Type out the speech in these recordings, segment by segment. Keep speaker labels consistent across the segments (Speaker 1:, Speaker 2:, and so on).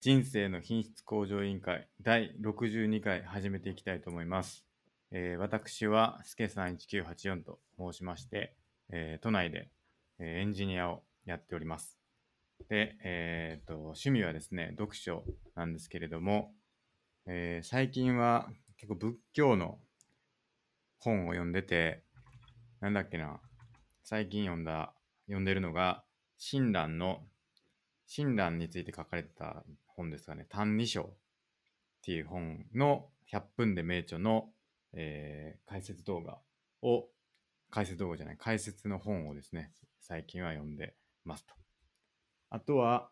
Speaker 1: 人生の品質向上委員会第62回始めていきたいと思います。えー私はすけさん1984と申しまして、えー都内で、えーエンジニアをやっております。で、えーと趣味はですね、読書なんですけれども、えー最近は結構仏教の本を読んでて、なんだっけな、最近読んだ、読んでるのが、親鸞の、親鸞について書かれた本ですかね、単二章っていう本の100分で名著の、えー解説動画を、解説動画じゃない、解説の本をですね、最近は読んでますと。あとは、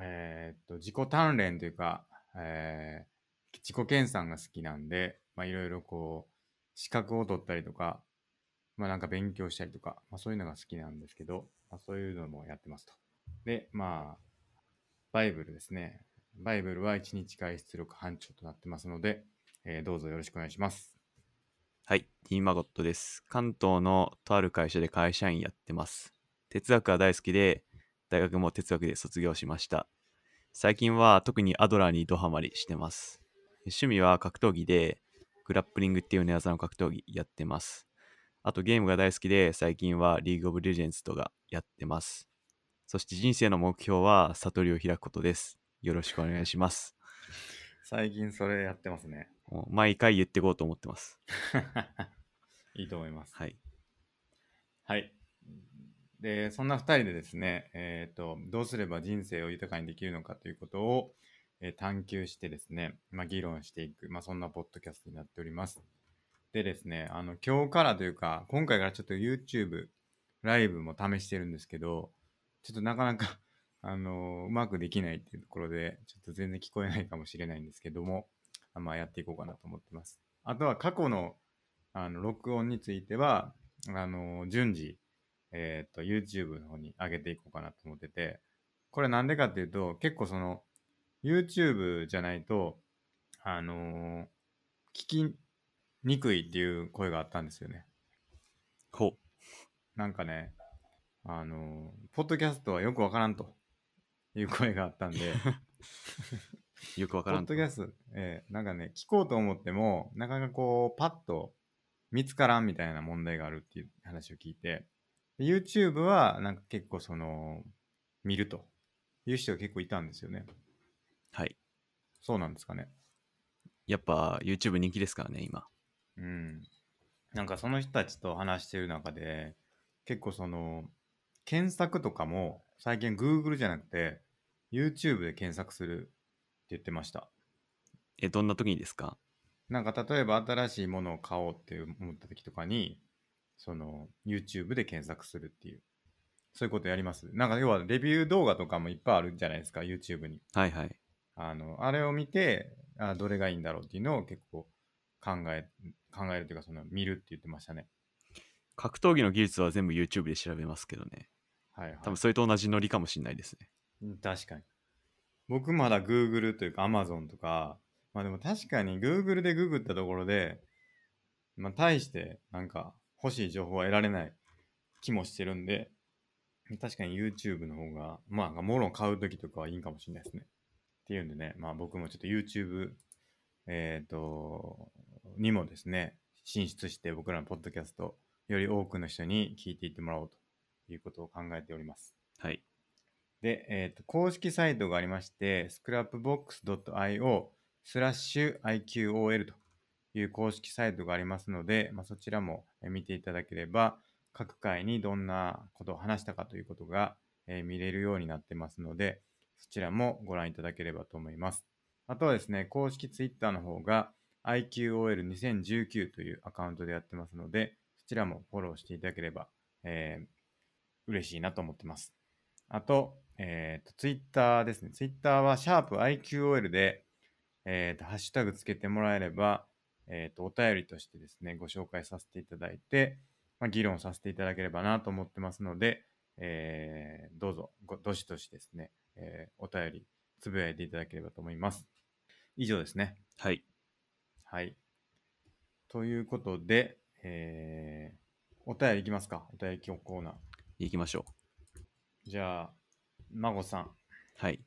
Speaker 1: えーっと、自己鍛錬というか、えー自己研鑽が好きなんで、まあ、いろいろこう、資格を取ったりとか、まあなんか勉強したりとか、まあそういうのが好きなんですけど、まあそういうのもやってますと。で、まあ、バイブルですね。バイブルは1日外出力班長となってますので、えーどうぞよろしくお願いします。
Speaker 2: はい、ティーマゴットです。関東のとある会社で会社員やってます。哲学は大好きで、大学も哲学で卒業しました。最近は特にアドラーにドハマりしてます。趣味は格闘技で、グラップリングっていう寝技の格闘技やってます。あとゲームが大好きで、最近はリーグオブレジェンズとかやってます。そして人生の目標は悟りを開くことです。よろしくお願いします。
Speaker 1: 最近それやってますね。
Speaker 2: もう毎回言っていこうと思ってます。
Speaker 1: いいと思います。
Speaker 2: はい。
Speaker 1: はい。で、そんな2人でですね、えーと、どうすれば人生を豊かにできるのかということを、えー探求してですね、まあ、議論していく、まあ、そんなポッドキャストになっております。でですね、あの、今日からというか、今回からちょっと YouTube、ライブも試してるんですけど、ちょっとなかなか、あのうまくできないっていうところで、ちょっと全然聞こえないかもしれないんですけども、あまあ、やっていこうかなと思ってます。あとは過去の、あの、録音については、あの順次、えっ、と、YouTube の方に上げていこうかなと思ってて、これなんでかっていうと、結構その、YouTube じゃないと、あのー聞きにくいっていう声があったんですよね。
Speaker 2: ほう。
Speaker 1: なんかね、あのーポッドキャストはよくわからんという声があったんで、
Speaker 2: よくわ
Speaker 1: ポ
Speaker 2: から
Speaker 1: ッ
Speaker 2: んと
Speaker 1: ドキ。ャスト、えーなんかね、聞こうと思っても、なかなかこう、パッと見つからんみたいな問題があるっていう話を聞いて、で YouTube はなんか結構その、見るという人が結構いたんですよね。
Speaker 2: はい。
Speaker 1: そうなんですかね。
Speaker 2: やっぱ YouTube 人気ですからね、今。
Speaker 1: うん。なんかその人たちと話してる中で、結構その、検索とかも、最近 Google じゃなくて、YouTube で検索するって言ってました。
Speaker 2: え、どんな時にですか
Speaker 1: なんか例えば新しいものを買おうって思った時とかに、その YouTube で検索するっていう。そういうことやります。なんか要はレビュー動画とかもいっぱいあるじゃないですか、YouTube に。
Speaker 2: はいはい。
Speaker 1: あの、あれを見て、あどれがいいんだろうっていうのを結構考え、考えるというか、その見るって言ってましたね。
Speaker 2: 格闘技の技術は全部 YouTube で調べますけどね。
Speaker 1: はい、はい。
Speaker 2: 多分それと同じノリかもしれないですね。
Speaker 1: うん確かに。僕まだ Google というか Amazon とか、まあでも確かに Google でググったところで、まあ大してなんか欲しい情報は得られない気もしてるんで、確かに YouTube の方が、まあ、もの買うときとかはいいんかもしれないですね。っていうんでね、まあ僕もちょっと YouTube、えっ、と、にもですね、進出して僕らのポッドキャスト、より多くの人に聞いていってもらおうということを考えております。
Speaker 2: はい。
Speaker 1: で、えーと、公式サイトがありまして、scrapbox.io スラッシュ IQOL という公式サイトがありますので、まあ、そちらもえー見ていただければ、各回にどんなことを話したかということが、えー見れるようになってますので、そちらもご覧いただければと思います。あとはですね、公式ツイッターの方が IQOL2019 というアカウントでやってますので、そちらもフォローしていただければ、えー嬉しいなと思ってます。あと、えっ、と、ツイッターですね。ツイッターは、シャープ i q o l で、えっ、と、ハッシュタグつけてもらえれば、えっ、と、お便りとしてですね、ご紹介させていただいて、まあ、議論させていただければなと思ってますので、えーどうぞ、ごどしどしですね、えーお便り、つぶやいていただければと思います。以上ですね。
Speaker 2: はい。
Speaker 1: はい。ということで、えーお便りいきますか。お便り今日コーナー。
Speaker 2: 行きましょう。
Speaker 1: じゃあ、まごさん。
Speaker 2: はい。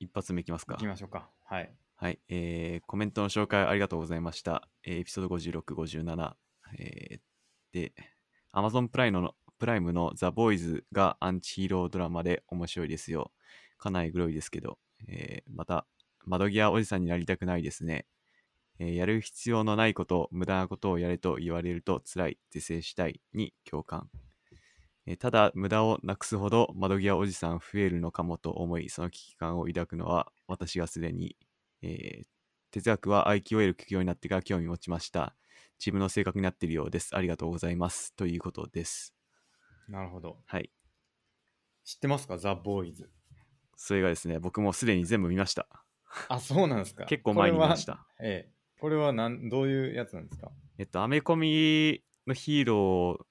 Speaker 2: 一発目いきますか
Speaker 1: 行きましょうか。はい。
Speaker 2: はい、えーコメントの紹介ありがとうございました。えーエピソード56、57。えーで、Amazon プライムのプライムのザ・ボーイズがアンチヒーロードラマで面白いですよ。かなりグロいですけど。えーまた、窓際おじさんになりたくないですね。えーやる必要のないこと、無駄なことをやれと言われると辛い、是正したいに共感。えーただ、無駄をなくすほど窓際おじさん増えるのかもと思い、その危機感を抱くのは私がすでにえー哲学は IQL 聞くようになってから興味持ちました。自分の性格になっているようです。ありがとうございます。ということです。
Speaker 1: なるほど。
Speaker 2: はい。
Speaker 1: 知ってますかザ・ボーイズ。
Speaker 2: それがですね、僕もすでに全部見ました。
Speaker 1: あ、そうなんですか。
Speaker 2: 結構前に見まし。た。
Speaker 1: ええ。これはなんどういうやつなんですか
Speaker 2: えっと、アメコミのヒーロ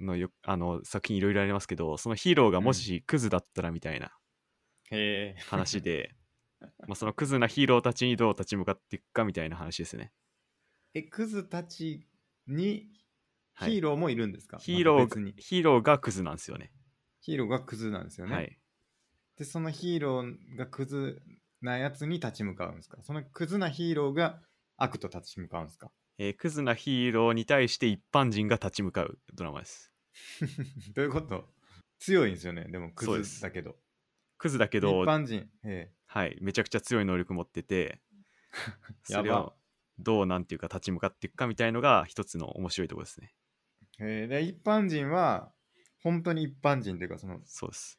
Speaker 2: ーのよあの作品いろいろありますけど、そのヒーローがもしクズだったらみたいな
Speaker 1: へえ。
Speaker 2: 話 で、まあそのクズなヒーローたちにどう立ち向かっていくかみたいな話ですね。
Speaker 1: え、クズたちに
Speaker 2: はい
Speaker 1: ヒーローもいるんですか、
Speaker 2: ヒーロ
Speaker 1: また別
Speaker 2: ーが
Speaker 1: に、。
Speaker 2: ヒーローがクズなんですよね。
Speaker 1: ヒーローがクズなんですよね。
Speaker 2: はい。
Speaker 1: で、そのヒーローがクズなやつに立ち向かうんですかそのクズなヒーローが悪と立ち向かうんです か
Speaker 2: えークズなヒーローに対して一般人が立ち向かうドラマです。
Speaker 1: どういうこと強いんですよね。でもク
Speaker 2: そうで
Speaker 1: ズ
Speaker 2: す
Speaker 1: だけど。
Speaker 2: クズだけ
Speaker 1: 一
Speaker 2: ど、
Speaker 1: 般人。え、
Speaker 2: はい、めちゃくちゃ強い能力持ってて
Speaker 1: やば
Speaker 2: それをどうなんていうか立ち向かっていくかみたいのが一つの面白いところですね。
Speaker 1: えええで、一般人は本当に一般人というか、その
Speaker 2: そうです。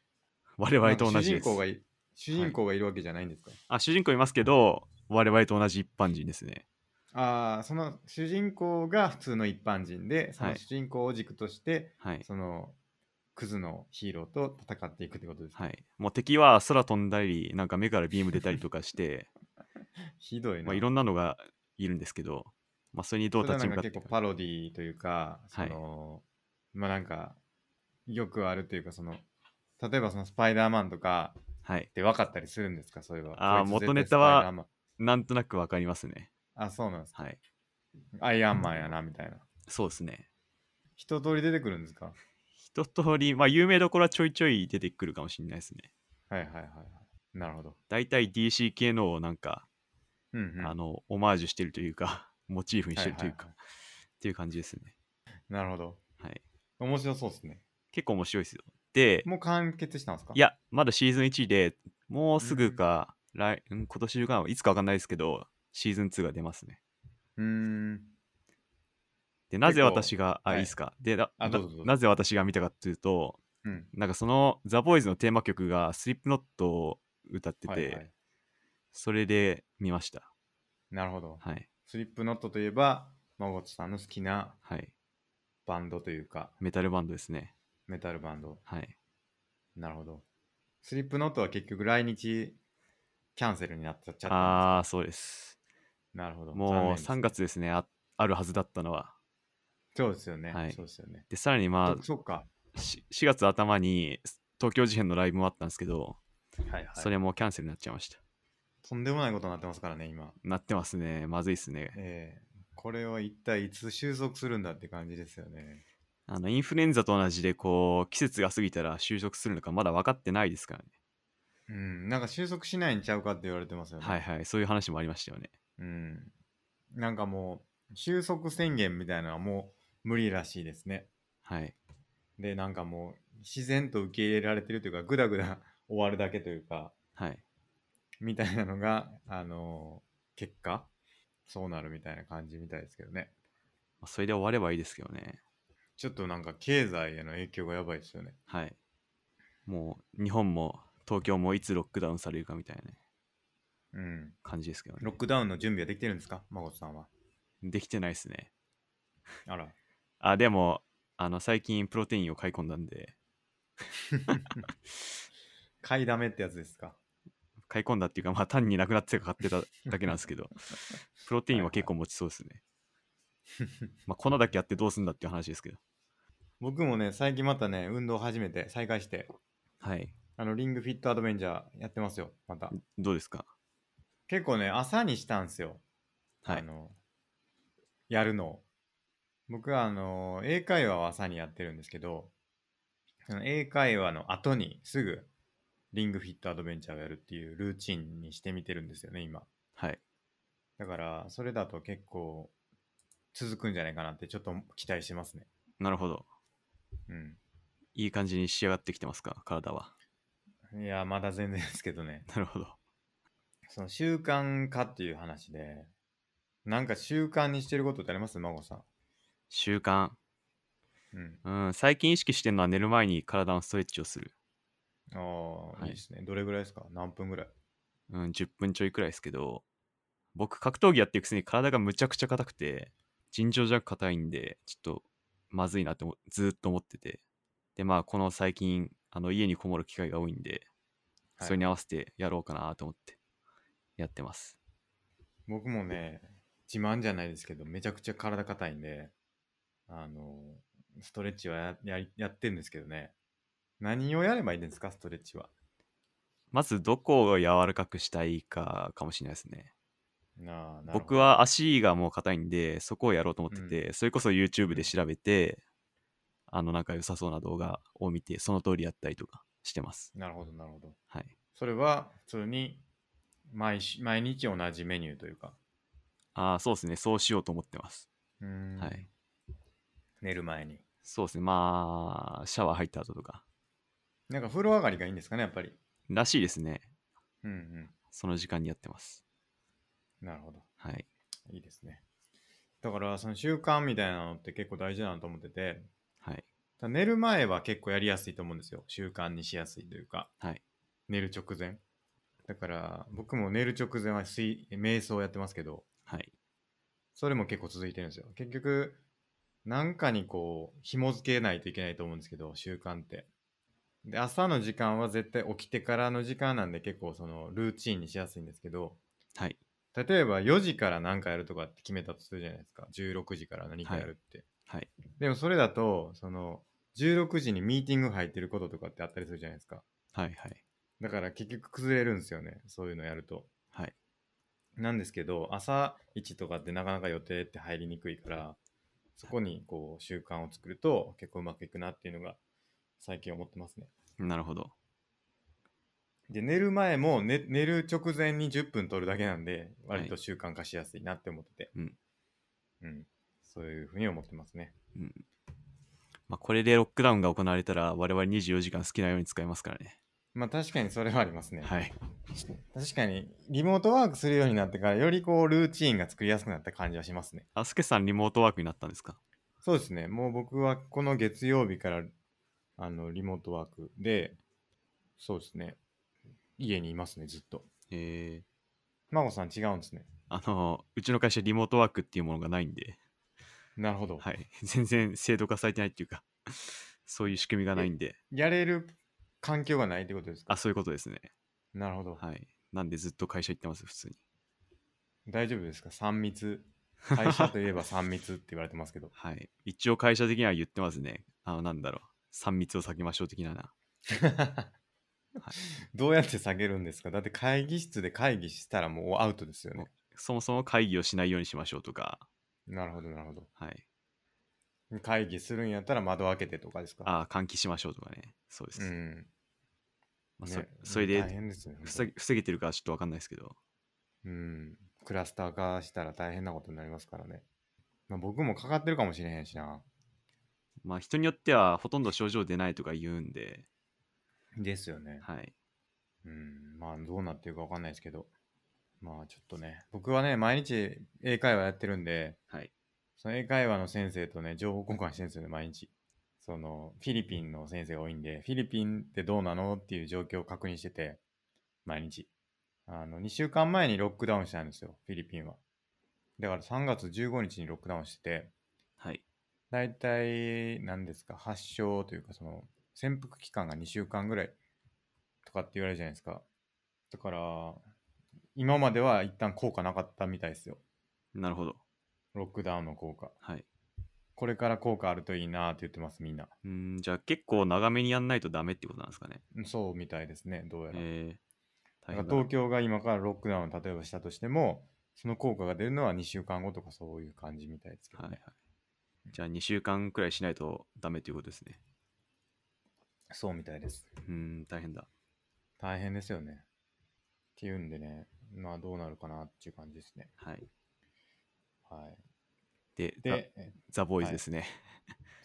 Speaker 2: 我々と同じ
Speaker 1: 主
Speaker 2: で
Speaker 1: 人
Speaker 2: す。
Speaker 1: 公がい主人公がいるわけじゃないんですか、
Speaker 2: あ主人公いますけど、我々と同じ一般人ですね。
Speaker 1: ああその主人公が普通の一般人でその
Speaker 2: はい
Speaker 1: 主人公を軸として、
Speaker 2: はい。
Speaker 1: そのクズのヒーローと戦っていくってことですか、
Speaker 2: はい、もう敵は空飛んだり、なんか目からビーム出たりと かして、
Speaker 1: ひどいな、
Speaker 2: まあ、いろんなのがいるんですけど、まあ、それにどう
Speaker 1: それ
Speaker 2: 立
Speaker 1: はなん
Speaker 2: ち向か
Speaker 1: か
Speaker 2: ってい
Speaker 1: 結
Speaker 2: く
Speaker 1: 構
Speaker 2: か。
Speaker 1: パロディーというかそ
Speaker 2: はい
Speaker 1: の、まあなんかよくあるというかその例えばそのスパイダーマンとか
Speaker 2: はい
Speaker 1: っ。て分かったりするんですかそれは
Speaker 2: あー
Speaker 1: こいつ絶対
Speaker 2: 元ネタは
Speaker 1: スパイダーマン
Speaker 2: なんとなくわかりますね。
Speaker 1: あそうなんですか
Speaker 2: はい。
Speaker 1: アイアンマンやなみたいな
Speaker 2: そうですね。
Speaker 1: 一通り出てくるんですか
Speaker 2: 一通り、まあ、有名どころはちょいちょい出てくるかもしれないですね。
Speaker 1: はいはいはいはいなるほど
Speaker 2: 大体 DC 系のをなんか、
Speaker 1: うんうん
Speaker 2: あの、オマージュしてるというか、 モチーフにしてるというか、
Speaker 1: ははは
Speaker 2: っていう感じですね。
Speaker 1: いなるほど。
Speaker 2: はい。
Speaker 1: 面白そうですね。
Speaker 2: 結構面白いですよ。で、
Speaker 1: もう完結したんですか
Speaker 2: いや、まだシーズン1で、もうすぐか、来、うん今年中かな、いつかわかんないですけど、シーズン2が出ますね。
Speaker 1: うーん。
Speaker 2: で、なぜ
Speaker 1: 結構
Speaker 2: 私が、あ、
Speaker 1: はい
Speaker 2: い、いですか。で、な
Speaker 1: あど
Speaker 2: な
Speaker 1: うぞどうぞ
Speaker 2: なぜ私が見たかっていうと、
Speaker 1: うん。
Speaker 2: なんかその、ザ・ボーイズのテーマ曲が、スリップノットを歌ってて、
Speaker 1: はいはい
Speaker 2: それで見ました。
Speaker 1: なるほど。
Speaker 2: はい。
Speaker 1: スリップノットといえば、まごちさんの好きな
Speaker 2: はい。
Speaker 1: バンドというか、
Speaker 2: メタルバンドですね。
Speaker 1: メタルバンド。
Speaker 2: はい。
Speaker 1: なるほど。スリップノットは結局来日キャンセルになっちゃったんですか。
Speaker 2: ああー、そうです。
Speaker 1: なるほど。
Speaker 2: もう
Speaker 1: 残念
Speaker 2: 3
Speaker 1: です
Speaker 2: 月ですねあ、あるはずだったのは。
Speaker 1: そうですよね。
Speaker 2: はい
Speaker 1: そうですよね。
Speaker 2: で、さらに
Speaker 1: あ
Speaker 2: ま
Speaker 1: そっか。
Speaker 2: あ、し4月頭に東京事変のライブもあったんですけど、
Speaker 1: はいはい。
Speaker 2: それもキャンセルになっちゃいました。
Speaker 1: とんでもないことになってますからね、今。
Speaker 2: なってますね。まずいですね。
Speaker 1: ええこれは一体いつ収束するんだって感じですよね。
Speaker 2: あの、インフルエンザと同じで、こう、季節が過ぎたら就職するのかまだ分かってないですからね。
Speaker 1: うん。なんか収束しないんちゃうかって言われてますよね。
Speaker 2: はいはい。そういう話もありましたよね。
Speaker 1: うん。なんかもう、収束宣言みたいなのはもう無理らしいですね。
Speaker 2: はい。
Speaker 1: で、なんかもう、自然と受け入れられてるというか、ぐだぐだ終わるだけというか、
Speaker 2: はい。
Speaker 1: みたいなのが、あのー結果、そうなるみたいな感じみたいですけどね。
Speaker 2: まあそれで終わればいいですけどね。
Speaker 1: ちょっとなんか経済への影響がやばいですよね。
Speaker 2: はい。もう、日本も東京もいつロックダウンされるかみたいなね
Speaker 1: うん。
Speaker 2: 感じですけど
Speaker 1: ロ
Speaker 2: ね
Speaker 1: ッ。クダウンの準備はできてるんですかまこさんは。
Speaker 2: できてないですね。
Speaker 1: あら。
Speaker 2: あ、でも、あの、最近プロテインを買い込んだんで、
Speaker 1: 買いだめってやつですか
Speaker 2: 買い込んだっていうか、まあ単になくなってたから買ってただけなんですけど、プロテインは結構持ちそうですね。まあ粉だけやってどうすんだっていう話ですけど。
Speaker 1: 僕もね、最近またね、運動始めて、再開して、
Speaker 2: はい。
Speaker 1: あの、リングフィットアドベンチャーやってますよ、また。
Speaker 2: どうですか
Speaker 1: 結構ね、朝にしたんですよ。
Speaker 2: は
Speaker 1: あ
Speaker 2: い。
Speaker 1: の、やるのを。僕は、あの、英会話を朝にやってるんですけど、その英会話の後にすぐ、リングフィットアドベンチャーをやるっていうルーチンにしてみてるんですよね、今。
Speaker 2: はい。
Speaker 1: だから、それだと結構続くんじゃないかなってちょっと期待してますね。
Speaker 2: なるほど。
Speaker 1: う
Speaker 2: いい感じに仕上がってきてますか、体は。
Speaker 1: ん。いや、まだ全然ですけどね。
Speaker 2: なるほど。
Speaker 1: その習慣化っていう話で、なんか習慣にしてることってあります孫さ
Speaker 2: 習慣。
Speaker 1: ん。うん。
Speaker 2: うん、最近意識してるのは寝る前に体のストレッチをする。
Speaker 1: ああ、
Speaker 2: はい
Speaker 1: い、いですね。どれぐらいですか何分ぐらい
Speaker 2: うん、10分ちょいくらいですけど、僕、格闘技やってるくせに体がむちゃくちゃ硬くて、尋常じゃ硬いんで、ちょっとまずいなって思ずーっと思ってて。で、まあ、この最近、あの家にこもる機会が多いんで、
Speaker 1: はい
Speaker 2: それに合わせてやろうかなと思って、やってます。
Speaker 1: 僕もね、自慢じゃないですけど、めちゃくちゃ体硬いんで、あの、ストレッチはややりやってんですけどね。何をやればいいんですかストレッチは。
Speaker 2: まず、どこを柔らかくしたいかかもしれないですね。
Speaker 1: なあなるほど
Speaker 2: 僕は足がもう硬いんで、そこをやろうと思ってて、それこそ YouTube で調べて、あの、なんか良さそうな動画を見て、その通りやったりとかしてます。
Speaker 1: なるほど、なるほど。
Speaker 2: はい。
Speaker 1: それは普通に毎し毎日同じメニューというか、
Speaker 2: ああ、そうですね。そうしようと思ってます。
Speaker 1: うーん
Speaker 2: はい。
Speaker 1: 寝る前に。
Speaker 2: そうですね。まあ、シャワー入った後とか。
Speaker 1: なんか風呂上がりがいいんですかね、やっぱり。
Speaker 2: らしいですね。
Speaker 1: うんうん。
Speaker 2: その時間にやってます。
Speaker 1: なるほど。
Speaker 2: はい。
Speaker 1: いいですね。だから、その習慣みたいなのって結構大事だなと思ってて、
Speaker 2: はい。
Speaker 1: ただ寝る前は結構やりやすいと思うんですよ。習慣にしやすいというか、
Speaker 2: はい。
Speaker 1: 寝る直前。だから、僕も寝る直前は睡瞑想をやってますけど、
Speaker 2: はい。
Speaker 1: それも結構続いてるんですよ。結局、なんかにこう、紐付けないといけないと思うんですけど、習慣って。で、朝の時間は絶対起きてからの時間なんで結構そのルーチンにしやすいんですけど、
Speaker 2: はい。
Speaker 1: 例えば4時から何かやるとかって決めたとするじゃないですか。16時から何かやるって。
Speaker 2: はい。
Speaker 1: でもそれだと、その、16時にミーティング入ってることとかってあったりするじゃないですか。
Speaker 2: はい。はい。
Speaker 1: だから結局崩れるんですよね。そういうのやると。
Speaker 2: はい。
Speaker 1: なんですけど、朝一とかってなかなか予定って入りにくいから、そこにこう習慣を作ると結構うまくいくなっていうのが最近思ってますね。
Speaker 2: なるほど。
Speaker 1: で、寝る前も、ね、寝る直前に10分取るだけなんで、
Speaker 2: はい
Speaker 1: 割と習慣化しやすいなって思ってて、
Speaker 2: うん
Speaker 1: うん。そういうふうに思ってますね。
Speaker 2: うん。まあ、これでロックダウンが行われたら、我々24時間好きなように使えますからね。
Speaker 1: まあ確かにそれはありますね。
Speaker 2: はい。
Speaker 1: 確かにリモートワークするようになってからよりこうルーチンが作りやすくなった感じはしますね。
Speaker 2: あすけさん、リモートワークになったんですか
Speaker 1: そうですね。もう僕はこの月曜日からあのリモートワークで、そうですね。家にいますね、ずっと。
Speaker 2: ええ
Speaker 1: 孫さん違うんですね。
Speaker 2: あの、うちの会社、リモートワークっていうものがないんで、
Speaker 1: なるほど。
Speaker 2: はい。全然制度化されてないっていうか、そういう仕組みがないんで、
Speaker 1: やれる環境がないってことですか
Speaker 2: あ、そういうことですね。
Speaker 1: なるほど、
Speaker 2: はい。なんでずっと会社行ってます、普通に。。
Speaker 1: 大丈夫ですか ?3 密。会社といえば3密って言われてますけど
Speaker 2: はい。一応会社的には言ってますね。あの、なんだろう。3密を避けましょう的なな。
Speaker 1: どうやって下げるんですかだって会議室で会議したらもうアウトですよね。
Speaker 2: そもそも会議をしないようにしましょうとか。
Speaker 1: なるほど、なるほど。
Speaker 2: はい。
Speaker 1: 会議するんやったら窓開けてとかですか
Speaker 2: ああ、換気しましょうとかね。そうです。
Speaker 1: うん。
Speaker 2: まあそ
Speaker 1: ね
Speaker 2: それ
Speaker 1: 大
Speaker 2: で
Speaker 1: 変ですね。
Speaker 2: 防げ、防げてるかはちょっとわかんないですけど。
Speaker 1: うん、クラスター化したら大変なことになりますからね。まあ、僕もかかってるかもしれへんしな。
Speaker 2: まあ、人によってはほとんど症状出ないとか言うんで、
Speaker 1: ですよね。
Speaker 2: はい。
Speaker 1: うん、まあどうなってるかわかんないですけど。まあちょっとね、僕はね、毎日英会話やってるんで、
Speaker 2: はい。
Speaker 1: その英会話の先生とね、情報交換してるんですよね、毎日。その、フィリピンの先生が多いんで、フィリピンってどうなのっていう状況を確認してて、毎日。あの、2週間前にロックダウンしたんですよ、フィリピンは。だから3月15日にロックダウンしてて、
Speaker 2: はい。
Speaker 1: 大体何ですか発症というかその潜伏期間が2週間ぐらいとかって言われるじゃないですかだから今までは一旦効果なかったみたいですよ
Speaker 2: なるほど。
Speaker 1: ロックダウンの効果
Speaker 2: はい。
Speaker 1: これから効果あるといいなって言ってますみんな
Speaker 2: うーん、じゃあ結構長めにやんないとダメってことなんですかね。
Speaker 1: そうみたいですねどうやら,、
Speaker 2: えー、大
Speaker 1: だ
Speaker 2: 変
Speaker 1: から
Speaker 2: だな
Speaker 1: 東京が今からロックダウンを例えばしたとしてもその効果が出るのは2週間後とかそういう感じみたいですけど
Speaker 2: はい
Speaker 1: ね、
Speaker 2: はい。じゃあ2週間くらいしないとダメということですね。
Speaker 1: そうみたいです
Speaker 2: うーん、大変だ。
Speaker 1: 大変ですよね。っていうんでね、まあどうなるかなっていう感じですね。
Speaker 2: はい。
Speaker 1: はい。
Speaker 2: で、
Speaker 1: で、え
Speaker 2: ザ・ボーイ
Speaker 1: は
Speaker 2: ズ
Speaker 1: い
Speaker 2: ですね。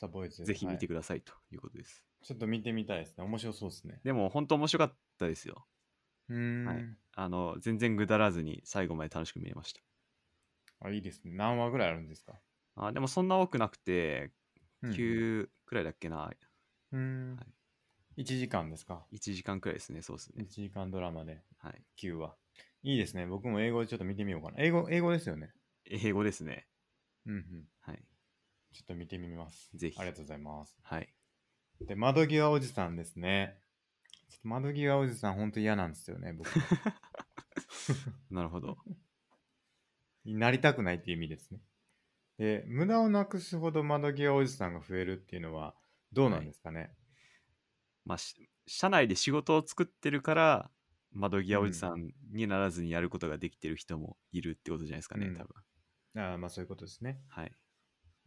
Speaker 1: ザ・ボーイズ。
Speaker 2: ぜひ見て
Speaker 1: く
Speaker 2: くださいということです。
Speaker 1: い。ちょっと見てみたいですね。面白そうですね。
Speaker 2: でも、本当面白かったですよ。
Speaker 1: うーん、
Speaker 2: はいあの、全然ぐだらずに最後まで楽しく見れました。
Speaker 1: あ。いいですね。何話ぐらいあるんですか
Speaker 2: あでも、そんな多くなくて、
Speaker 1: うん
Speaker 2: 9くらいだっけな、
Speaker 1: うーん
Speaker 2: は。
Speaker 1: 1時間ですか
Speaker 2: 1時間くらいですね、そうですね
Speaker 1: ?1。時間ドラマで
Speaker 2: はい。
Speaker 1: 9話。いいですね。僕も英語でちょっと見てみようかな。英語、英語ですよね。
Speaker 2: 英語ですね。
Speaker 1: うんうん。
Speaker 2: はい。
Speaker 1: ちょっと見てみます。
Speaker 2: ぜひ
Speaker 1: ありがとうございます。
Speaker 2: はい。
Speaker 1: で、窓際おじさんですね。ちょっと窓際おじさん、ほんと嫌なんですよね、僕。
Speaker 2: なるほど。
Speaker 1: なりたくないっていう意味ですね。で、無駄をなくすほど窓際おじさんが増えるっていうのは、どうなんですかね。
Speaker 2: まあ、し社内で仕事を作ってるから、窓際おじさんにならずにやることができてる人もいるってことじゃないですかね、
Speaker 1: うん
Speaker 2: 多分。
Speaker 1: あーまあ、そういうことですね、
Speaker 2: はい。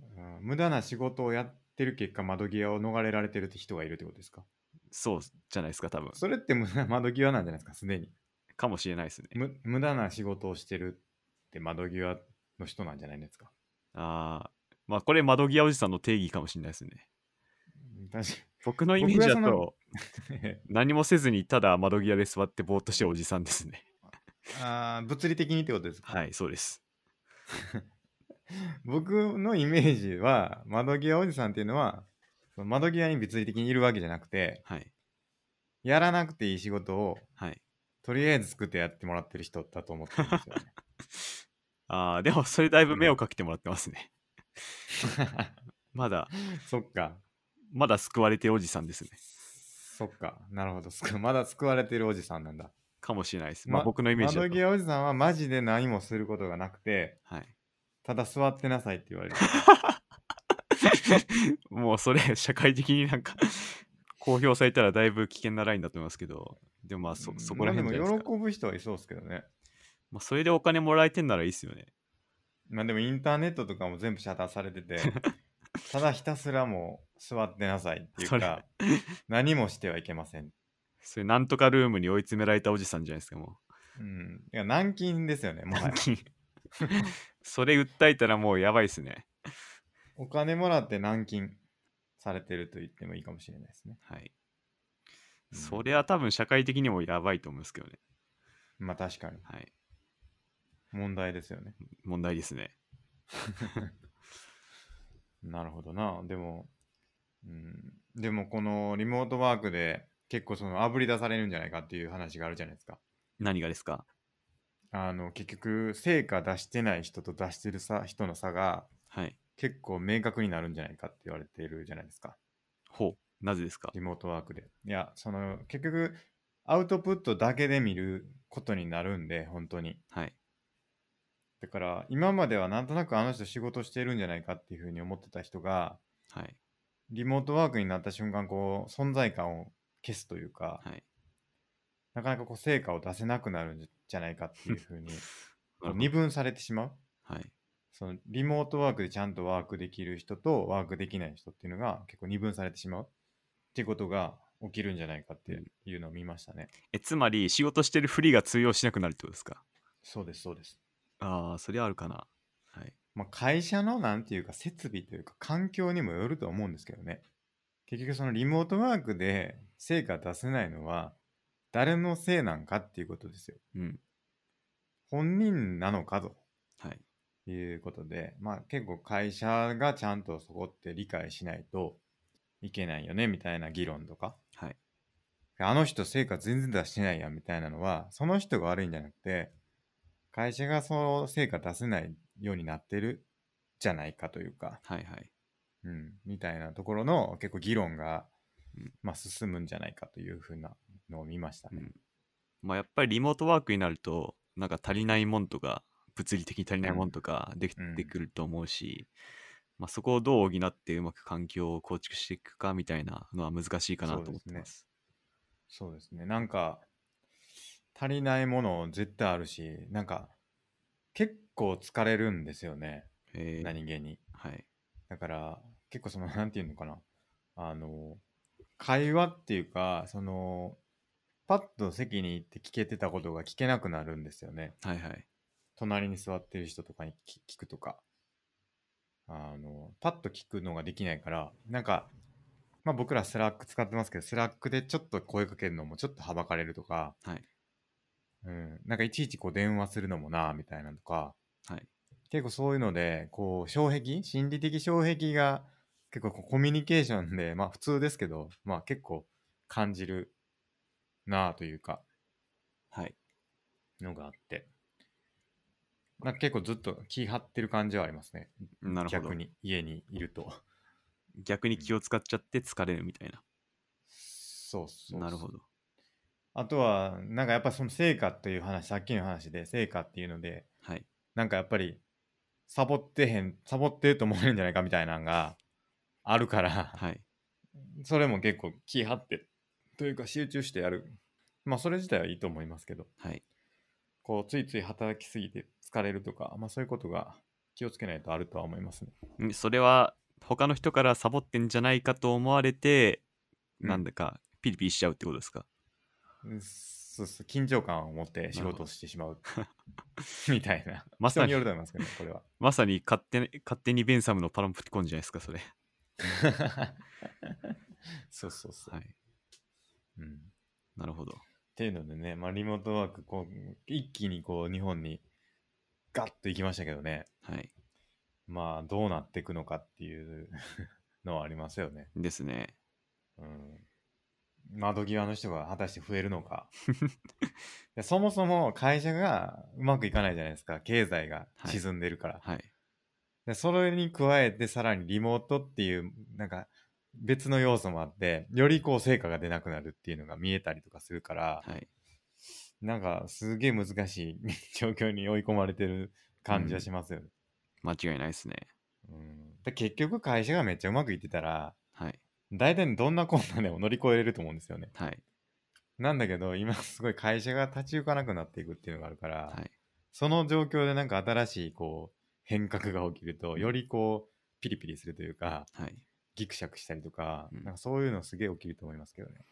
Speaker 1: うん無駄な仕事をやってる結果、窓際を逃れられてるって人がいるってことですか。
Speaker 2: そうじゃないですか、多分。
Speaker 1: それって無駄な窓際なんじゃないですか、すでに。
Speaker 2: かもしれないですね。
Speaker 1: む無駄な仕事をしてるって窓際の人なんじゃないですか。
Speaker 2: ああ。まあ、これ窓際おじさんの定義かもしれないですね。
Speaker 1: 確か
Speaker 2: 僕のイメージだ
Speaker 1: 僕はその
Speaker 2: と、
Speaker 1: に。
Speaker 2: 何もせずにただ窓際で座ってぼーっとしてるおじさんですね。
Speaker 1: あー物理的にってことですか。
Speaker 2: はい、そうです。
Speaker 1: 僕のイメージは窓際おじさんっていうのはその窓際に物理的にいるわけじゃなくて
Speaker 2: はい。
Speaker 1: やらなくていい仕事を
Speaker 2: はい。
Speaker 1: とりあえず作ってやってもらってる人だと思ってるんですよね。
Speaker 2: ああ、でもそれだいぶ目をかけてもらってますね。 まだ、
Speaker 1: そっか
Speaker 2: まだ救われてるおじさんですね。
Speaker 1: そっかなるほどすくまだ救われてるおじさんなんだ。
Speaker 2: かもしれないです。まあ、僕のイメージだ
Speaker 1: 窓
Speaker 2: と。
Speaker 1: 際おじさんはマジで何もすることがなくて
Speaker 2: はい。
Speaker 1: ただ座ってなさいって言われる。
Speaker 2: もうそれ、社会的になんか、 公表されたらだいぶ危険なラインだと思いますけど、でもまあそ、そこら辺じゃ
Speaker 1: ま
Speaker 2: な
Speaker 1: あ
Speaker 2: い
Speaker 1: で
Speaker 2: で
Speaker 1: も
Speaker 2: すか。
Speaker 1: 喜ぶ人はいそうですけどね。
Speaker 2: まあ、それでお金もらえてんならいいですよね。
Speaker 1: まあでもインターネットとかも全部遮断されて て、ただひたすらもう座ってなさいっていうか、何もしてはいけません。
Speaker 2: それ、なんとかルームに追い詰められたおじさんじゃないですか、も
Speaker 1: うん。いや軟禁ですよね、
Speaker 2: う。
Speaker 1: もはや
Speaker 2: それ訴えたらもうやばいですね。
Speaker 1: お金もらって軟禁されてると言ってもいいかもしれないですね。
Speaker 2: はい。
Speaker 1: うん
Speaker 2: それは多分社会的にもやばいと思うんですけどね。
Speaker 1: まあ確かに。
Speaker 2: はい。
Speaker 1: 問題ですよね。
Speaker 2: 問題ですね。
Speaker 1: なるほどな。でも、うん。でもこのリモートワークで結構その炙り出されるんじゃないかっていう話があるじゃないですか。
Speaker 2: 何がですか
Speaker 1: あの、結局、成果出してない人と出してるさ人の差が、
Speaker 2: はい。
Speaker 1: 結構明確になるんじゃないかって言われているじゃないですか
Speaker 2: ほう。なぜですか
Speaker 1: リモートワークでいやその結局アウトプットだけで見ることになるんで本当に
Speaker 2: はい。
Speaker 1: だから今まではなんとなくあの人仕事してるんじゃないかっていうふうに思ってた人が
Speaker 2: はい。
Speaker 1: リモートワークになった瞬間こう存在感を消すというか、
Speaker 2: はい。
Speaker 1: なかなかこう成果を出せなくなるんじゃないかっていうふうにこ
Speaker 2: なるほど
Speaker 1: う二分されてしまう
Speaker 2: はい。
Speaker 1: そのリモートワークでちゃんとワークできる人とワークできない人っていうのが結構二分されてしまうっていうことが起きるんじゃないかっていうのを見ましたね。
Speaker 2: え、つまり仕事してるふりが通用しなくなるってことですか
Speaker 1: そうです、そうです。
Speaker 2: ああ、それあるかな。はい。
Speaker 1: まあ、会社のなんていうか設備というか環境にもよると思うんですけどね。結局そのリモートワークで成果出せないのは誰のせいなんかっていうことですよ。
Speaker 2: うん。
Speaker 1: 本人なのかと
Speaker 2: はい。
Speaker 1: いうことで、まあ結構会社がちゃんとそこって理解しないといけないよねみたいな議論とか。
Speaker 2: はい。
Speaker 1: あの人成果全然出してないやんみたいなのは、その人が悪いんじゃなくて、会社がその成果出せないようになってるじゃないかというか、
Speaker 2: はいはい。
Speaker 1: うん、みたいなところの結構議論が
Speaker 2: うん、
Speaker 1: まあ進むんじゃないかというふうなのを見ました
Speaker 2: う
Speaker 1: ね。
Speaker 2: ん。まあやっぱりリモートワークになると、なんか足りないもんとか、物理的に足りないもんとかでき
Speaker 1: うん
Speaker 2: てくると思うし、まあそこをどう補ってうまく環境を構築していくかみたいなのは難しいかなと思ってます。
Speaker 1: そうですね。なんか、足りないもの絶対あるし、なんか、結構疲れるんですよね。
Speaker 2: えー、
Speaker 1: 何気に。
Speaker 2: はい。
Speaker 1: だから結構そのなんていうのかなあの会話っていうかそのパッと席に行って聞けてたことが聞けなくなるんですよね。
Speaker 2: はいはい。
Speaker 1: 隣に座ってる人とかに聞聞くとか。あの、パッと聞くのができないから、なんか、まあ僕らスラック使ってますけど、スラックでちょっと声かけるのもちょっとはばかれるとか、
Speaker 2: はい
Speaker 1: うん、なんかいちいちこう電話するのもな、みたいなのとか、
Speaker 2: はい。
Speaker 1: 結構そういうので、こう、障壁心理的障壁が結構こうコミュニケーションで、まあ普通ですけど、まあ結構感じるなあというか、
Speaker 2: はい。
Speaker 1: のがあって。なんか結構ずっと気張ってる感じはありますね。
Speaker 2: なるほど。
Speaker 1: 逆に家にいると。
Speaker 2: 逆に気を使っちゃって疲れるみたいな。
Speaker 1: そうそう。
Speaker 2: なるほ。ど。
Speaker 1: あとは、なんかやっぱその成果という話、さっきの話で成果っていうので、
Speaker 2: はい。
Speaker 1: なんかやっぱりサボってへん、サボってると思えるんじゃないかみたいなのがあるから、
Speaker 2: はい。
Speaker 1: それも結構気張ってというか集中してやるまあそれ自体はいいと思いますけど
Speaker 2: はい。
Speaker 1: こうついつい働きすぎて疲れるとかまあそういうことが気をつけないとあるとは思いますね
Speaker 2: んそれは他の人からサボってんじゃないかと思われて、
Speaker 1: うん
Speaker 2: なんだかピリピリしちゃうってことですか。
Speaker 1: うんそうそう緊張感を持って仕事をしてしまう みたいな
Speaker 2: まさ
Speaker 1: 人に
Speaker 2: に
Speaker 1: よると思いますけどねこれは
Speaker 2: まさに勝手に勝手にベンサムのパランプティコンじゃないですか、それ。
Speaker 1: そうそうそう、
Speaker 2: はい。
Speaker 1: うん、っ
Speaker 2: なるほど。
Speaker 1: ていうのでね、まあ、リモートワークこう一気にこう日本にガッと行きましたけどね
Speaker 2: はい。
Speaker 1: まあどうなっていくのかっていうのはありますよね。
Speaker 2: ですね。
Speaker 1: うん、窓際の人が果たして増えるの かいやそもそも会社がうまくいかないじゃないですか経済が
Speaker 2: はい
Speaker 1: 沈んでるから、
Speaker 2: はい。
Speaker 1: でそれに加えてさらにリモートっていうなんか別の要素もあってよりこう成果が出なくなるっていうのが見えたりとかするから、
Speaker 2: はい。
Speaker 1: なんかすげえ難しい 状況に追い込まれてる感じはしますよね、
Speaker 2: 間違いないですね。
Speaker 1: うんで結局会社がめっちゃうまくいってたら
Speaker 2: はい。
Speaker 1: 大体どんな困難でも乗り越えれると思うんですよね。
Speaker 2: はい。
Speaker 1: なんだけど、今すごい会社が立ち行かなくなっていくっていうのがあるから、
Speaker 2: はい。
Speaker 1: その状況でなんか新しいこう変革が起きると、よりこう、ピリピリするというか、
Speaker 2: はい。
Speaker 1: ギクシャクしたりとか、
Speaker 2: うん
Speaker 1: なんかそういうのすげえ起きると思いますけどね。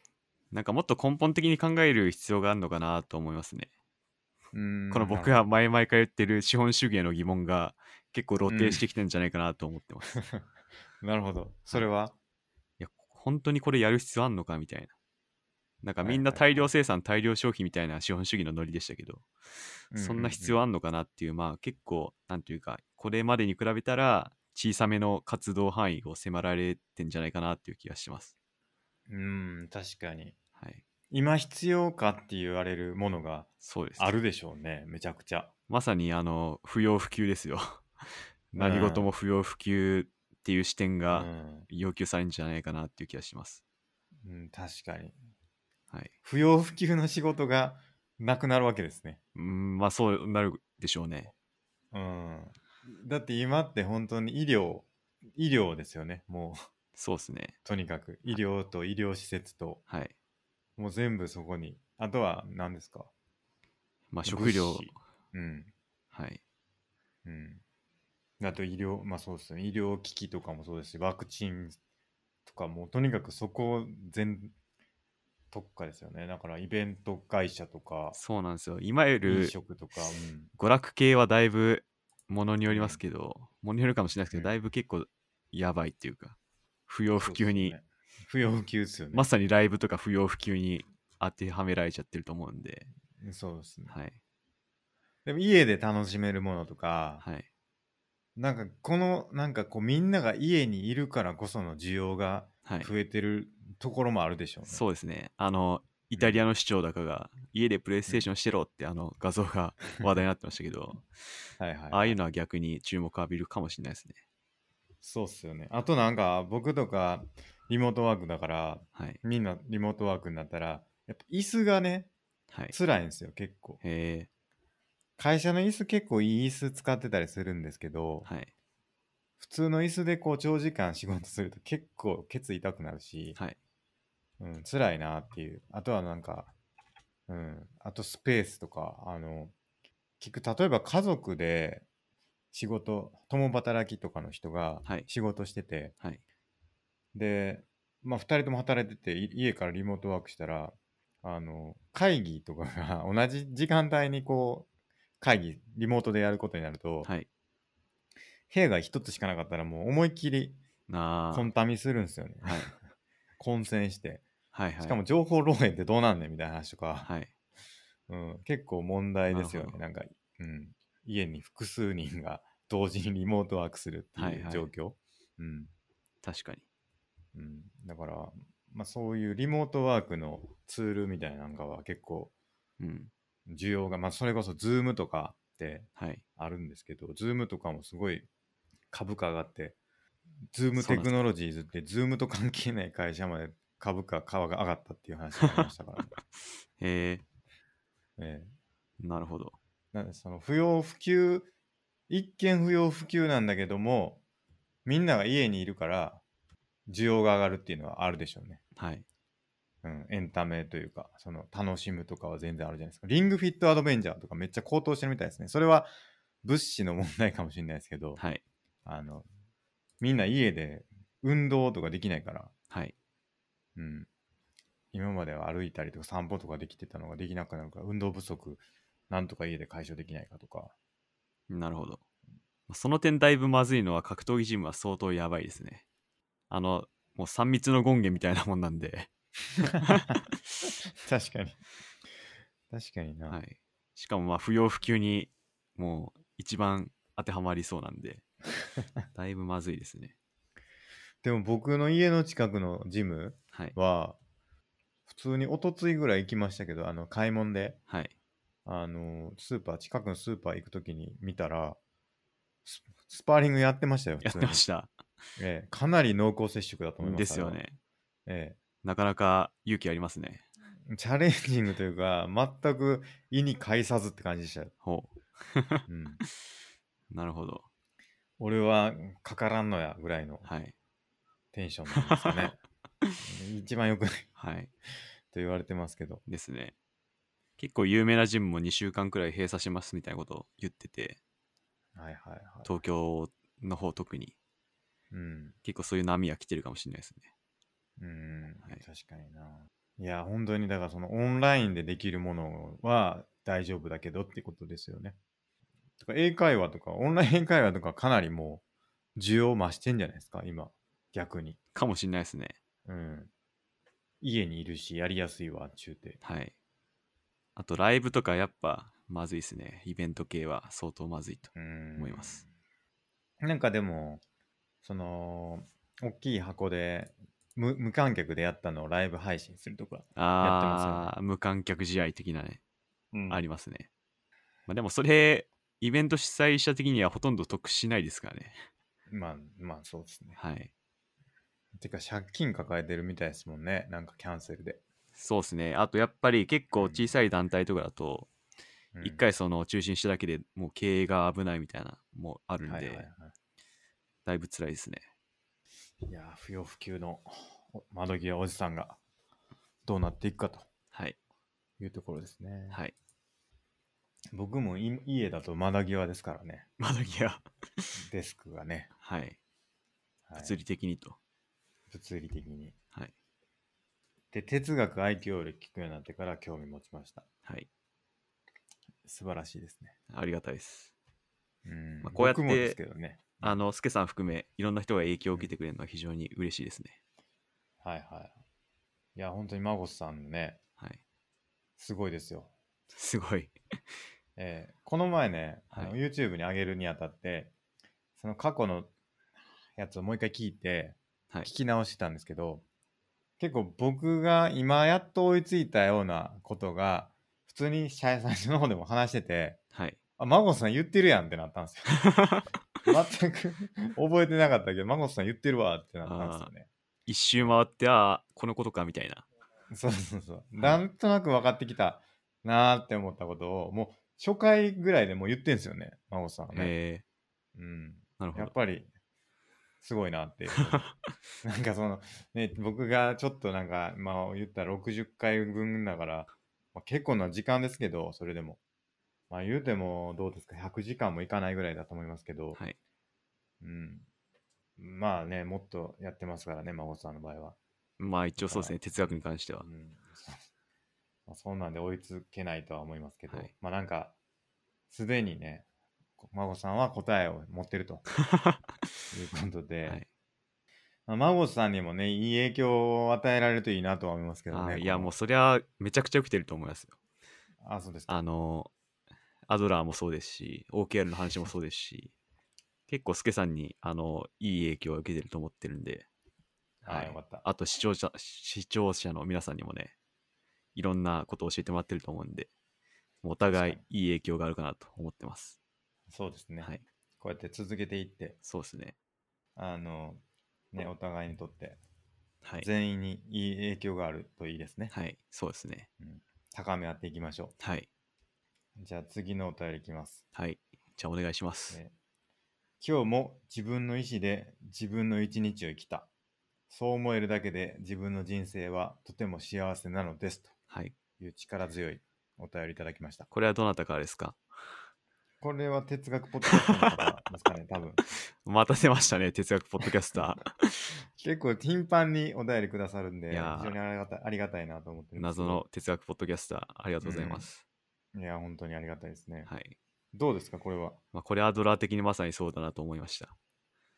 Speaker 2: なんかもっと根本的に考える必要があるのかなと思いますね。
Speaker 1: うーん
Speaker 2: この僕
Speaker 1: は。
Speaker 2: が前々から言ってる資本主義への疑問が結構露呈してきてんじゃないかなと思ってます。い
Speaker 1: なるほど。それは、
Speaker 2: や、本当にこれやる必要あんのかみたいな。なんかみんな
Speaker 1: はいはいはい
Speaker 2: 大量生産、大量消費みたいな資本主義のノリでしたけど、そんな必要
Speaker 1: は
Speaker 2: あんのかなっていう、まあ結構、なんていうか、これまでに比べたら小さめの活動範囲を迫られてんじゃないかなっていう気がします。
Speaker 1: うん、確かに。
Speaker 2: はい。
Speaker 1: 今必要かって言われるものが
Speaker 2: そうです。
Speaker 1: あるでしょうね、めちゃくちゃ。
Speaker 2: まさにあの不要不急ですよ。何事も不要不急っていう視点
Speaker 1: う
Speaker 2: が
Speaker 1: ん、
Speaker 2: 要求されるんじゃないかなっていう気がします。
Speaker 1: うん、確かに。
Speaker 2: はい。
Speaker 1: 不要不急の仕事がなくなるわけですね。
Speaker 2: うん、まあそうなるでしょうね。
Speaker 1: うんだって今って本当に医療医療ですよねもう
Speaker 2: そうですね。
Speaker 1: とにかく医療と医療施設と
Speaker 2: はい。
Speaker 1: もう全部そこにあとは何ですか
Speaker 2: まあ食料
Speaker 1: 物、資うん
Speaker 2: はい。
Speaker 1: うんあと医療まあそうですよね医療機器とかもそうですしワクチンとかもうとにかくそこ全特化ですよねだからイベント会社とか
Speaker 2: そうなんですよ。いわゆ
Speaker 1: 飲
Speaker 2: る
Speaker 1: 食とか、うん
Speaker 2: 娯楽系はだいぶものによりますけど、ものによるかもしれないですけ
Speaker 1: うん
Speaker 2: ど、だいぶ結構やばいっていうか、不要不急に、
Speaker 1: そうですよね不要不急ですよね、
Speaker 2: まさにライブとか不要不急に当てはめられちゃってると思うんで、
Speaker 1: そうですね
Speaker 2: はい。
Speaker 1: でも家で楽しめるものとか、
Speaker 2: はい。
Speaker 1: なんかこのなんかこうみんなが家にいるからこその需要が
Speaker 2: はい。
Speaker 1: 増えてるところもあるでしょうね。
Speaker 2: そうですね。あの、イタリアの市長だかが、家でプレイステーションしてろって、あの画像が話題になってましたけど、
Speaker 1: はいはい、
Speaker 2: ああいうのは逆に注目を浴びるかもしれないですね。
Speaker 1: そうっすよね。あとなんか僕とかリモートワークだから
Speaker 2: はい。
Speaker 1: みんなリモートワークになったらやっぱ椅子がね
Speaker 2: はい。
Speaker 1: 辛いんですよ結構。
Speaker 2: へえ、
Speaker 1: 会社の椅子結構いい椅子使ってたりするんですけど、
Speaker 2: はい。
Speaker 1: 普通の椅子でこう長時間仕事すると結構ケツ痛くなるし、
Speaker 2: はい。
Speaker 1: うん、辛いなっていう。あとはなんか、うん、あとスペースとか、あの、聞く、例えば家族で仕事、共働きとかの人が
Speaker 2: はい
Speaker 1: 仕事してて、
Speaker 2: はい。
Speaker 1: で、まあ、2人とも働いてて、い家からリモートワークしたら、あの、会議とかが 同じ時間帯にこう、会議、リモートでやることになると、
Speaker 2: はい。
Speaker 1: 部屋が一つしかなかったらもう思いっきり
Speaker 2: なあ。
Speaker 1: コンタミするんですよね。
Speaker 2: はい。
Speaker 1: 混戦して。
Speaker 2: はいはい。
Speaker 1: しかも情報漏洩ってどうなんねんみたいな話とか、
Speaker 2: はい。
Speaker 1: うん、結構問題ですよね
Speaker 2: な。るほど
Speaker 1: なんか、うん、家に複数人が同時にリモートワークするって
Speaker 2: はい
Speaker 1: い
Speaker 2: は
Speaker 1: う
Speaker 2: い
Speaker 1: 状況。うん
Speaker 2: 確かに。
Speaker 1: うん、だから、まあ、そういうリモートワークのツールみたいなのがは結構
Speaker 2: うん。
Speaker 1: 需要が、まあ、それこそ Zoom とかって
Speaker 2: はい。
Speaker 1: あるんですけど、Zoom とかもすごい株価上がって、Zoom テ
Speaker 2: そうなんですか
Speaker 1: クノロジーズって Zoom と関係ない会社まで株価、価が上がったっていう話がありましたから、ね
Speaker 2: へえ
Speaker 1: ええ
Speaker 2: なるほど。
Speaker 1: なんでその不要不急一見不要不急なんだけどもみんなが家にいるから需要が上がるっていうのはあるでしょうね、
Speaker 2: はい。
Speaker 1: うん、エンタメというかその楽しむとかは全然あるじゃないですかリングフィットアドベンチャーとかめっちゃ高騰してるみたいですねそれは物資の問題かもしれないですけど、
Speaker 2: はい。
Speaker 1: あのみんな家で運動とかできないから、
Speaker 2: はい。
Speaker 1: うん、今までは歩いたりとか散歩とかできてたのができなくなるから運動不足なんとか家で解消できないかと か
Speaker 2: なるほど。その点だいぶまずいのは格闘技ジムは相当やばいですね。あの、もう3密の権限みたいなもんなんで。
Speaker 1: 確かに。確かにな。
Speaker 2: はい。しかもまあ不要不急にもう一番当てはまりそうな んで。だいぶまずいですね。
Speaker 1: でも僕の家の近くのジム
Speaker 2: はい。
Speaker 1: は、普通に一昨日ぐらい行きましたけど、あの、買い物で、
Speaker 2: はい。
Speaker 1: あの、スーパー、近くのスーパー行くときに見たら、ススパーリングやってましたよ、
Speaker 2: やってました。
Speaker 1: 普通にええかなり濃厚接触だと思います。
Speaker 2: ですよね。
Speaker 1: あれは。え
Speaker 2: なかなか勇気ありますね。
Speaker 1: えチャレンジングというか、全く意に介さずって感じでしたよ。
Speaker 2: ほ
Speaker 1: うん、
Speaker 2: う。なるほど。
Speaker 1: 俺はかからんのや、ぐらいの
Speaker 2: はい。
Speaker 1: テンションなんですか ね。一番良くないと
Speaker 2: はい。
Speaker 1: 言われてますけど。
Speaker 2: ですね。結構有名なジムも2週間くらい閉鎖しますみたいなことを言ってて、
Speaker 1: はいはいはい。
Speaker 2: 東京の方特に
Speaker 1: うん。
Speaker 2: 結構そういう波は来てるかもしれないですね。
Speaker 1: うん、
Speaker 2: はい
Speaker 1: 確かにな。いや、本当にだからそのオンラインでできるものは大丈夫だけどってことですよね。とか英会話とか、オンライン英会話とかかなりもう需要増してんじゃないですか、今、逆に。
Speaker 2: かもしれないですね。
Speaker 1: うん。家にいるし、やりやすいわ、中て
Speaker 2: はい。あとライブとかやっぱまずいですね。イベント系は相当まずいと。
Speaker 1: うん。
Speaker 2: 思います。
Speaker 1: なんかでも、その、大きい箱で、無無観客でやったのをライブ配信するとか、
Speaker 2: ああ、無観客試合的なね、ありますね。まあ、でもそれ、イベント主催者的にはほとんど得しないですからね。
Speaker 1: まあ、まあそうですね。
Speaker 2: はい。
Speaker 1: てか借金抱えてるみたいですもんね。なんかキャンセルで。
Speaker 2: そうですね。あとやっぱり結構小さい団体とかだと、
Speaker 1: うん
Speaker 2: 一、回その中心しただけでもう経営が危ないみたいな、もうあるんで、
Speaker 1: はいはいは
Speaker 2: だいぶ辛いですね。
Speaker 1: い。いやー、不要不急のお窓際おじさんがどうなっていくかと
Speaker 2: はい。
Speaker 1: いうところですね。
Speaker 2: はい。
Speaker 1: 僕もい家だと窓際ですからね。
Speaker 2: 窓際。
Speaker 1: デスクがね。
Speaker 2: はい。
Speaker 1: はい
Speaker 2: 物理的にと。
Speaker 1: 物理的に。
Speaker 2: はい。
Speaker 1: で、哲学、IT を聞くようになってから興味持ちました。
Speaker 2: はい。
Speaker 1: 素晴らしいですね。
Speaker 2: ありがたいです。
Speaker 1: うん。
Speaker 2: まあこうやって
Speaker 1: 僕もですけどね。
Speaker 2: あの、スケさん含め、いろんな人が影響を受けてくれるのは非常に嬉しいですね。
Speaker 1: はいはい。いや、本当にマゴスさんね、
Speaker 2: はい。
Speaker 1: すごいですよ。
Speaker 2: すごい。
Speaker 1: えーこの前ね、あの
Speaker 2: は
Speaker 1: YouTube に上げるにあたって、その過去のやつをもう一回聞いて、
Speaker 2: はい
Speaker 1: 聞。き直してたんですけど、結構僕が今やっと追いついたようなことが、普通にシャイさんの方でも話してて、
Speaker 2: はい。
Speaker 1: あ、マゴスさん言ってるやんってなったん ですよ。全く覚えてなかったけど、マゴスさん言ってるわってなったんですよね。
Speaker 2: 一周回って、ああ、このことか、みたいな。
Speaker 1: そうそうそう。なんとなく分かってきたなーって思ったことを、もう初回ぐらいでもう言ってんですよね、マゴスさんはね。
Speaker 2: え
Speaker 1: うん。
Speaker 2: ー、なるほ
Speaker 1: やっ
Speaker 2: ど。
Speaker 1: ぱりすごいな っていうなんかそのね僕がちょっとなんかまあ言ったら60回分だから、まあ、結構な時間ですけどそれでもまあ言うてもどうですか100時間もいかないぐらいだと思いますけど、
Speaker 2: はい。
Speaker 1: うんまあねもっとやってますからね孫さんの場合は、
Speaker 2: まあ、一応そうですね。哲学に関しては
Speaker 1: う。んまあ、そんなんで追いつけないとは思いますけど、
Speaker 2: はい
Speaker 1: まあなんか、すでにね、孫さんは答えを持ってる ということで、
Speaker 2: はい
Speaker 1: まあ、孫さんにもね、いい影響を与えられるといいなとは思いますけど
Speaker 2: あ
Speaker 1: ね。
Speaker 2: ーいや
Speaker 1: この
Speaker 2: もうそりゃめちゃくちゃ起きてると思いますよ
Speaker 1: あ、そうですか。
Speaker 2: あのアドラーもそうですし OKR の話もそうですし結構スケさんにあのいい影響を受けてると思ってるんで
Speaker 1: は
Speaker 2: はい
Speaker 1: い、よかった。
Speaker 2: あと視聴者視聴者の皆さんにもねいろんなことを教えてもらってると思うんでお互い
Speaker 1: 確
Speaker 2: いい影響があるかなと思ってます、
Speaker 1: そうですね、
Speaker 2: はい
Speaker 1: こうやって続けていって、
Speaker 2: そうですね
Speaker 1: あの、ね、お互いにとって、
Speaker 2: はい
Speaker 1: 全員にいい影響があるといいですね。
Speaker 2: はいそうですね
Speaker 1: 高め合っていきましょ
Speaker 2: はい。
Speaker 1: う。じゃあ次のお便りいきます。
Speaker 2: はい。じゃあお願いします。
Speaker 1: えー今日も自分の意思で自分の一日を生きた。そう思えるだけで自分の人生はとても幸せなのです
Speaker 2: はい。
Speaker 1: という力強いお便りいただきました。
Speaker 2: これはどなたからですか
Speaker 1: これは哲学ポッドキャストの方ですかね、多分。
Speaker 2: また出ましたね、哲学ポッドキャスタ
Speaker 1: 結構頻繁にお便りくださるんで、
Speaker 2: い
Speaker 1: 非
Speaker 2: やー
Speaker 1: 常にありがたいありがたいなと思って
Speaker 2: ー。
Speaker 1: るんですけ
Speaker 2: 謎
Speaker 1: ど。
Speaker 2: の哲学ポッドキャスター、ありがとうございます。
Speaker 1: いや、本当にありがたいですね。
Speaker 2: はい。
Speaker 1: どうですか、これは。
Speaker 2: まあ、これアドラー的にまさにそうだなと思いました。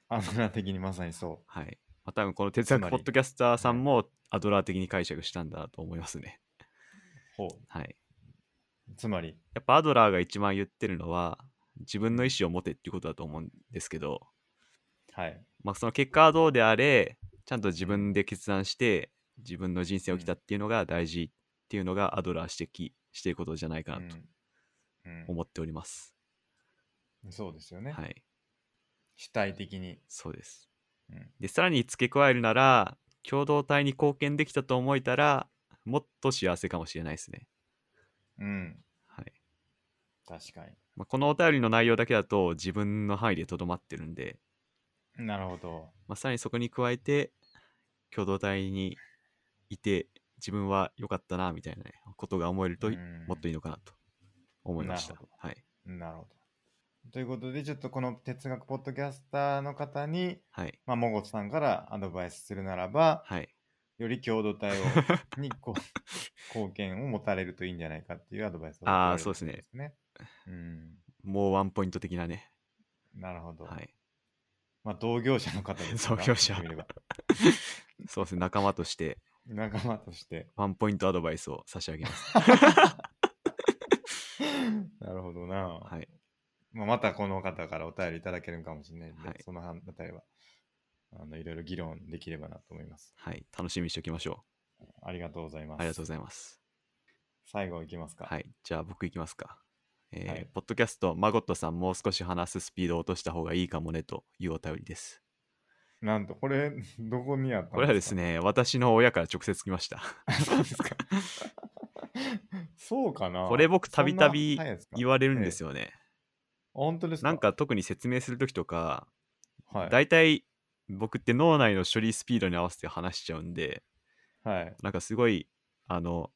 Speaker 1: アドラー的にまさにそ
Speaker 2: はい。まあ、多分この哲学ポッドキャスターさんもアドラー的に解釈したんだなと思いますね。
Speaker 1: う。ほう。
Speaker 2: はい。
Speaker 1: つまり、
Speaker 2: やっぱアドラーが一番言ってるのは、自分の意思を持てっていうことだと思うんですけど、
Speaker 1: はい。
Speaker 2: まあ、その結果はどうであれちゃんと自分で決断して自分の人生を生きたっていうのが大事っていうのがアドラー指摘していることじゃないかなと
Speaker 1: うん
Speaker 2: 思っております、
Speaker 1: うん、そうですよね。
Speaker 2: はい
Speaker 1: 主体的に。
Speaker 2: そうです
Speaker 1: うん
Speaker 2: でさらに付け加えるなら共同体に貢献できたと思えたらもっと幸せかもしれないですね、
Speaker 1: うん、
Speaker 2: はい
Speaker 1: 確か
Speaker 2: まあ、このお便りの内容だけだと自分の範囲でとどまってるんで、
Speaker 1: に。なるほど。
Speaker 2: まあ、さらにそこに加えて共同体にいて自分は良かったなみたいな、ね、ことが思えると
Speaker 1: うん
Speaker 2: もっといいのかなと思いました
Speaker 1: なる。
Speaker 2: はい。
Speaker 1: なるほど。ということで、ちょっとこの哲学ポッドキャスターの方に、
Speaker 2: はい。
Speaker 1: まあ、もごつさんからアドバイスするならば、
Speaker 2: はい。
Speaker 1: より共同体 をにこう貢献を持たれるといいんじゃないかっていうアドバイスを取ら
Speaker 2: あー
Speaker 1: れる
Speaker 2: そうですね
Speaker 1: といことね。うん、
Speaker 2: もうワンポイント的なね。
Speaker 1: なるほど。
Speaker 2: はい。
Speaker 1: まあ、同業者の方です
Speaker 2: 同業者
Speaker 1: 言ってみれば
Speaker 2: そうですね。仲間として
Speaker 1: 仲間と して。
Speaker 2: ワンポイントアドバイスを差し上げ ます。
Speaker 1: なるほどな。
Speaker 2: はい。
Speaker 1: まあ、またこの方からお便りいただけるかもしれないんで、
Speaker 2: はい
Speaker 1: その辺りはあのいろいろ議論できればなと思います。
Speaker 2: はい。楽しみにしておきましょ
Speaker 1: ありがとうございま
Speaker 2: う。
Speaker 1: す。
Speaker 2: ありがとうございます。
Speaker 1: 最後いきますか。
Speaker 2: はい。じゃあ僕いきますか。えー
Speaker 1: はい
Speaker 2: ポッドキャスト、マゴットさんもう少し話すスピードを落とした方がいいかもねというお便りです。
Speaker 1: なんと、これ、どこにあったん
Speaker 2: これはです
Speaker 1: か。
Speaker 2: ね、私の親から直接来ました。
Speaker 1: そうですか。そうかな。
Speaker 2: これ僕たびた
Speaker 1: そ
Speaker 2: び
Speaker 1: んな早いですか
Speaker 2: 言われるんですよね。
Speaker 1: 本当ですか
Speaker 2: なん、か特に説明するときとか、
Speaker 1: はい。
Speaker 2: 大体僕って脳内の処理スピードに合わせて話しちゃうんで
Speaker 1: はい。
Speaker 2: なんかすごいあの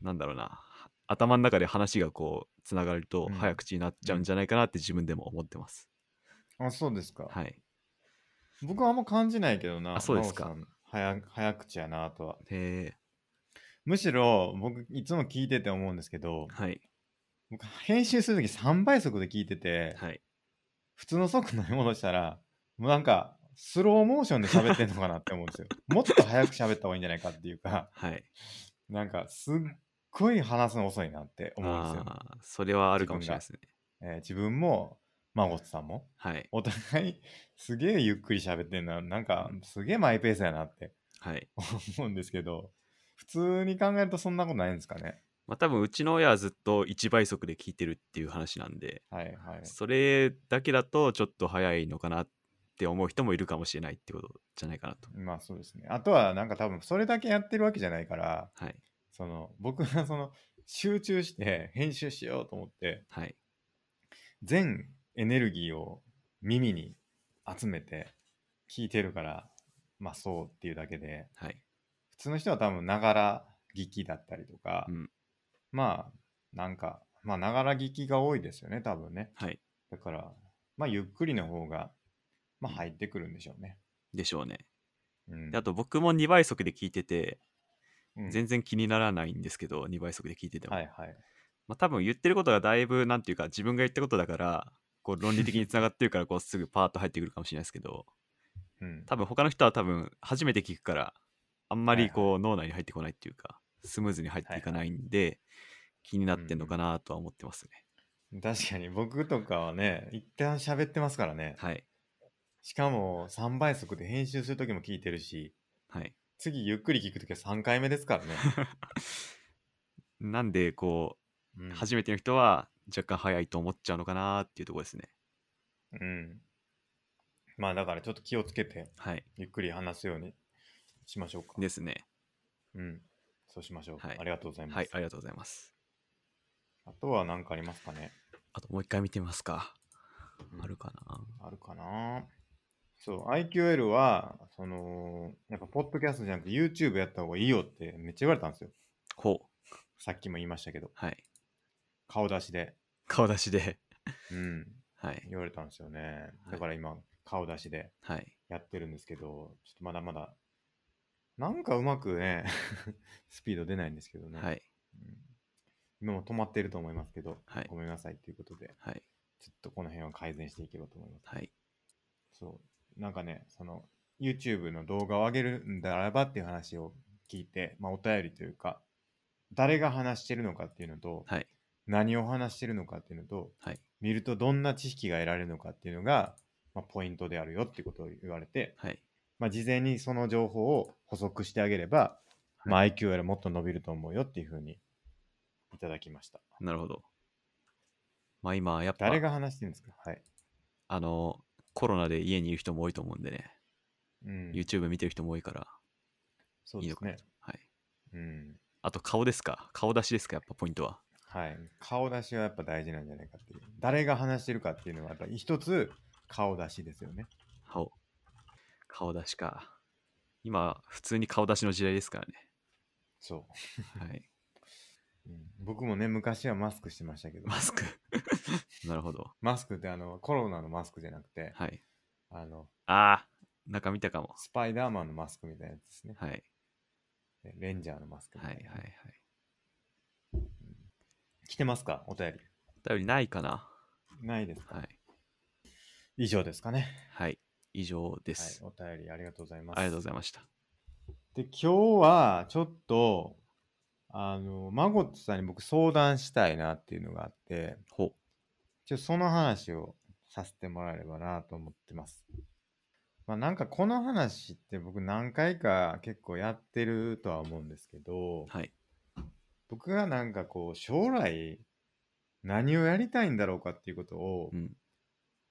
Speaker 2: なんだろうな頭の中で話がこうつながると
Speaker 1: うん
Speaker 2: 早口になっちゃうんじゃないかなって自分でも思ってます、
Speaker 1: あ、そうですか。
Speaker 2: はい
Speaker 1: 僕はあんま感じないけどな。
Speaker 2: あそうですか
Speaker 1: 真央さん。早早口やなとは。
Speaker 2: へえ
Speaker 1: むしろ、僕、いつも聞いてて思うんですけど、
Speaker 2: はい
Speaker 1: 僕、編集するとき3倍速で聞いてて、
Speaker 2: はい
Speaker 1: 普通の速度に戻したら、もうなんか、スローモーションで喋ってんのかなって思うん ですよ。もっと早く喋った方がいいんじゃないかっていうか、
Speaker 2: はい
Speaker 1: なんか、すっごい話すの遅いなって思うんですよ。
Speaker 2: ああそれはあるかもしれないですね
Speaker 1: えー自分も、孫さんも、
Speaker 2: はい
Speaker 1: お互い、すげえゆっくり喋ってんな、なんか、すげえマイペースやなって
Speaker 2: はい
Speaker 1: 思うんですけど、普通に考えるとそんなことないんですかね。
Speaker 2: まあ多分うちの親はずっと1倍速で聞いてるっていう話なんで
Speaker 1: はいはい。
Speaker 2: それだけだとちょっと早いのかなって思う人もいるかもしれないってことじゃないかなと
Speaker 1: まあそうですね。あとは、なんか多分、それだけやってるわけじゃないから、
Speaker 2: はい
Speaker 1: その、僕がその、集中して編集しようと思って、
Speaker 2: はい
Speaker 1: 全エネルギーを耳に集めて聞いてるからまあそうっていうだけで
Speaker 2: はい
Speaker 1: 普通の人は多分ながら聞きだったりとか、
Speaker 2: うん
Speaker 1: まあなんかまあながら聞きが多いですよね多分ね
Speaker 2: はい
Speaker 1: だからまあゆっくりの方がまあ入ってくるんでしょうね、
Speaker 2: でしょうね
Speaker 1: うん、
Speaker 2: であと僕も2倍速で聞いてて、
Speaker 1: うん
Speaker 2: 全然気にならないんですけど、2倍速で聞いてても、
Speaker 1: はいはい。
Speaker 2: まあ、多分言ってることがだいぶなんていうか自分が言ったことだからこう論理的につながってるからこうすぐパーッと入ってくるかもしれないですけど
Speaker 1: うん。
Speaker 2: 多分他の人は多分初めて聞くからあんま
Speaker 1: はい
Speaker 2: り
Speaker 1: はい
Speaker 2: こう脳内に入ってこないっていうかスムーズに入っていかないんで気になってんのかなとは思ってますね
Speaker 1: 確かに僕とかはね、一旦喋ってますからね。
Speaker 2: はい
Speaker 1: しかも3倍速で編集するときも聞いてるし、
Speaker 2: はい
Speaker 1: 次ゆっくり聞くときは3回目ですから ね。
Speaker 2: なんでこ
Speaker 1: う、
Speaker 2: うん初めての人は若干早いと思っちゃうのかなっていうところですね
Speaker 1: うん。まあだからちょっと気をつけて、
Speaker 2: はい
Speaker 1: ゆっくり話すようにしましょうか。
Speaker 2: ですね
Speaker 1: うん。そうしましょう。
Speaker 2: はい
Speaker 1: ありがとうございます。
Speaker 2: はいありがとうございます
Speaker 1: あとは何かありますかね。
Speaker 2: あともう一回見てみますか
Speaker 1: うん
Speaker 2: あるかな
Speaker 1: あるかなそう、IQL は、その、やっぱ、ポッドキャストじゃなくて YouTube やった方がいいよってめっちゃ言われたんですよ。
Speaker 2: ほう
Speaker 1: さっきも言いましたけど、
Speaker 2: はい
Speaker 1: 顔出しで。
Speaker 2: 顔出しで
Speaker 1: うん、
Speaker 2: はい
Speaker 1: 言われたんですよね。
Speaker 2: はい
Speaker 1: だから今、顔出しで
Speaker 2: はい
Speaker 1: やってるんですけど、ちょっとまだまだ、なんかうまくね、 スピード出ないんですけどね。
Speaker 2: はい
Speaker 1: うん今も止まってると思いますけど、
Speaker 2: はい
Speaker 1: ごめんなさいということで、
Speaker 2: はい
Speaker 1: ちょっとこの辺は改善していければと思います。
Speaker 2: はい
Speaker 1: そう。なんかね、その、YouTube の動画を上げるんだらばっていう話を聞いて、まあ、お便りというか、誰が話してるのかっていうのと、
Speaker 2: はい
Speaker 1: 何を話してるのかっていうのと、
Speaker 2: はい
Speaker 1: 見るとどんな知識が得られるのかっていうのが、まあ、ポイントであるよっていうことを言われて、
Speaker 2: はい
Speaker 1: まあ、事前にその情報を補足してあげれば、まあ、IQ よりもっと伸びると思うよっていうふうにいただきました。
Speaker 2: なるほどまあ今やっぱ
Speaker 1: 誰が話してるんですかはい。
Speaker 2: あの、コロナで家にいる人も多いと思うんでね、
Speaker 1: うん。
Speaker 2: YouTube 見てる人も多いから、
Speaker 1: そう
Speaker 2: いい
Speaker 1: で
Speaker 2: の
Speaker 1: す
Speaker 2: かな
Speaker 1: ね
Speaker 2: と。。はい。
Speaker 1: うん。
Speaker 2: あと、顔ですか顔出しですかやっぱポイントは。
Speaker 1: はい、顔出しはやっぱ大事なんじゃないかっていう誰が話してるかっていうのはやっぱ一つ顔出しですよね
Speaker 2: 顔。顔出しか。今、普通に顔出しの時代ですからね。
Speaker 1: そ
Speaker 2: はい。
Speaker 1: う、うん僕もね昔はマスクしてましたけど
Speaker 2: マスク。なるほど。
Speaker 1: マスクってあのコロナのマスクじゃなくて
Speaker 2: はい。
Speaker 1: あの
Speaker 2: ああ、なんか見たかも。
Speaker 1: スパイダーマンのマスクみたいなやつですね
Speaker 2: はい。
Speaker 1: レンジャーのマスクみ
Speaker 2: は
Speaker 1: た
Speaker 2: いはいい
Speaker 1: な
Speaker 2: はい。
Speaker 1: 来てますかお便
Speaker 2: お便りないかな
Speaker 1: りないですか、
Speaker 2: はい。
Speaker 1: 以上ですかね、
Speaker 2: はい。以上
Speaker 1: は
Speaker 2: で
Speaker 1: い
Speaker 2: す。、
Speaker 1: お便りありがとうございます
Speaker 2: ありがとうございました。
Speaker 1: で今日はちょっとあのマゴットさんに僕相談したいなっていうのがあって
Speaker 2: ほう。
Speaker 1: ちょっとその話をさせてもらえればなと思ってます。まあなんかこの話って僕何回か結構やってるとは思うんですけど、
Speaker 2: はい。
Speaker 1: 僕がなんかこう将来何をやりたいんだろうかっていうことを
Speaker 2: うん。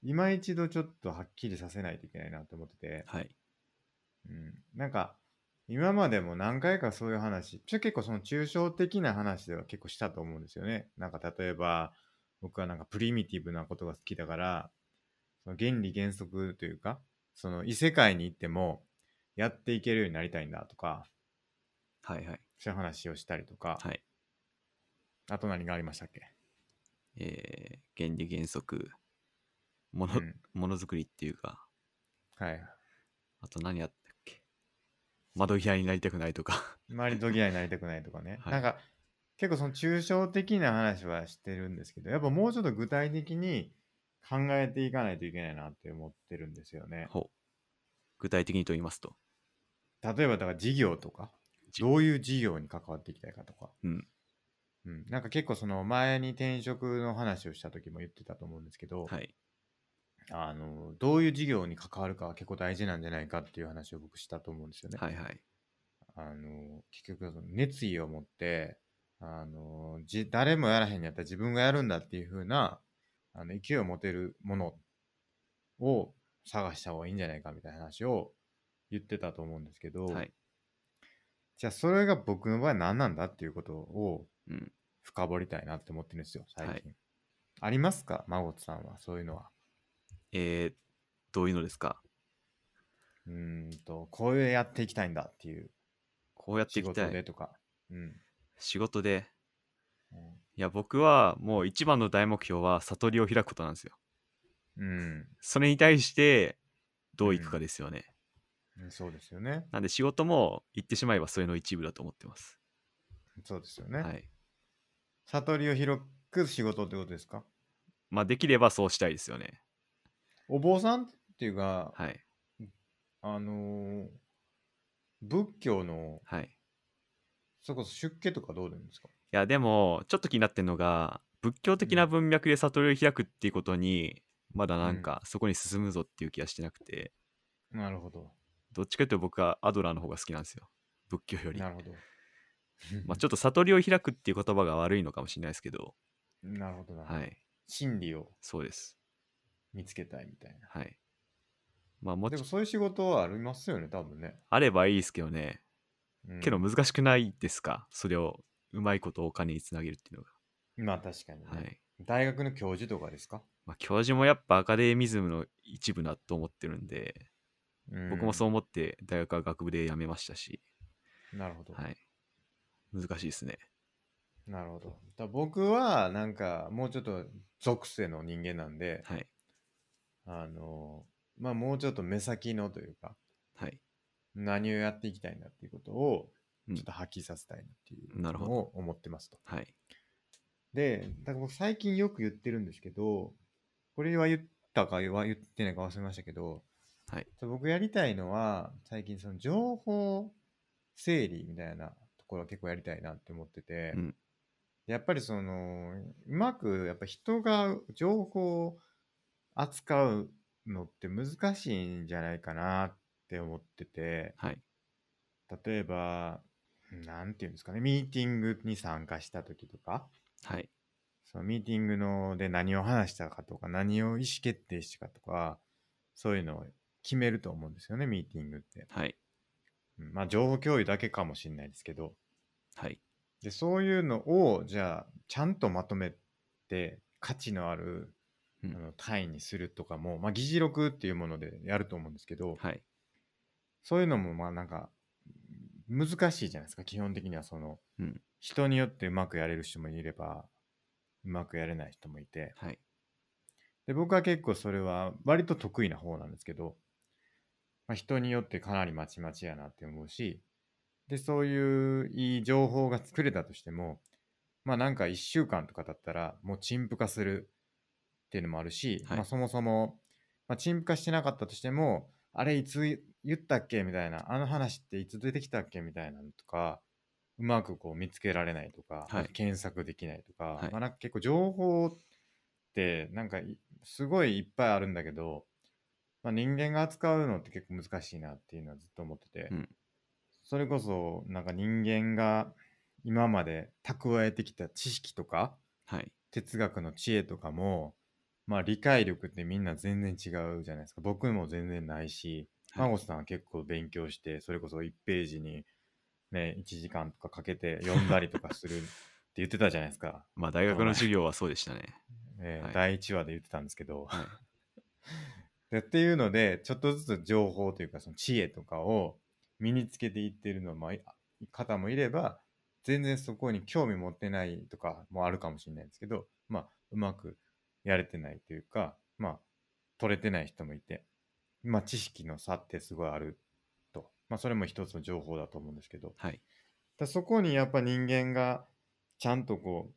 Speaker 1: 今一度ちょっとはっきりさせないといけないなと思ってて、
Speaker 2: はい。
Speaker 1: うん、なんか今までも何回かそういう話ちょ結構その抽象的な話では結構したと思うんですよねなんか例えば僕はなんかプリミティブなことが好きだからその原理原則というかその異世界に行ってもやっていけるようになりたいんだとか
Speaker 2: はいはい。
Speaker 1: そういう話をしたりとか、
Speaker 2: はい。
Speaker 1: あと何がありましたっけ、
Speaker 2: えー、原理原則、もの、
Speaker 1: うん、
Speaker 2: ものづくりっていうか、
Speaker 1: はい
Speaker 2: あと何あったっけ窓際になりたくないとか。
Speaker 1: 周りと嫌いになりたくないとかね、
Speaker 2: はい
Speaker 1: なんか結構その抽象的な話はしてるんですけどやっぱもうちょっと具体的に考えていかないといけないなって思ってるんですよね
Speaker 2: ほう具体的にと言いますと。
Speaker 1: 例えばだから事業とか
Speaker 2: じ
Speaker 1: どういう事業に関わっていきたいかとか、
Speaker 2: うん
Speaker 1: うんなんか結構その前に転職の話をした時も言ってたと思うんですけど、
Speaker 2: はい。
Speaker 1: あのどういう事業に関わるかは結構大事なんじゃないかっていう話を僕したと思うんですよね、
Speaker 2: はいはい。
Speaker 1: あの結局その熱意を持ってあのじ誰もやらへんやったら自分がやるんだっていう風なあの勢いを持てるものを探した方がいいんじゃないかみたいな話を言ってたと思うんですけど、
Speaker 2: はい。
Speaker 1: じゃあそれが僕の場合何なんだっていうことを
Speaker 2: うん。
Speaker 1: 深掘りたいなって思ってるんですよ最近。
Speaker 2: はい
Speaker 1: ありますか孫さんはそういうのは。
Speaker 2: えー、どういうのですか
Speaker 1: うーんとこういうやっていきたいんだっていう
Speaker 2: こうやって
Speaker 1: 仕
Speaker 2: いき
Speaker 1: 事
Speaker 2: たい。仕
Speaker 1: で
Speaker 2: 事で
Speaker 1: とか。うん
Speaker 2: いや、僕はもう一番の大目標は悟りを開くことなんですよ。
Speaker 1: うん、
Speaker 2: それに対して、どういくかですよね。
Speaker 1: うん、そうですよね。
Speaker 2: なんで仕事も言ってしまえばそれの一部だと思ってます。
Speaker 1: そうですよね。
Speaker 2: はい。
Speaker 1: 悟りを広く仕事ってことですか
Speaker 2: まあ、できればそうしたいですよね。
Speaker 1: お坊さんっていうか、
Speaker 2: はい。
Speaker 1: あのー仏教の、
Speaker 2: はい。い
Speaker 1: それこそ出家とかどうなんですか
Speaker 2: や、でも、ちょっと気になってるのが、仏教的な文脈で悟りを開くっていうことに、まだなんか、そこに進むぞっていう気がしてなくて、
Speaker 1: なるほど。
Speaker 2: どっちかというと僕はアドラーの方が好きなんですよ。仏教より。
Speaker 1: なるほど。
Speaker 2: まあ、ちょっと悟りを開くっていう言葉が悪いのかもしれないですけど、
Speaker 1: なるほどな、
Speaker 2: はい、
Speaker 1: 真理を
Speaker 2: そうです。
Speaker 1: 見つけたいみたいな。
Speaker 2: はい。まあ、も
Speaker 1: で
Speaker 2: ち
Speaker 1: もそういう仕事はありますよね、多分ね。
Speaker 2: あればいいですけどね、
Speaker 1: うん
Speaker 2: けど難しくないですか、それをうまいことお金につなげるっていうの
Speaker 1: まあ確かに、ね
Speaker 2: が。はい。
Speaker 1: 大学の教授とかですか
Speaker 2: まあ、教授もやっぱアカデミズムの一部だと思ってるんで、僕もそうう思って大学は学部で辞めましたし、
Speaker 1: ん。なるほど。
Speaker 2: はい。難しいですね。
Speaker 1: なるほど。だ僕はなんかもうちょっと属性の人間なんで、
Speaker 2: はい。
Speaker 1: あのまあもうちょっと目先のというか、
Speaker 2: はい。
Speaker 1: 何をやっていきたいんだっていうことを
Speaker 2: うん
Speaker 1: ちょっと発揮させたいなっていう
Speaker 2: なるほど
Speaker 1: のを思ってますと。
Speaker 2: はい。
Speaker 1: で、だから僕最近よく言ってるんですけど、これは言ったかは言ってないか忘れましたけど、
Speaker 2: はい。
Speaker 1: 僕やりたいのは最近その情報整理みたいなところは結構やりたいなって思ってて、
Speaker 2: うん
Speaker 1: やっぱりそのうまくやっぱ人が情報を扱うのって難しいんじゃないかなって思ってて
Speaker 2: はい。
Speaker 1: 例えばなんていうんですかねミーティングに参加した時とか
Speaker 2: はい。
Speaker 1: そのミーティングので何を話したかとか何を意思決定したかとかそういうのを決めると思うんですよねミーティングって。
Speaker 2: はい。
Speaker 1: うんまあ、情報共有だけかもしれないですけど、
Speaker 2: はい。
Speaker 1: で、そういうのを、じゃあ、ちゃんとまとめて、価値のある、
Speaker 2: うん
Speaker 1: あの単位にするとかも、まあ、議事録っていうものでやると思うんですけど、
Speaker 2: はい。
Speaker 1: そういうのも、まあ、なんか、難しいじゃないですか、基本的には、その、
Speaker 2: うん
Speaker 1: 人によってうまくやれる人もいれば、うまくやれない人もいて、
Speaker 2: はい。
Speaker 1: で、僕は結構それは、割と得意な方なんですけど、まあ、人によってかなりまちまちやなって思うし、で、そういういい情報が作れたとしても、まあなんか1週間とかだったら、もう陳腐化するっていうのもあるし、
Speaker 2: はい
Speaker 1: まあそもそも、まあ、陳腐化してなかったとしても、あれいつ言ったっけみたいな、あの話っていつ出てきたっけみたいなのとか、うまくこう見つけられないとか、
Speaker 2: はい
Speaker 1: 検索できないとか、
Speaker 2: はい
Speaker 1: まあなんか結構情報ってなんかいすごいいっぱいあるんだけど、まあ、人間が扱うのって結構難しいなっていうのはずっと思ってて、
Speaker 2: うん
Speaker 1: それこそなんか人間が今まで蓄えてきた知識とか
Speaker 2: はい。
Speaker 1: 哲学の知恵とかも、まあ、理解力ってみんな全然違うじゃないですか僕も全然ないし
Speaker 2: はい
Speaker 1: 真帆さんは結構勉強してそれこそ1ページに、ね、1時間とかかけて読んだりとかするって言ってたじゃないですか、
Speaker 2: まあ、大学の授業はそうでしたね。
Speaker 1: えー
Speaker 2: はい
Speaker 1: 第1話で言ってたんですけど、
Speaker 2: はい。
Speaker 1: でっていうのでちょっとずつ情報というかその知恵とかを身につけていってるのもい方もいれば全然そこに興味持ってないとかもあるかもしれないですけど、まあ、うまくやれてないというか、まあ、取れてない人もいて、まあ、知識の差ってすごいあると、まあ、それも一つの情報だと思うんですけど
Speaker 2: はい。
Speaker 1: だそこにやっぱ人間がちゃんとこ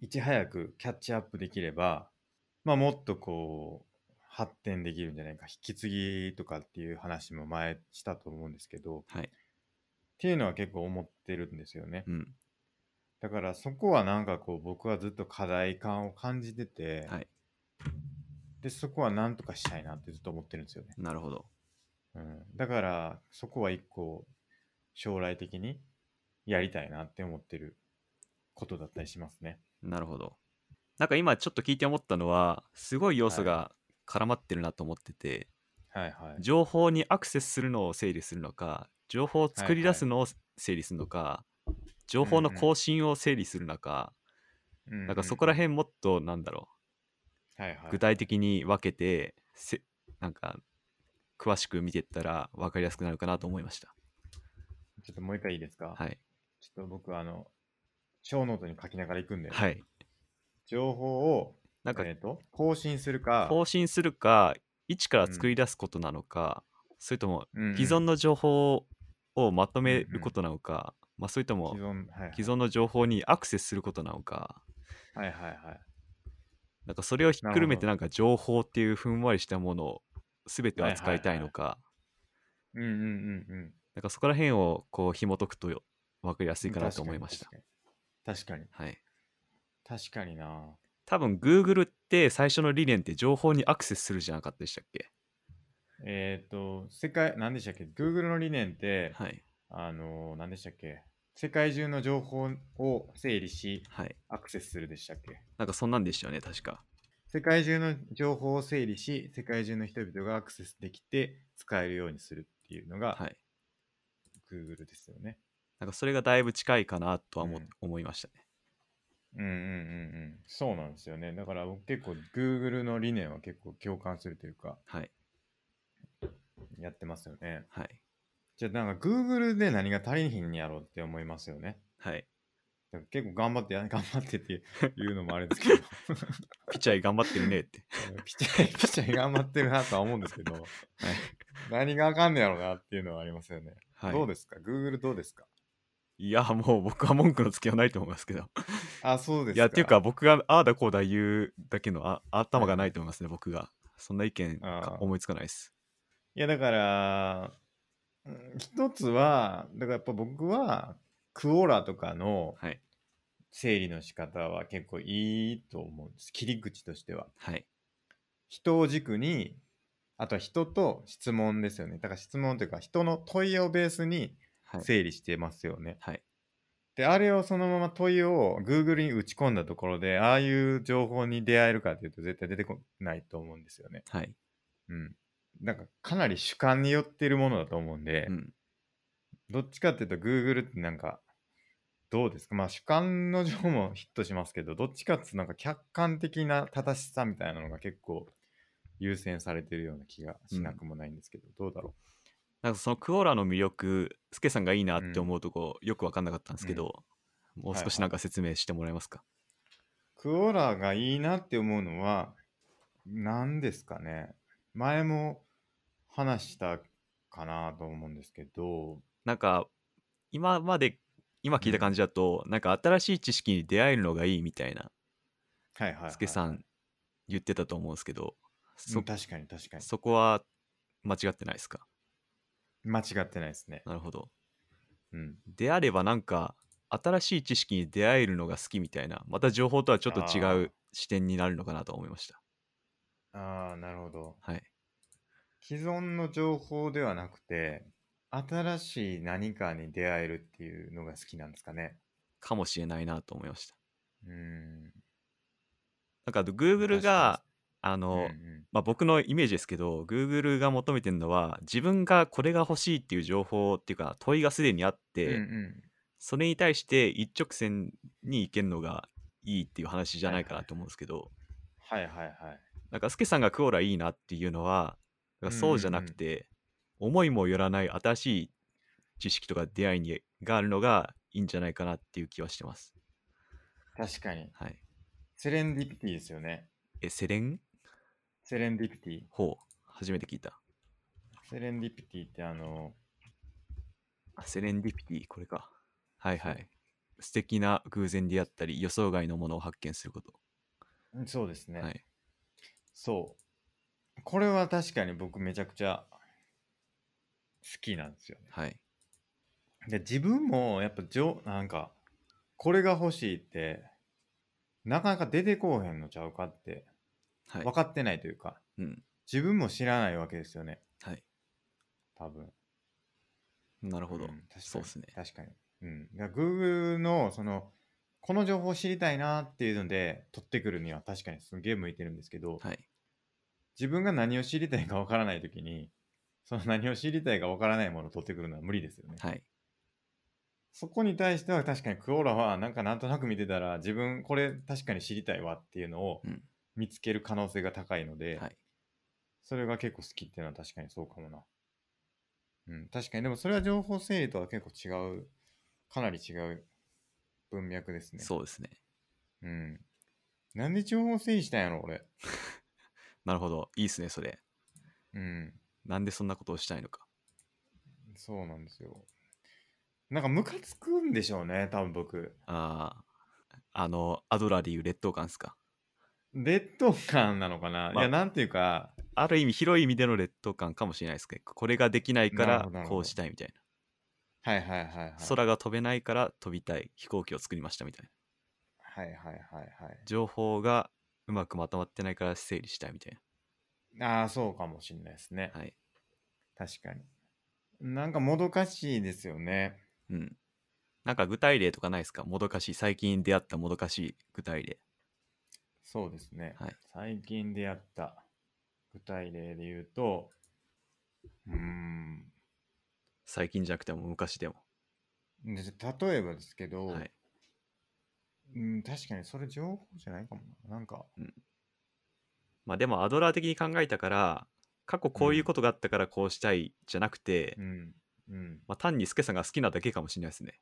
Speaker 1: ういち早くキャッチアップできれば、まあ、もっとこう発展できるんじゃないか引き継ぎとかっていう話も前したと思うんですけどっ
Speaker 2: はい。
Speaker 1: ていうのは結構思ってるんですよね
Speaker 2: うん。
Speaker 1: だからそこはなんかこう僕はずっと課題感を感じてて、
Speaker 2: はい。
Speaker 1: でそこはなんとかしたいなってずっと思ってるんですよね、
Speaker 2: なるほど。
Speaker 1: うん、だからそこは一個将来的にやりたいなって思ってることだったりしますね
Speaker 2: なるほど。なんか今ちょっと聞いて思ったのは、すごい要素が絡まってるなと思ってて、
Speaker 1: はいはい
Speaker 2: 情報にアクセスするのを整理するのか、情報を作り出すのを整理するのか、情報の更新を整理するのか、
Speaker 1: な
Speaker 2: なんかそこら辺もっとなんだろ
Speaker 1: はいは
Speaker 2: う、
Speaker 1: い、
Speaker 2: 具体的に分けて、せなんか詳しく見てったら分かりやすくなるかなと思いました。
Speaker 1: ちょっともう一回いいですか、
Speaker 2: はい。
Speaker 1: ちょっと僕あの小ノートに書きながら行くんで、
Speaker 2: はい。
Speaker 1: 情報を
Speaker 2: なんか
Speaker 1: えー、と更新するか
Speaker 2: 更新するか、一から作り出すことなのか、それとも
Speaker 1: うんうん
Speaker 2: 既存の情報をまとめることなのか、まあ、それとも
Speaker 1: 既存、はいはい、
Speaker 2: 既存の情報にアクセスすることなのか、
Speaker 1: はいはいはい。
Speaker 2: なんかそれをひっくるめて
Speaker 1: な
Speaker 2: なんか情報っていうふんわりしたものを全て扱いたいのか、
Speaker 1: うんうんうんうん。
Speaker 2: なんかそこら辺をこう紐解くと分かりやすいかなと思いました。
Speaker 1: 確かに。
Speaker 2: はい。
Speaker 1: 確かに確かに確かにな。
Speaker 2: 多分 Google って最初の理念って情報にアクセスするじゃなかったでしたっけ
Speaker 1: えっ、と、世界、何でしたっけ ?Google の理念って、
Speaker 2: はい。
Speaker 1: あのー、何でしたっけ世界中の情報を整理し、
Speaker 2: はい。
Speaker 1: アクセスするでしたっけ
Speaker 2: なんかそんなんでしたよね、確か。
Speaker 1: 世界中の情報を整理し、世界中の人々がアクセスできて使えるようにするっていうの
Speaker 2: は
Speaker 1: が
Speaker 2: い。
Speaker 1: Google ですよね。
Speaker 2: なんかそれがだいぶ近いかなとは思,、
Speaker 1: うん
Speaker 2: 思いましたね。
Speaker 1: うんうんうんうん。そうなんですよね。だから僕結構 Google の理念は結構共感するというか、
Speaker 2: はい。
Speaker 1: やってますよね。
Speaker 2: はい。
Speaker 1: じゃあなんか Google で何が足りひんやろうって思いますよね。
Speaker 2: はい。
Speaker 1: だから結構頑張ってや、 頑張ってっていうのもあれですけど。
Speaker 2: ピッチャー頑張ってるねって。
Speaker 1: ピチャイ、ピチャイ頑張ってるなとは思うんです けど、何があかんねやろうなっていうのはありますよね。
Speaker 2: は い。
Speaker 1: どうですか ?Google どうですか
Speaker 2: いや、もう僕は文句のつけようないと思いますけど。
Speaker 1: あ、そうです
Speaker 2: い
Speaker 1: か。
Speaker 2: や、っていうか、僕がああだこうだ言うだけのあ頭がないと思いますね、僕が。そんな意見か
Speaker 1: あー
Speaker 2: 思いつかないです。
Speaker 1: いやだから、うん一つは、だからやっぱ僕は、クオラとかの
Speaker 2: はい。
Speaker 1: 整理の仕方は結構いいと思うんです。切り口としては。
Speaker 2: はい。
Speaker 1: 人を軸に、あとは人と質問ですよね。だから質問というか、人の問いをベースに
Speaker 2: はい。
Speaker 1: 整理してますよね。
Speaker 2: はい。
Speaker 1: で、あれをそのまま問いを Google に打ち込んだところで、ああいう情報に出会えるかというと絶対出てこないと思うんですよね。
Speaker 2: はい。
Speaker 1: うん。なんかかなり主観によってるものだと思うんで、
Speaker 2: うん。
Speaker 1: どっちかっていうと Google ってなんか、どうですかまあ主観の情報もヒットしますけど、どっちかっていうとなんか客観的な正しさみたいなのが結構優先されてるような気がしなくもないんですけど、どうだろ
Speaker 2: なんかそのクオラの魅力、スケさんがいいなって思うとこ、よく分かんなかったんですけど、もう
Speaker 1: はい
Speaker 2: 少しなんか説明してもらえますか、
Speaker 1: う。クオラがいいなって思うのは、何ですかね。前も話したかなと思うんですけど、
Speaker 2: なんか、今まで、今聞いた感じだと、なんか新しい知識に出会えるのがいいみたいな、
Speaker 1: はいはい、はい。
Speaker 2: スケさん言ってたと思うんですけど、
Speaker 1: う
Speaker 2: そ
Speaker 1: ん。確かに確かに。
Speaker 2: そこは間違ってないですか
Speaker 1: 間違ってないですね。
Speaker 2: なるほど。
Speaker 1: うん。
Speaker 2: であればなんか新しい知識に出会えるのが好きみたいなまた情報とはちょっと
Speaker 1: あ
Speaker 2: 違
Speaker 1: ー
Speaker 2: う視点になるのかなと思いました
Speaker 1: ああ、なるほど。
Speaker 2: はい
Speaker 1: 既存の情報ではなくて、新しい何かに出会えるっていうのが好きなんですかね。
Speaker 2: かもしれないなと思いました
Speaker 1: うーん。
Speaker 2: なんかあと Google
Speaker 1: 確か
Speaker 2: があの、
Speaker 1: うんうん
Speaker 2: まあ、僕のイメージですけど Google が求めてるのは自分がこれが欲しいっていう情報っていうか問いがすでにあって、
Speaker 1: うんうん
Speaker 2: それに対して一直線に行けるのがいいっていう話じゃないか
Speaker 1: はい
Speaker 2: な
Speaker 1: はい
Speaker 2: と思うんですけど、
Speaker 1: はいはいはい。
Speaker 2: なんかスケさんがクオラいいなっていうのはなんかそうじゃなくて、思いもよらない新しい知識とか出会いにがあるのがいいんじゃないかなっていう気はしてます。
Speaker 1: 確かに。
Speaker 2: はい、
Speaker 1: セレンディピティですよね。
Speaker 2: えセレン
Speaker 1: セレンディピティ。
Speaker 2: ほう初めて聞いた。
Speaker 1: セレンディピティってあの、
Speaker 2: あセレンディピティこれか。はいはい。素敵な偶然であったり予想外のものを発見すること。
Speaker 1: うんそうですね。
Speaker 2: はい、
Speaker 1: そう。これは確かに僕めちゃくちゃ好きなんですよね。
Speaker 2: はい、
Speaker 1: で、自分もやっぱじょ、なんか、これが欲しいって、なかなか出てこうへんのちゃうかって、
Speaker 2: はい
Speaker 1: 分。かってないというか、
Speaker 2: うん
Speaker 1: 自分も知らないわけですよね、
Speaker 2: はい、
Speaker 1: 多分。
Speaker 2: なるほど。
Speaker 1: うん確かに
Speaker 2: そうですね。
Speaker 1: 確かに。うん。だから Google の、その、この情報を知りたいなっていうので、取ってくるには確かにすげえ向いてるんですけど、
Speaker 2: はい、
Speaker 1: 自分が何を知りたいかわからないときに、その何を知りたいかわからないものを取ってくるのは無理ですよね。
Speaker 2: はい、
Speaker 1: そこに対しては確かにクオラはなんかなんとなく見てたら自分これ確かに知りたいわっていうのを
Speaker 2: うん
Speaker 1: 見つける可能性が高いので、
Speaker 2: はい、
Speaker 1: それが結構好きっていうのは確かにそうかもな。うん、確かにでもそれは情報整理とは結構違う、かなり違う文脈ですね。
Speaker 2: そうですね。
Speaker 1: う。うん。なんで情報整理したんやろ俺。
Speaker 2: なるほど。いいですね、それ。
Speaker 1: うん。
Speaker 2: なんでそんなことをしたいのか。
Speaker 1: そうなんですよ。なんかムカつくんでしょうね、多分僕。
Speaker 2: あーあの、アドラーでいう劣等感ですか。
Speaker 1: 劣等感なのかな、
Speaker 2: まあ
Speaker 1: いや、なんていうか、
Speaker 2: ある意味、広い意味での劣等感かもしれないですけど、これができないか
Speaker 1: なるほ
Speaker 2: ら
Speaker 1: どなるほど
Speaker 2: こうしたいみたいな。
Speaker 1: はいはいはいはい。
Speaker 2: 空が飛べないから飛びたい飛行機を作りましたみたいな。
Speaker 1: はいはいはい
Speaker 2: 情報がうまくまとまってないから整理したいみたい
Speaker 1: はい。ああ、そうかもしれないですね。
Speaker 2: な。はい。
Speaker 1: 確かに。なんかもどかしいですよね。
Speaker 2: うん。なんか具体例とかないですかもどかしい。最近出会ったもどかしい具体例。
Speaker 1: そうですね。
Speaker 2: はい
Speaker 1: 最近出会った具体例で言うと、うーん、
Speaker 2: 最近じゃなくても昔でも。
Speaker 1: で例えばですけど、
Speaker 2: はい。
Speaker 1: うん、確かにそれ情報じゃないかもな。なんか、
Speaker 2: まあでもアドラー的に考えたから、過去こういうことがあったからこうしたいじゃなくて、
Speaker 1: うん、うん、
Speaker 2: まあ単にスケさんが好きなだけかもしれないですね。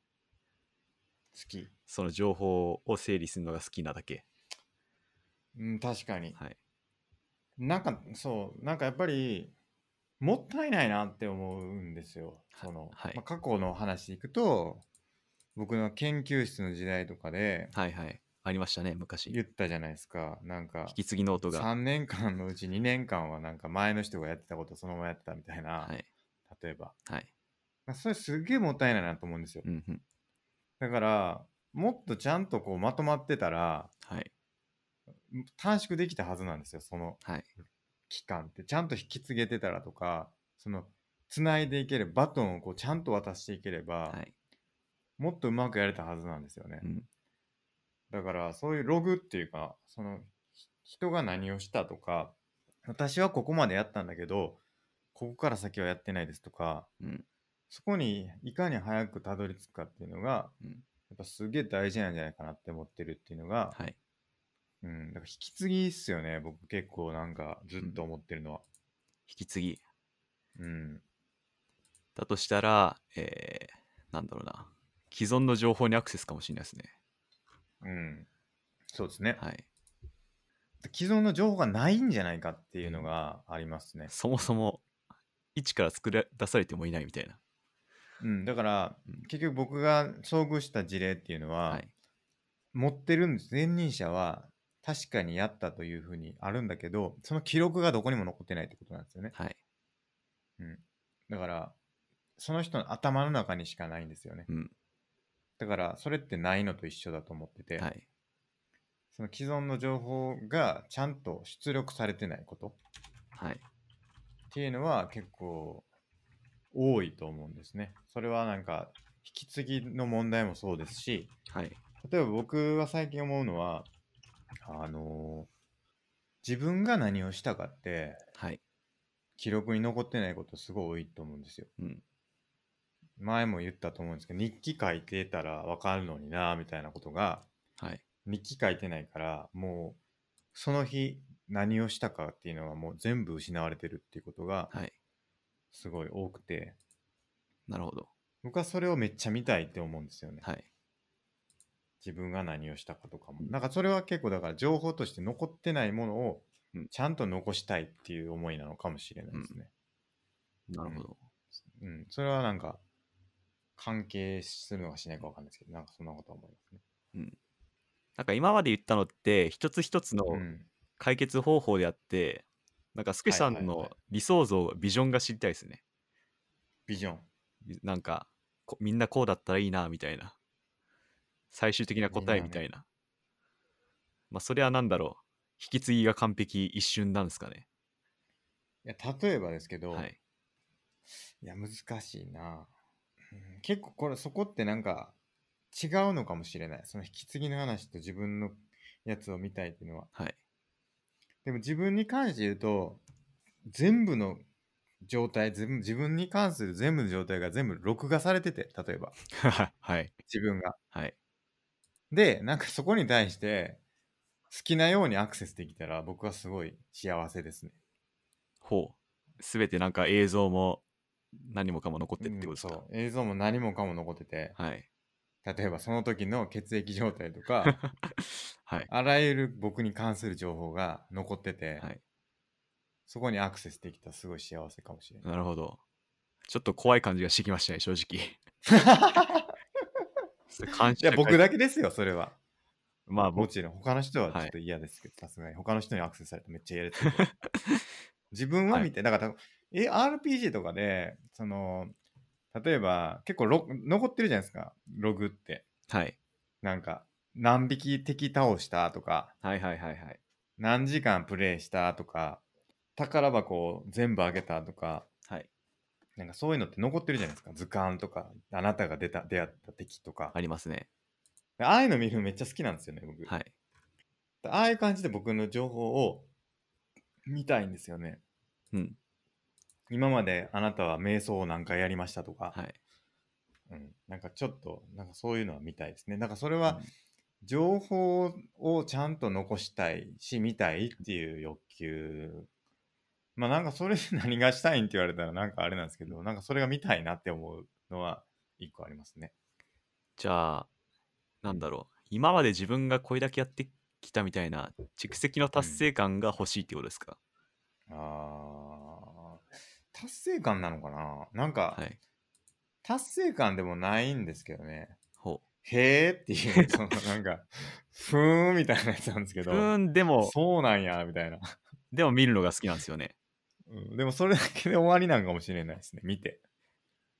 Speaker 1: 好き。
Speaker 2: その情報を整理するのが好きなだけ。
Speaker 1: うん、確かに。
Speaker 2: はい。
Speaker 1: なんかそうなんかやっぱりもったいないなって思うんですよ。その
Speaker 2: はい
Speaker 1: まあ、過去の話でいくと僕の研究室の時代とかで
Speaker 2: はいはい。ありましたね、昔。
Speaker 1: 言
Speaker 2: 引
Speaker 1: ったじゃないですかなんか
Speaker 2: き継ぎノートが。
Speaker 1: 3年間のうち2年間はなんか前の人がやってたことそのままやってたみたいな、
Speaker 2: はい。
Speaker 1: 例えば
Speaker 2: はい。
Speaker 1: まあそれすげえもったいないなと思うんですよ。
Speaker 2: うんうん。
Speaker 1: だからもっとちゃんとこうまとまってたら
Speaker 2: はい。
Speaker 1: 短縮できたはずなんですよその
Speaker 2: はい。
Speaker 1: 期間ってちゃんと引き継げてたらとかそのつないでいければバトンをこうちゃんと渡していければ、
Speaker 2: はい。
Speaker 1: もっとうまくやれたはずなんですよね、
Speaker 2: うん。
Speaker 1: だからそういうログっていうかそのひ人が何をしたとか私はここまでやったんだけどここから先はやってないですとか
Speaker 2: うん。
Speaker 1: そこにいかに早くたどり着くかっていうのが、
Speaker 2: うん
Speaker 1: やっぱすげえ大事なんじゃないかなって思ってるっていうのが、
Speaker 2: はい。
Speaker 1: うん、だから引き継ぎっすよね僕結構なんかずっと思ってるのは、
Speaker 2: 引き継ぎ。
Speaker 1: うん、
Speaker 2: だとしたら、えー、なんだろうな。既存の情報にアクセスかもしれないですね。
Speaker 1: うん、そうですね、
Speaker 2: はい。
Speaker 1: 既存の情報がないんじゃないかっていうのがありますね。
Speaker 2: そもそも、一から作り出されてもいないみたいな。
Speaker 1: うん、だから、
Speaker 2: うん
Speaker 1: 結局僕が遭遇した事例っていうのは、
Speaker 2: はい。
Speaker 1: 持ってるんです前任者は確かにやったというふうにあるんだけどその記録がどこにも残ってないってことなんですよね。
Speaker 2: はい。
Speaker 1: だからその人の頭の中にしかないんですよね。
Speaker 2: うん
Speaker 1: だからそれってないのと一緒だと思ってて、
Speaker 2: はい。
Speaker 1: その既存の情報がちゃんと出力されてないこと
Speaker 2: はい。
Speaker 1: っていうのは結構多いと思うんですね。それはなんか引き継ぎの問題もそうですし、
Speaker 2: はい。
Speaker 1: 例えば僕は最近思うのは、あの自分が何をしたかって
Speaker 2: はい。
Speaker 1: 記録に残ってないことすごい多いと思うんですよ。
Speaker 2: うん。
Speaker 1: 前も言ったと思うんですけど、日記書いてたらわかるのになみたいなことが、
Speaker 2: はい。
Speaker 1: 日記書いてないから、もうその日何をしたかっていうのはもう全部失われてるっていうことが
Speaker 2: はい。
Speaker 1: すごい多くて、
Speaker 2: なるほど。
Speaker 1: 僕はそれをめっちゃ見たいって思うんですよね。
Speaker 2: はい。
Speaker 1: 自分が何をしたかとかも。なんかそれは結構だから情報として残ってないものを
Speaker 2: うん
Speaker 1: ちゃんと残したいっていう思いなのかもしれないですね。
Speaker 2: なるほど。
Speaker 1: うん。それはなんか関係するのかしないかわかんないですけど、なんかそんなことは思いますね。
Speaker 2: なんか今まで言ったのって、一つ一つの
Speaker 1: うん。
Speaker 2: 解決方法であって、なんかスケさ
Speaker 1: はい
Speaker 2: ん
Speaker 1: はいは
Speaker 2: の
Speaker 1: い
Speaker 2: 理想像、ビジョンが知りたいですね。
Speaker 1: ビジョン。
Speaker 2: なんかこみんなこうだったらいいなみたいな最終的な答え
Speaker 1: みんなね
Speaker 2: みたいな、まあそれは何だろう引き継ぎが完璧一瞬なんですかね
Speaker 1: いや例えばですけど、、
Speaker 2: はい い
Speaker 1: や難しいな、うん結構これそこってなんか違うのかもしれない。その引き継ぎの話と自分のやつを見たいっていうのは。
Speaker 2: はい
Speaker 1: でも自分に関して言うと、全部の状態、全部自分に関する全部の状態が全部録画されてて、例えば、
Speaker 2: はい
Speaker 1: 自分が。
Speaker 2: はい
Speaker 1: で、なんかそこに対して、好きなようにアクセスできたら、僕はすごい幸せですね。
Speaker 2: ほうすべてなんか映像も何もかも残ってるって
Speaker 1: う
Speaker 2: こ
Speaker 1: ん
Speaker 2: とですか
Speaker 1: そ、う映像も何もかも残ってて、
Speaker 2: はい
Speaker 1: 例えばその時の血液状態と か、
Speaker 2: はい
Speaker 1: あらゆる僕に関する情報が残ってて、
Speaker 2: はい
Speaker 1: そこにアクセスできたらすごい幸せかもしれない。
Speaker 2: なるほどちょっと怖い感じがしてきましたね正直それ感
Speaker 1: いや、
Speaker 2: 謝
Speaker 1: 僕だけですよ、それは。
Speaker 2: まあ
Speaker 1: も
Speaker 2: 僕、
Speaker 1: ちろん、他の人はちょっと嫌ですけど、さすがに。他の人にアクセスされてめっちゃ嫌ですけ ど。自分は見て、だから、え、RPG とかで、その、例えば、結構ロ、残ってるじゃないですか、ログって。
Speaker 2: はい、
Speaker 1: なんか、何匹敵倒したとか、
Speaker 2: はいはいはいはい。
Speaker 1: 何時間プレイしたとか、宝箱を全部開けたとか、
Speaker 2: はい。
Speaker 1: なんかそういうのって残ってるじゃないですか。図鑑とか、あなたが出た、出会った敵とか。
Speaker 2: ありますね。
Speaker 1: ああいうの見るのめっちゃ好きなんですよね、僕。
Speaker 2: はい。
Speaker 1: ああいう感じで僕の情報を見たいんですよね。
Speaker 2: うん。
Speaker 1: 今まであなたは瞑想を何回やりましたとか、
Speaker 2: はい。
Speaker 1: うん、なんかちょっと、なんかそういうのは見たいですね。なんかそれ
Speaker 2: う
Speaker 1: は
Speaker 2: ん
Speaker 1: 情報をちゃんと残したいし、見たいっていう欲求。まあなんかそれで何がしたいんって言われたらなんかあれなんですけど、なんかそれが見たいなって思うのは一個ありますね。
Speaker 2: じゃあ、なんだろう。今まで自分がこれだけやってきたみたいな蓄積の達成感が欲しいってことですか、
Speaker 1: あー達成感なのかななんか
Speaker 2: はい。
Speaker 1: 達成感でもないんですけどね。
Speaker 2: ほ
Speaker 1: へーっていう、そのなんか、ふーんみたいなやつなんですけ
Speaker 2: う。
Speaker 1: ど、
Speaker 2: うん、でも、
Speaker 1: そうなんや、みたいな、
Speaker 2: でも見るのが好きなんですよね。
Speaker 1: うん。でもそれだけで終わりなんかもしれないですね、見て。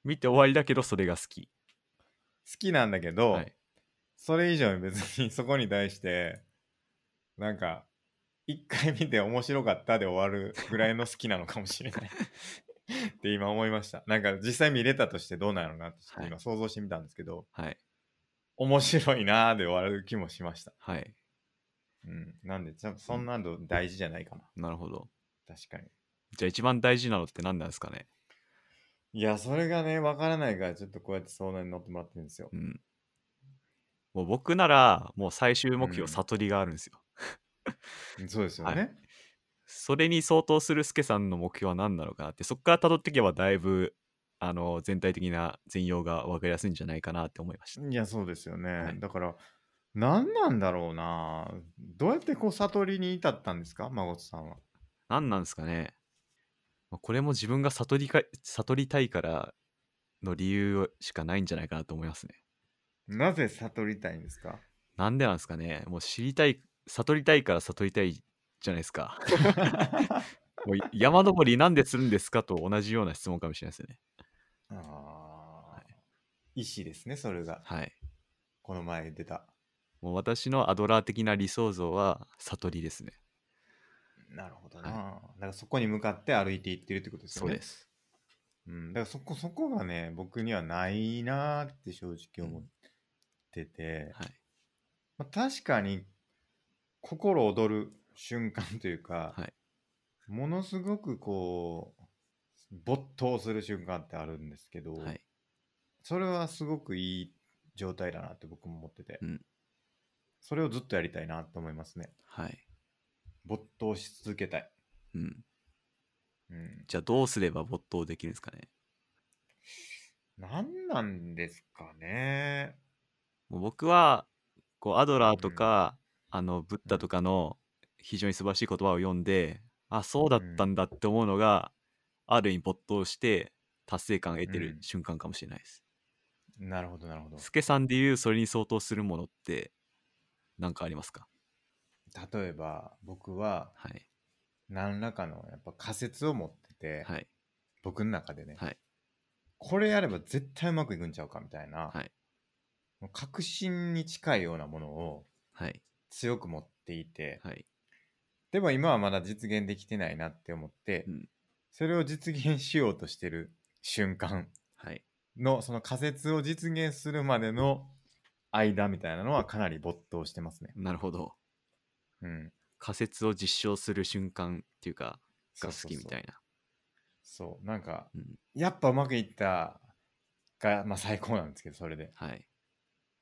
Speaker 2: 見て終わりだけど、それが好き。
Speaker 1: 好きなんだけど、
Speaker 2: はい。
Speaker 1: それ以上に別にそこに対して、なんか、一回見て面白かったで終わるぐらいの好きなのかもしれない。って今思いました。なんか実際見れたとしてどうなのかなってちょっと
Speaker 2: は
Speaker 1: 今想像してみたんですけど、
Speaker 2: はい。
Speaker 1: 面白いなーで終わる気もしました。
Speaker 2: はい。
Speaker 1: うん。なんで、ちょっとそんなの大事じゃないかな。
Speaker 2: なるほど。
Speaker 1: 確かに。
Speaker 2: じゃあ、一番大事なのって何なんですかね
Speaker 1: いや、それがね、わからないから、ちょっとこうやって相談に乗ってもらってるんですよ
Speaker 2: う。ん。もう僕なら、もう最終目
Speaker 1: うん
Speaker 2: 標、悟りがあるんですよ。
Speaker 1: そうですよね。
Speaker 2: はそれに相当するスケさんの目標は何なのかなってそこから辿っていけばだいぶあの全体的な全容が分かりやすいんじゃないかなって思いました
Speaker 1: い、や、そうですよね。
Speaker 2: はい
Speaker 1: だから、何なんだろうな。どうやってこう、悟りに至ったんですか、孫さんは。
Speaker 2: 何なんですかねまあこれも自分が悟りか悟りたいからの理由しかないんじゃないかなと思いますね
Speaker 1: なぜ悟りたいんですか
Speaker 2: なんでなんですかねもう知りたい悟りたいから悟りたいじゃないですか
Speaker 1: あ
Speaker 2: もう山登りなんでするんですかと同じような質問かもしれないですよね
Speaker 1: あー。意思ですね、それが。
Speaker 2: はい
Speaker 1: この前出た。
Speaker 2: もう私のアドラー的な理想像は悟りですね
Speaker 1: なるほどな。
Speaker 2: は
Speaker 1: だからそこに向かって歩いていってるってことですよ
Speaker 2: そう
Speaker 1: ね。。
Speaker 2: ですす
Speaker 1: うん、だからそこ、そこがね、僕にはないなーって正直思ってて。
Speaker 2: はい
Speaker 1: まあ、確かに心躍る瞬間というか、
Speaker 2: はい
Speaker 1: ものすごくこう没頭する瞬間ってあるんですけど、
Speaker 2: はい
Speaker 1: それはすごくいい状態だなって僕も思ってて、
Speaker 2: うん
Speaker 1: それをずっとやりたいなと思いますね
Speaker 2: はい
Speaker 1: 没頭し続けたい、
Speaker 2: うん、
Speaker 1: うん、
Speaker 2: じゃあどうすれば没頭できるんですかね
Speaker 1: 何なんですかね
Speaker 2: もう僕はこうアドラーとか、あのブッダとかの非常に素晴らしい言葉を読んで、あそうだったんだって思うのが、ある意味没頭して達成感を得てる
Speaker 1: うん
Speaker 2: 瞬間かもしれないです。
Speaker 1: なるほどなるほど
Speaker 2: スケさんで言うそれに相当するものって何かありますか
Speaker 1: 例えば僕は
Speaker 2: はい
Speaker 1: 何らかのやっぱ仮説を持ってて、
Speaker 2: はい
Speaker 1: 僕の中でね、
Speaker 2: はい
Speaker 1: これやれば絶対うまくいくんちゃうかみたいな、
Speaker 2: はい
Speaker 1: もう確信に近いようなものを
Speaker 2: はい
Speaker 1: 強く持っていて、
Speaker 2: はい
Speaker 1: でも今はまだ実現できてないなって思って、
Speaker 2: うん
Speaker 1: それを実現しようとしてる瞬間
Speaker 2: はい
Speaker 1: のその仮説を実現するまでの間みたいなのはかなり没頭してますね。
Speaker 2: なるほど
Speaker 1: うん、
Speaker 2: 仮説を実証する瞬間っていうか
Speaker 1: そ
Speaker 2: が
Speaker 1: う
Speaker 2: 好
Speaker 1: そう
Speaker 2: きみた
Speaker 1: そう
Speaker 2: いな
Speaker 1: そうなんか、
Speaker 2: うん
Speaker 1: やっぱうまくいったが、まあ、最高なんですけどそれで。
Speaker 2: はい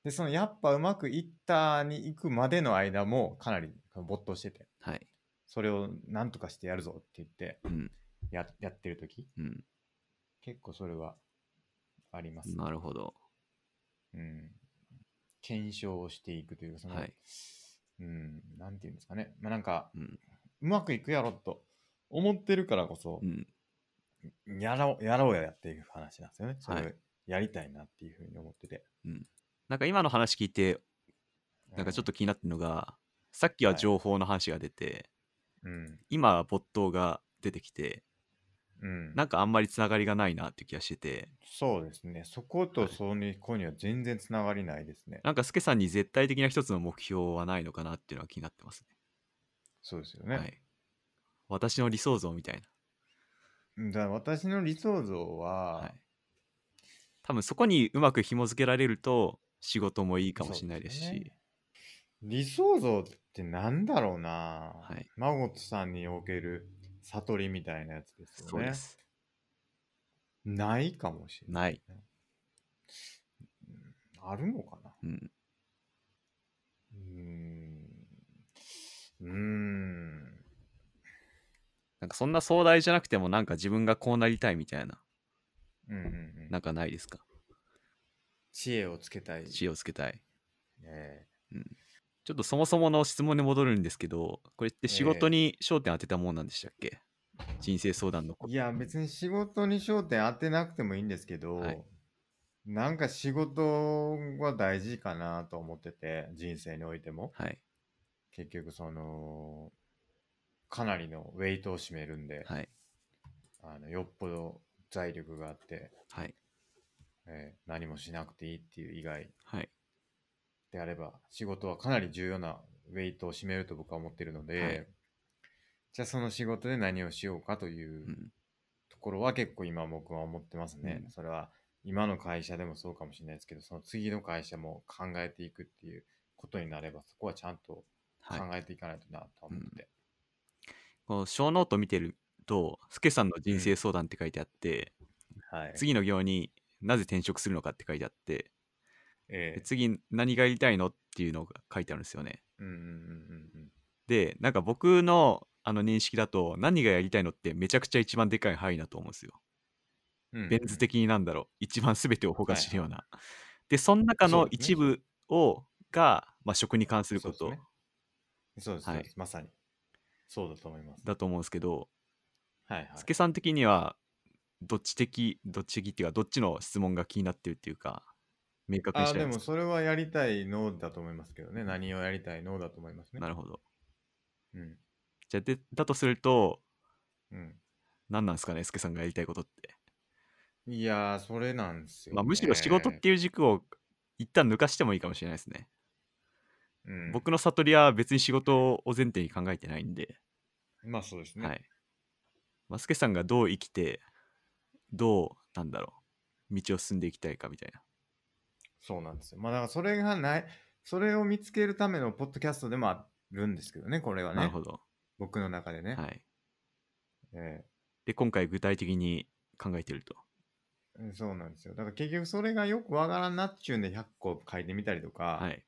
Speaker 1: でそのやっぱうまくいったに行くまでの間もかなり没頭してて
Speaker 2: はい
Speaker 1: それをなんとかしてやるぞって言って
Speaker 2: うん
Speaker 1: ややってる時
Speaker 2: うん
Speaker 1: 結構それはあります、
Speaker 2: なるほど
Speaker 1: うん、検証をしていくというかその、
Speaker 2: はい
Speaker 1: うん、なんていうんですかね、まあ、なんか
Speaker 2: うん
Speaker 1: うまくいくやろと思ってるからこそ
Speaker 2: う、ん
Speaker 1: やろうやろうややっていく話なんですよねそれ、
Speaker 2: はい
Speaker 1: やりたいなっていうふうに思ってて。
Speaker 2: なんか今の話聞いて、なんかちょっと気になってるのが、さっきは
Speaker 1: はい
Speaker 2: 情報の話が出て、
Speaker 1: うん、
Speaker 2: 今は没頭が出てきて、
Speaker 1: うん、
Speaker 2: なんかあんまりつながりがないなっていう気がしてて、
Speaker 1: そうですね。そことそこには全然つながりないですね。
Speaker 2: なんかスケさんに絶対的な一つの目標はないのかなっていうのは気になってます
Speaker 1: そうですよ
Speaker 2: ね。
Speaker 1: ね。
Speaker 2: はい。私の理想像みたい
Speaker 1: だ
Speaker 2: な。
Speaker 1: から私の理想像は、
Speaker 2: はい、多分そこにうまく紐付けられると仕事もいいかもしれないですし
Speaker 1: そうです理想像ってなんだろうな、
Speaker 2: はい、
Speaker 1: 孫とさんにおける悟りみたいなやつですよ
Speaker 2: そうで
Speaker 1: ね。
Speaker 2: す
Speaker 1: ないかもしれない。
Speaker 2: ない、
Speaker 1: あるのかな
Speaker 2: うん、
Speaker 1: うーん。うーん。
Speaker 2: なんかそんな壮大じゃなくてもなんか自分がこうなりたいみたいな
Speaker 1: うんうんうん、
Speaker 2: なんかないですか
Speaker 1: 知恵をつけたい。
Speaker 2: 知恵をつけたい
Speaker 1: え
Speaker 2: ちょっとそもそもの質問に戻るんですけどこれって仕
Speaker 1: え
Speaker 2: 事
Speaker 1: え
Speaker 2: に焦点当てたもんなんでしたっけ、人生相談のこ
Speaker 1: えいや、別に仕事に焦点当てなくてもいいんですけど、
Speaker 2: はい
Speaker 1: なんか仕事は大事かなと思ってて、人生においても。
Speaker 2: はい
Speaker 1: 結局、その、かなりのウェイトを占めるんで、
Speaker 2: はい
Speaker 1: あのよっぽど財力があって、
Speaker 2: はい
Speaker 1: ええ何もしなくていいっていう以外
Speaker 2: はい
Speaker 1: であれば仕事はかなり重要なウェイトを占めると僕は思ってるので、
Speaker 2: はい
Speaker 1: じゃあその仕事で何をしようかといううんところは結構今僕は思ってますね、
Speaker 2: うん
Speaker 1: それは今の会社でもそうかもしれないですけどその次の会社も考えていくっていうことになればそこはちゃんと
Speaker 2: は
Speaker 1: 考
Speaker 2: い
Speaker 1: えていかないとなとは思ってて、
Speaker 2: この小ノート見てるとスケさんの人生相談って書いてあって、
Speaker 1: はい
Speaker 2: 次の行になぜ転職するのかって書いてあって
Speaker 1: え
Speaker 2: で
Speaker 1: え
Speaker 2: 次何がやりたいのっていうのが書いてあるんですよね。
Speaker 1: うんうんうんうん
Speaker 2: でなんか僕のあの認識だと何がやりたいのってめちゃくちゃ一番でかい範囲だと思うんです
Speaker 1: う
Speaker 2: よ。
Speaker 1: んうん
Speaker 2: ベン図的になんだろう一番全てを包括してるような。でその中
Speaker 1: そう
Speaker 2: の
Speaker 1: ですね
Speaker 2: 一部をが、まあ、食に関すること
Speaker 1: そうですねそうです、
Speaker 2: はい
Speaker 1: そうですまさにそうだと思います
Speaker 2: だと思うんですけど
Speaker 1: はいはい
Speaker 2: スケ、さん的にはどっち的どっち的っていうかどっちの質問が気になってるっていうか明確に
Speaker 1: あ
Speaker 2: し
Speaker 1: ー
Speaker 2: たい
Speaker 1: で
Speaker 2: んで
Speaker 1: も
Speaker 2: すか
Speaker 1: それはやりたいのだと思いますけどね何をやりたいのだと思いますね
Speaker 2: なるほど。
Speaker 1: うん
Speaker 2: じゃあでだとすると
Speaker 1: うん
Speaker 2: 何なんですかねスケさんがやりたいことって。
Speaker 1: いやーそれなんですよ、ね
Speaker 2: まあ、むしろ仕事っていう軸を一旦抜かしてもいいかもしれないですね。
Speaker 1: うん、
Speaker 2: 僕の悟りは別に仕事を前提に考えてないんで、
Speaker 1: まあそうですね、
Speaker 2: はい。マスケさんがどう生きて、どう、なんだろう、道を進んでいきたいかみたいな。
Speaker 1: そうなんですよまあだからそれがないそれを見つけるためのポッドキャストでもあるんですけどねこれは
Speaker 2: なる
Speaker 1: ね
Speaker 2: ほど。
Speaker 1: 僕の中でね、
Speaker 2: はい。
Speaker 1: え
Speaker 2: で、今回具体的に考えてると。
Speaker 1: えそうなんですよだから結局それがよくわからんなっちゅうんで100個書いてみたりとか、
Speaker 2: はい。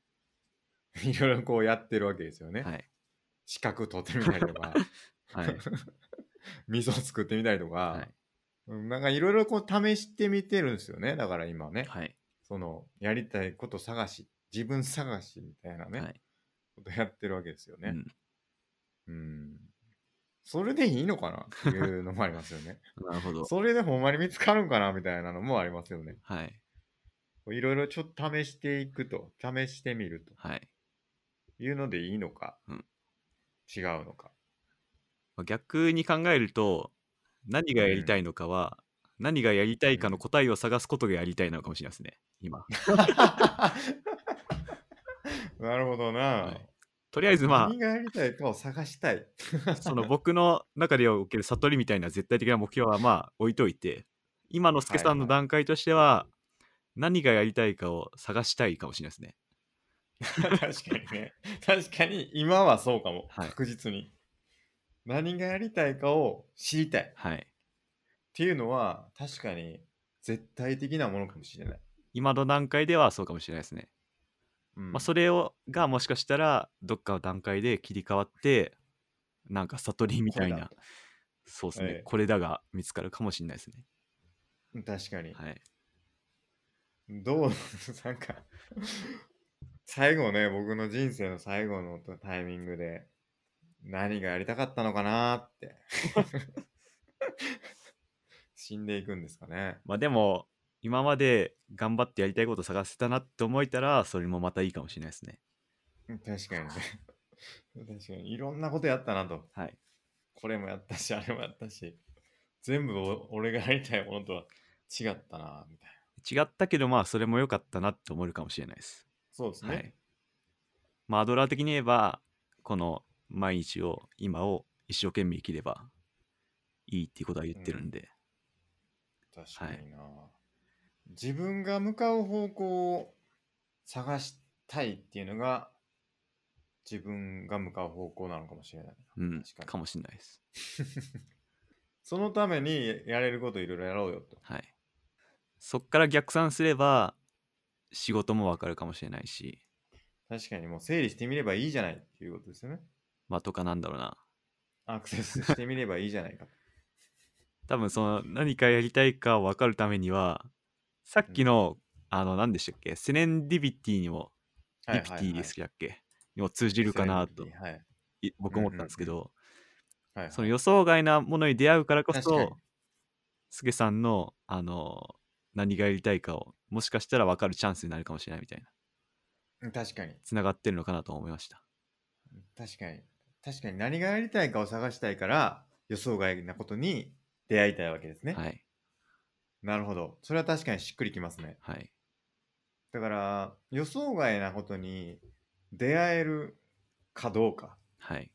Speaker 1: いろいろこうやってるわけですよね、
Speaker 2: はい。
Speaker 1: 資格取ってみたりと か
Speaker 2: はい。
Speaker 1: 味噌作ってみたりとか、
Speaker 2: はい。
Speaker 1: うんなんかいろいろこう試してみてるんですよね。だから今ね、
Speaker 2: はい。
Speaker 1: そのやりたいこと探し、自分探しみたいなね、
Speaker 2: はい
Speaker 1: ことやってるわけですよ
Speaker 2: う
Speaker 1: ね。
Speaker 2: ん
Speaker 1: うん。それでいいのかなっていうのもありますよ ね。
Speaker 2: なるほど。
Speaker 1: それでほんまに見つかるんかなみたいなのもありますよね。
Speaker 2: はい。
Speaker 1: こういろいろちょっと試していくと、試してみる
Speaker 2: はい。
Speaker 1: というのでいいのか、
Speaker 2: うん
Speaker 1: 違うの か。
Speaker 2: まあ逆に考えると、何がやりたいのかは、何がやりたいかの答えを探すことがやりたいなのかもしれないですね、今。
Speaker 1: なるほどな。
Speaker 2: はいとりあえずま
Speaker 1: 何がやりたいかを探したい。
Speaker 2: あ、その僕の中でおける悟りみたいな絶対的な目標はまあ置いといて、今の助さんの
Speaker 1: はいは
Speaker 2: 段階としては、何がやりたいかを探したいかもしれないですね。
Speaker 1: 確かにね。確かに今はそうかも。
Speaker 2: はい
Speaker 1: 確実に。何がやりたいかを知りたいっ
Speaker 2: はい。
Speaker 1: ていうのは確かに絶対的なものかもしれない。
Speaker 2: 今の段階ではそうかもしれないですね。
Speaker 1: うん
Speaker 2: まあ、それをがもしかしたら、どっかの段階で切り替わって、なんか悟りみたい
Speaker 1: これ
Speaker 2: な
Speaker 1: だ、
Speaker 2: そうですね、
Speaker 1: ええ
Speaker 2: これだが見つかるかもしれないですね。
Speaker 1: 確かに。
Speaker 2: はい。
Speaker 1: どう なんか最後ね、僕の人生の最後のタイミングで何がやりたかったのかなー って。死んでいくんですかね。
Speaker 2: まあでも、今まで頑張ってやりたいこと探せたなって思えたら、それもまたいいかもしれないですね。
Speaker 1: 確かにね。 確かに。いろんなことやったなと。
Speaker 2: はい。
Speaker 1: これもやったし、あれもやったし。全部お俺がやりたいものとは違ったな、みたいな。
Speaker 2: 違ったけど、まあ、それも良かったなって思えるかもしれないです。
Speaker 1: そうですね。
Speaker 2: はい。まあ、アドラー的に言えば、この毎日を、今を一生懸命生きればいいっていうことは言ってるんで、
Speaker 1: 確かにな、自分が向かう方向を探したいっていうのが、自分が向かう方向なのかもしれない。
Speaker 2: うん、
Speaker 1: 確か
Speaker 2: か
Speaker 1: に
Speaker 2: もしれないです。
Speaker 1: そのためにやれることいろいろやろうよと。
Speaker 2: はい。そっから逆算すれば、仕事もわかるかもしれないし、
Speaker 1: 確かにもう整理してみればいいじゃないっていうことですよね。
Speaker 2: まあ、とかなんだろうな。
Speaker 1: アクセスしてみればいいじゃないか。
Speaker 2: 多分その何かやりたいか分かるためにはさっきの、あの何でしたっけセレンディビティにもディピティです
Speaker 1: け
Speaker 2: っけ、にも通じるかなと
Speaker 1: はいはい。
Speaker 2: い僕思ったんですけど、
Speaker 1: はいはい
Speaker 2: その予想外なものに出会うからこ
Speaker 1: 確かに
Speaker 2: そすげさんのあの何がやりたいかをもしかしたら分かるチャンスになるかもしれないみたいな
Speaker 1: 確かに。
Speaker 2: つながってるのかなと思いました
Speaker 1: 確かに。確かに何がやりたいかを探したいから、予想外なことに出会いたいわけですね。
Speaker 2: はい
Speaker 1: なるほど。それは確かにしっくりきますね。
Speaker 2: はい
Speaker 1: だから、予想外なことに出会えるかどうか
Speaker 2: はい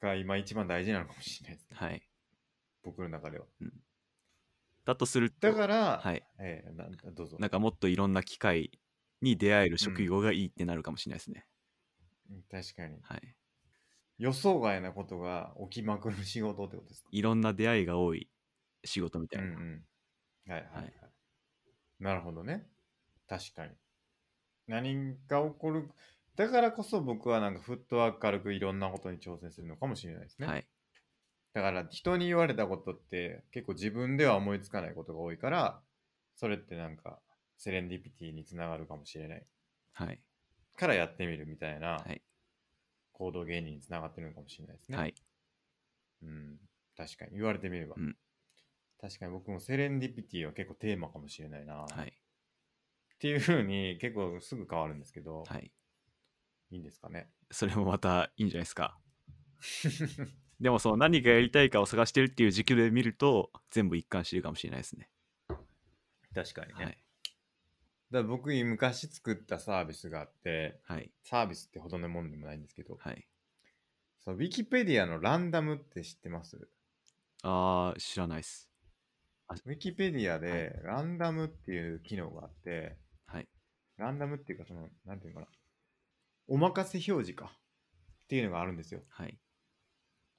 Speaker 1: が今一番大事なのかもしれないですね。
Speaker 2: はい
Speaker 1: 僕の中では。
Speaker 2: だとすると
Speaker 1: だから、
Speaker 2: はい
Speaker 1: えーなんどうぞ。
Speaker 2: なんかもっといろんな機会に出会える職業がいいってなるかもしれないですね、
Speaker 1: うん確かに。
Speaker 2: はい
Speaker 1: 予想外なことが起きまくる仕事ってことですか
Speaker 2: いろんな出会いが多い仕事みたいな、
Speaker 1: うんうん。はいはい、はい
Speaker 2: はい
Speaker 1: なるほどね。確かに。何が起こる。だからこそ僕はなんかフットワーク軽くいろんなことに挑戦するのかもしれないですね。
Speaker 2: はい
Speaker 1: だから人に言われたことって結構自分では思いつかないことが多いから、それってなんかセレンディピティにつながるかもしれない
Speaker 2: はい
Speaker 1: からやってみるみたいな
Speaker 2: はい
Speaker 1: 行動原理につながってるのかもしれないですね。
Speaker 2: はい
Speaker 1: うん、確かに言われてみれば、
Speaker 2: うん
Speaker 1: 確かに僕もセレンディピティは結構テーマかもしれないな、
Speaker 2: は
Speaker 1: っ
Speaker 2: い
Speaker 1: ていうふうに結構すぐ変わるんですけど、
Speaker 2: はい
Speaker 1: い、いんですかね
Speaker 2: それもまたいいんじゃないです かでもその何がやりたいかを探してるっていう時期で見ると全部一貫してるかもしれないですね
Speaker 1: 確かにね、だか
Speaker 2: はい
Speaker 1: ら僕昔作ったサービスがあって
Speaker 2: はい
Speaker 1: サービスってほどのもんでもないんですけど、
Speaker 2: はい
Speaker 1: そのウィキペディアのランダムって知ってます
Speaker 2: あー知らないっす
Speaker 1: ウィキペディアでランダムっていう機能があって
Speaker 2: はい
Speaker 1: ランダムっていうかそのなんていうのかなお任せ表示かっていうのがあるんですよ
Speaker 2: はい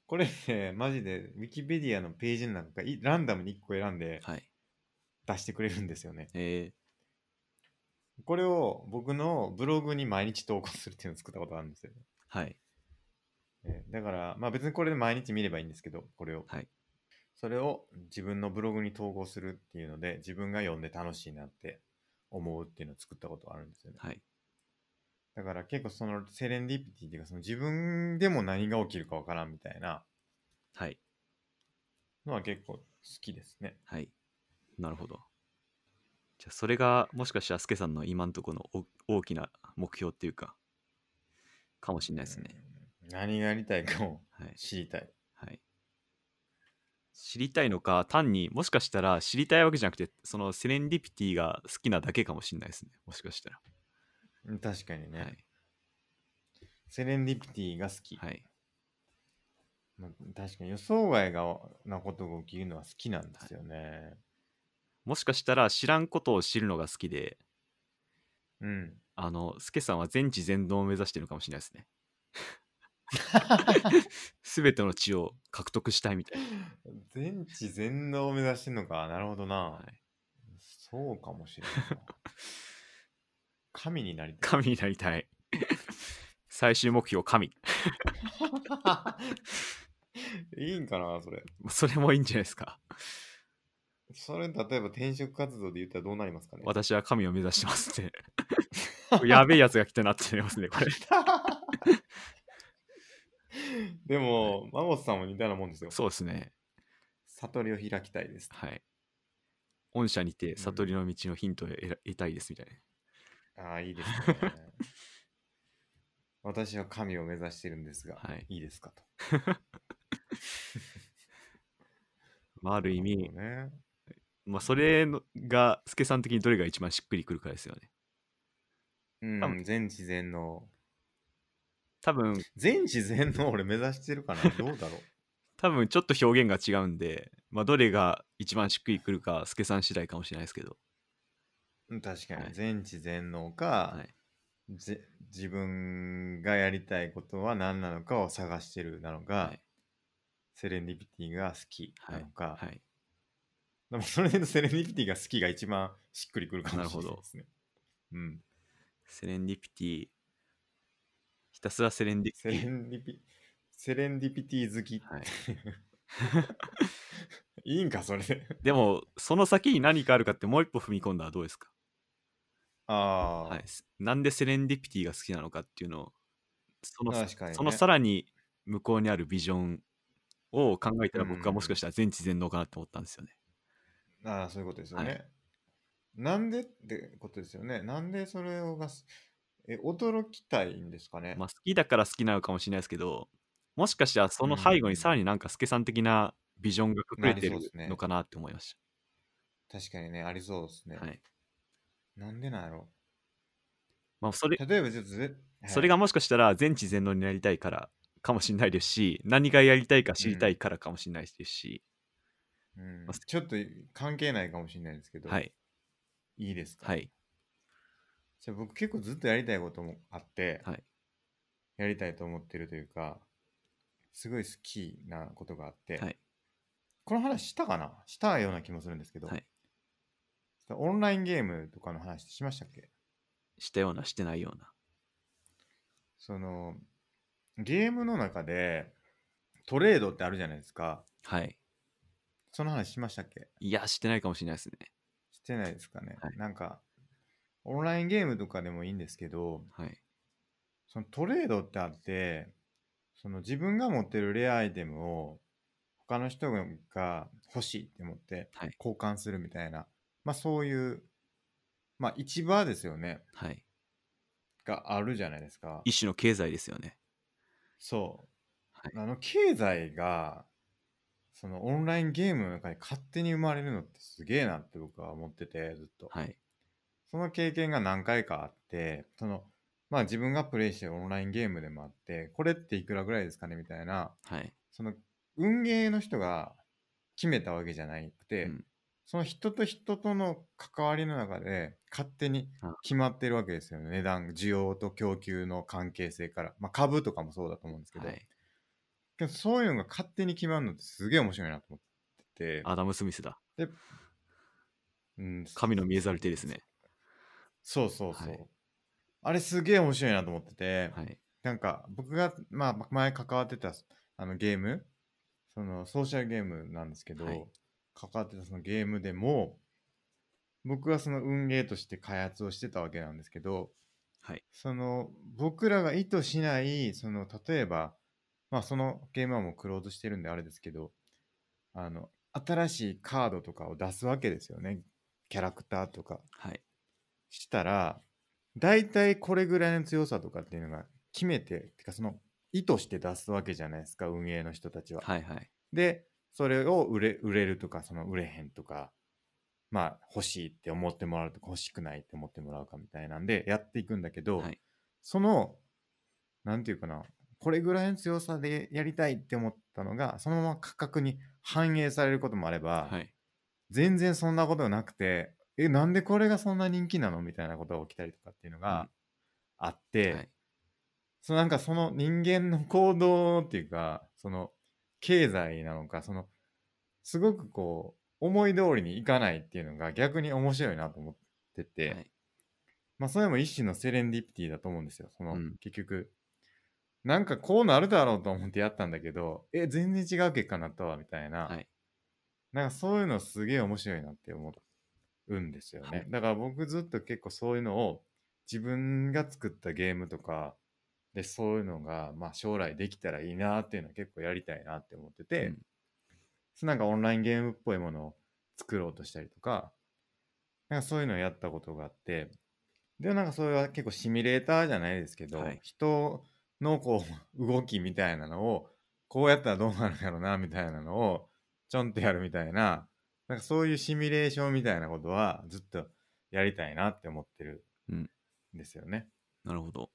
Speaker 1: これね、マジで、ウィキペディアのページの中からいランダムに1個選んで
Speaker 2: はい
Speaker 1: 出してくれるんですよね。
Speaker 2: え
Speaker 1: これを僕のブログに毎日投稿するっていうのを作ったことがあるんですよ。
Speaker 2: ー、はい
Speaker 1: えーだから、まあ別にこれで毎日見ればいいんですけど、これを。
Speaker 2: はい
Speaker 1: それを自分のブログに投稿するっていうので、自分が読んで楽しいなって思うっていうのを作ったことがあるんですよね。
Speaker 2: はい
Speaker 1: だから結構そのセレンディピティっていうか、その自分でも何が起きるかわからんみたいな
Speaker 2: はい
Speaker 1: のは結構好きですね。
Speaker 2: はいなるほどじゃあそれがもしかしたらスケさんの今んとこのお大きな目標っていうかかもしれないですね、
Speaker 1: うん何がやりたいかを
Speaker 2: はい
Speaker 1: 知りたい。
Speaker 2: はい、知りたいのか単にもしかしたら知りたいわけじゃなくてそのセレンディピティが好きなだけかもしれないですねもしかしたら、
Speaker 1: うん確かにね、
Speaker 2: はい
Speaker 1: セレンディピティが好き、
Speaker 2: はい
Speaker 1: まあ確かに予想外がなことが起きるのは好きなんですよね、
Speaker 2: もしかしたら知らんことを知るのが好きで
Speaker 1: うん
Speaker 2: あのスケさんは全知全能を目指してるかもしれないですね全ての知を獲得したいみたい
Speaker 1: 全知全能を目指してんのかなるほどな、
Speaker 2: な、はい、
Speaker 1: そうかもしれない な神になりたい
Speaker 2: 神になりたい最終目標神
Speaker 1: いいんかなそれ
Speaker 2: それもいいんじゃないですか
Speaker 1: それ例えば転職活動で言ったらどうなりますかね
Speaker 2: 私は神を目指してますってやべえやつが来たなってなりますねこれ
Speaker 1: でもマモスさんも似たようなもんですよ
Speaker 2: そうですね
Speaker 1: 悟りを開きたいです
Speaker 2: はい。御社にて悟りの道のヒントを得ら得たいですみたいな。
Speaker 1: ああ、いいですね。私は神を目指してるんですが、
Speaker 2: はい
Speaker 1: いですかと。
Speaker 2: まあ、ある意
Speaker 1: な
Speaker 2: 味
Speaker 1: る、ほどね、
Speaker 2: まあ、それのが、助さん的にどれが一番しっくりくるかですよね。多
Speaker 1: うん、
Speaker 2: 分
Speaker 1: 全知全能。
Speaker 2: 多分、
Speaker 1: 全知全能俺目指してるかなどうだろう
Speaker 2: 多分ちょっと表現が違うんで、まあ、どれが一番しっくりくるか、助さん次第かもしれないですけど。
Speaker 1: うん確か
Speaker 2: は
Speaker 1: に
Speaker 2: い
Speaker 1: 全知全能か、
Speaker 2: はい。
Speaker 1: ぜ自分がやりたいことは何なのかを探してるなのか、
Speaker 2: はい。
Speaker 1: セレンディピティが好きなのか、
Speaker 2: はい。
Speaker 1: でも それでセレンディピティが好きが一番しっくりくるかもしれないですね。うん、
Speaker 2: セレンディピティ、ひたすらセレンディピテ
Speaker 1: セレ
Speaker 2: ィ。
Speaker 1: ンディピセレンディピティ好き、
Speaker 2: はい、
Speaker 1: いいんかそれで
Speaker 2: でも、その先に何かあるかってもう一歩踏み込んだらどうですか
Speaker 1: ああ、
Speaker 2: はい、すなんでセレンディピティが好きなのかっていうのをその,、
Speaker 1: 確かにね
Speaker 2: そのさらに向こうにあるビジョンを考えたら
Speaker 1: うん
Speaker 2: 僕はもしかしたら全知全能かなって思ったんですよね。
Speaker 1: ああそういうことですよね。
Speaker 2: は
Speaker 1: なんでってことですよね。なんでそれをがすえ驚きたいんですかね。
Speaker 2: まあ、好きだから好きなのかもしれないですけどもしかしたらその背後にさらになんか助さん的なビジョンが隠れて
Speaker 1: なり
Speaker 2: る
Speaker 1: そうですね
Speaker 2: のかなって思いまし
Speaker 1: 確かにね、ありそうですね。
Speaker 2: た。はい
Speaker 1: なんでなんやろ
Speaker 2: まあ、それ
Speaker 1: 例えばちょっとぜ、はい
Speaker 2: それがもしかしたら全知全能になりたいからかもしれないですし何がやりたいか知りたいからかもしれないですし、
Speaker 1: うん
Speaker 2: まあ
Speaker 1: ちょっと関係ないかもしれないですけど、、
Speaker 2: はいい
Speaker 1: いですか、
Speaker 2: はい
Speaker 1: じゃあ僕結構ずっとやりたいこともあって、
Speaker 2: はい
Speaker 1: やりたいと思ってるというか、すごい好きなことがあって、
Speaker 2: はい
Speaker 1: この話したかなしたような気もするんですけど、
Speaker 2: はい
Speaker 1: オンラインゲームとかの話しましたっけ
Speaker 2: したようなしてないような
Speaker 1: そのゲームの中でトレードってあるじゃないですか。
Speaker 2: はい
Speaker 1: その話しましたっけ
Speaker 2: いやしてないかもしれないですね。
Speaker 1: してないですかね。
Speaker 2: はい
Speaker 1: なんかオンラインゲームとかでもいいんですけど、
Speaker 2: はい
Speaker 1: そのトレードってあって、その自分が持ってるレアアイテムを他の人が欲しいって思って
Speaker 2: はい
Speaker 1: 交換するみたいな、まあそういう、まあ市場ですよね、
Speaker 2: はい。
Speaker 1: があるじゃないですか。
Speaker 2: 一種の経済ですよね。
Speaker 1: そう、
Speaker 2: は
Speaker 1: あの経済がそのオンラインゲームの中に勝手に生まれるのってすげえなって僕は思っててずっと、
Speaker 2: はい。
Speaker 1: その経験が何回かあってそのまあ自分がプレイしてるオンラインゲームでもあってこれっていくらぐらいですかねみたいな
Speaker 2: はい。
Speaker 1: その運営の人が決めたわけじゃなくて、
Speaker 2: うん
Speaker 1: その人と人との関わりの中で勝手に決まってるわけですよね値段需要と供給の関係性から、まあ、株とかもそうだと思うんですけど、
Speaker 2: はい、
Speaker 1: けどそういうのが勝手に決まるのってすげえ面白いなと思ってて、
Speaker 2: アダム・スミスだ。
Speaker 1: うん、
Speaker 2: 神の見えざる手ですね。
Speaker 1: そうそうそう、
Speaker 2: はい
Speaker 1: あれすげえ面白いなと思ってて、
Speaker 2: はい。
Speaker 1: なんか僕が、まあ、前関わってたあのゲームそのソーシャルゲームなんですけど、
Speaker 2: はい
Speaker 1: 関わってたそのゲームでも僕はその運営として開発をしてたわけなんですけど、
Speaker 2: はい
Speaker 1: その僕らが意図しないその例えば、まあ、そのゲームはもうクローズしてるんであれですけどあの新しいカードとかを出すわけですよねキャラクターとか
Speaker 2: はい。
Speaker 1: したら大体これぐらいの強さとかっていうのが決めててかその意図して出すわけじゃないですか運営の人たちは。
Speaker 2: はい。はい。
Speaker 1: でそれを売れ売れるとかその売れへんとかまあ欲しいって思ってもらうとか欲しくないって思ってもらうかみたいなんでやっていくんだけど、
Speaker 2: はい
Speaker 1: そのなんていうかなこれぐらいの強さでやりたいって思ったのがそのまま価格に反映されることもあれば、
Speaker 2: はい。
Speaker 1: 全然そんなことがなくてえなんでこれがそんな人気なのみたいなことが起きたりとかっていうのがあって、
Speaker 2: はい。
Speaker 1: そのなんかその人間の行動っていうかその経済なのかそのすごくこう思い通りにいかないっていうのが逆に面白いなと思ってて、
Speaker 2: はい
Speaker 1: まあそれも一種のセレンディピティだと思うんですよその、
Speaker 2: うん
Speaker 1: 結局なんかこうなるだろうと思ってやったんだけどえ全然違う結果になったわみたいな、
Speaker 2: はい。
Speaker 1: なんかそういうのすげえ面白いなって思うんですよね。
Speaker 2: はい
Speaker 1: だから僕ずっと結構そういうのを自分が作ったゲームとかでそういうのがまあ将来できたらいいなっていうのは結構やりたいなって思ってて、
Speaker 2: うん
Speaker 1: そうなんかオンラインゲームっぽいものを作ろうとしたりとかなんかそういうのをやったことがあって、でもなんかそれは結構シミュレーターじゃないですけど、
Speaker 2: はい
Speaker 1: 人のこう動きみたいなのを、こうやったらどうなるんやろうな、みたいなのを、ちょんとやるみたいな、なんかそういうシミュレーションみたいなことはずっとやりたいなって思ってる
Speaker 2: うん
Speaker 1: んですよね。
Speaker 2: なるほど。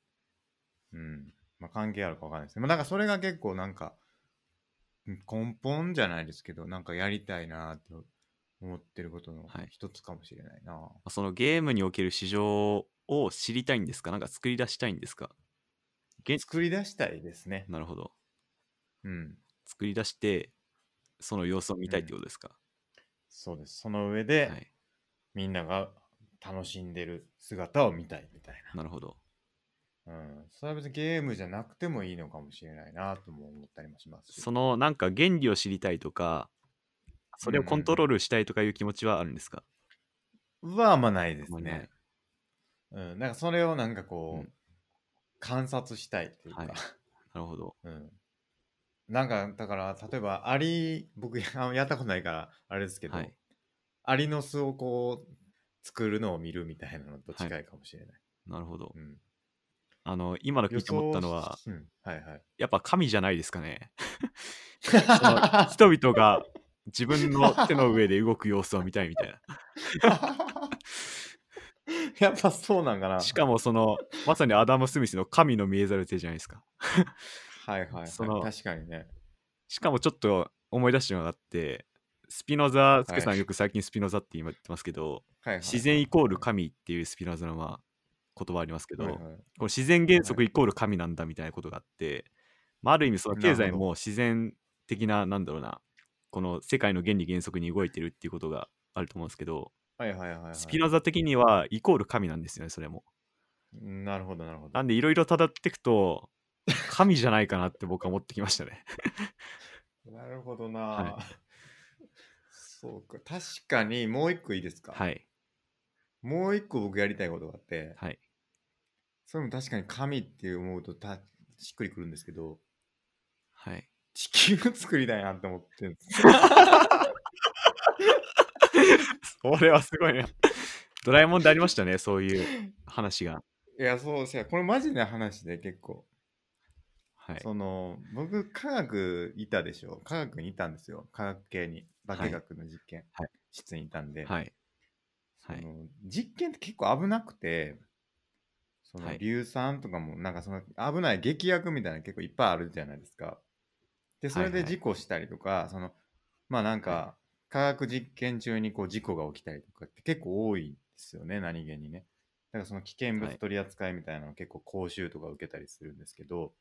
Speaker 1: うん。まあ関係あるかわかんないですね。まあなんかそれが結構なんか、うん根本じゃないですけど、なんかやりたいなって思ってることの
Speaker 2: はい
Speaker 1: 一つかもしれないな。
Speaker 2: そのゲームにおける市場を知りたいんですかなんか作り出したいんですか現
Speaker 1: 作り出したいですね。
Speaker 2: なるほど。
Speaker 1: うん。
Speaker 2: 作り出して、その様子を見たいってことですか、
Speaker 1: そうです。その上で、
Speaker 2: はい。
Speaker 1: みんなが楽しんでる姿を見たいみたい
Speaker 2: なるほど。
Speaker 1: な。うん。それは別にゲームじゃなくてもいいのかもしれないなとも思ったりもしますし。
Speaker 2: そのなんか原理を知りたいとか、それをコントロールしたいとかいう気持ちはあるんですか、
Speaker 1: はあんまないです
Speaker 2: あんまりない
Speaker 1: ね。うん。なんかそれをなんかこう、
Speaker 2: うん
Speaker 1: 観察したいっていうか。
Speaker 2: はいなるほど。
Speaker 1: うん。なんか、だから、例えば、アリ、僕、あのや ったことないから、あれですけど、
Speaker 2: はい
Speaker 1: アリの巣をこう、作るのを見るみたいなのと近いかもしれない。
Speaker 2: なるほど
Speaker 1: う。ん。
Speaker 2: あの、今の聞いて思ったのは
Speaker 1: 予想、しうん、はいはい。
Speaker 2: やっぱ神じゃないですかね。その人々が自分の手の上で動く様子を見たい みたいな。
Speaker 1: やっぱそうなんかな。
Speaker 2: しかもそのまさにアダム・スミスの神の見えざる手じゃないですか。
Speaker 1: はいはい、はい。
Speaker 2: その
Speaker 1: 確かにね。
Speaker 2: しかもちょっと思い出したのがあってスピノザ、スケさ
Speaker 1: は
Speaker 2: ん
Speaker 1: い
Speaker 2: よく最近スピノザって今言ってますけど、
Speaker 1: はいはい、
Speaker 2: 自然イコール神っていうスピノザのまあ言葉ありますけど、
Speaker 1: はいはい
Speaker 2: この自然原則イコール神なんだみたいなことがあって、まあ、ある意味その経
Speaker 1: な
Speaker 2: 済
Speaker 1: るほ
Speaker 2: も自然的ななんだろうなこの世界の原理原則に動いてるっていうことがあると思うんですけど、
Speaker 1: はいはいはいはい。
Speaker 2: スピノザ的にはイコール神なんですよねそれも。
Speaker 1: なるほどなるほど。
Speaker 2: なんでいろいろたっていくと神じゃないかなって僕は思ってきまし たね。
Speaker 1: なるほどな、
Speaker 2: は
Speaker 1: そうか。確かに、もう一個いいですか。
Speaker 2: はい
Speaker 1: もう一個僕やりたいことがあって、
Speaker 2: はい
Speaker 1: それも確かに神って思うとたしっくりくるんですけど、
Speaker 2: はい。
Speaker 1: 地球作りたいなって思ってるんです。
Speaker 2: それはすごいね。ドラえもんでありましたねそういう話が。
Speaker 1: いや、そうですよ。これマジな話で結構。
Speaker 2: はい
Speaker 1: その、僕、科学いたでしょ科学にいたんですよ。科学系に。化学の実験、
Speaker 2: はい
Speaker 1: 室にいたんで、
Speaker 2: はい
Speaker 1: そ
Speaker 2: はい
Speaker 1: の実験って結構危なくて、そ
Speaker 2: は
Speaker 1: の
Speaker 2: い
Speaker 1: 硫酸とかも、なんかその危ない劇薬みたいなの結構いっぱいあるじゃないですか。で、それ
Speaker 2: はい
Speaker 1: で
Speaker 2: はい
Speaker 1: 事故したりとか、その、まあなんか、科学実験中にこう事故が起きたりとかって結構多いんですよね、何気にね。だからその危険
Speaker 2: は
Speaker 1: 物
Speaker 2: い
Speaker 1: 取り扱いみたいなの結構講習とか受けたりするんですけど、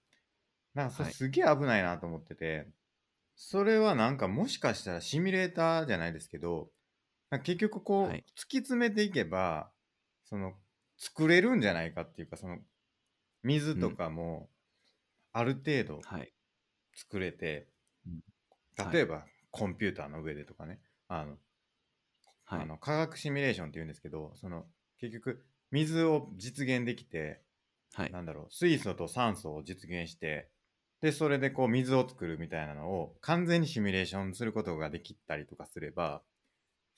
Speaker 1: なんかそれ
Speaker 2: はい
Speaker 1: すげえ危ないなと思ってて、それはなんかもしかしたらシミュレーターじゃないですけど、なんか結局こう、
Speaker 2: はい
Speaker 1: 突き詰めていけば、その作れるんじゃないかっていうか、その水とかもある程度
Speaker 2: はい
Speaker 1: 作れて、
Speaker 2: うんはい
Speaker 1: 例えば、コンピューターの上でとかね、あの
Speaker 2: は
Speaker 1: あ
Speaker 2: い
Speaker 1: の科学シミュレーションって言うんですけどその結局水を実現できて、
Speaker 2: はい
Speaker 1: なんだろう水素と酸素を実現してでそれでこう水を作るみたいなのを完全にシミュレーションすることができたりとかすれば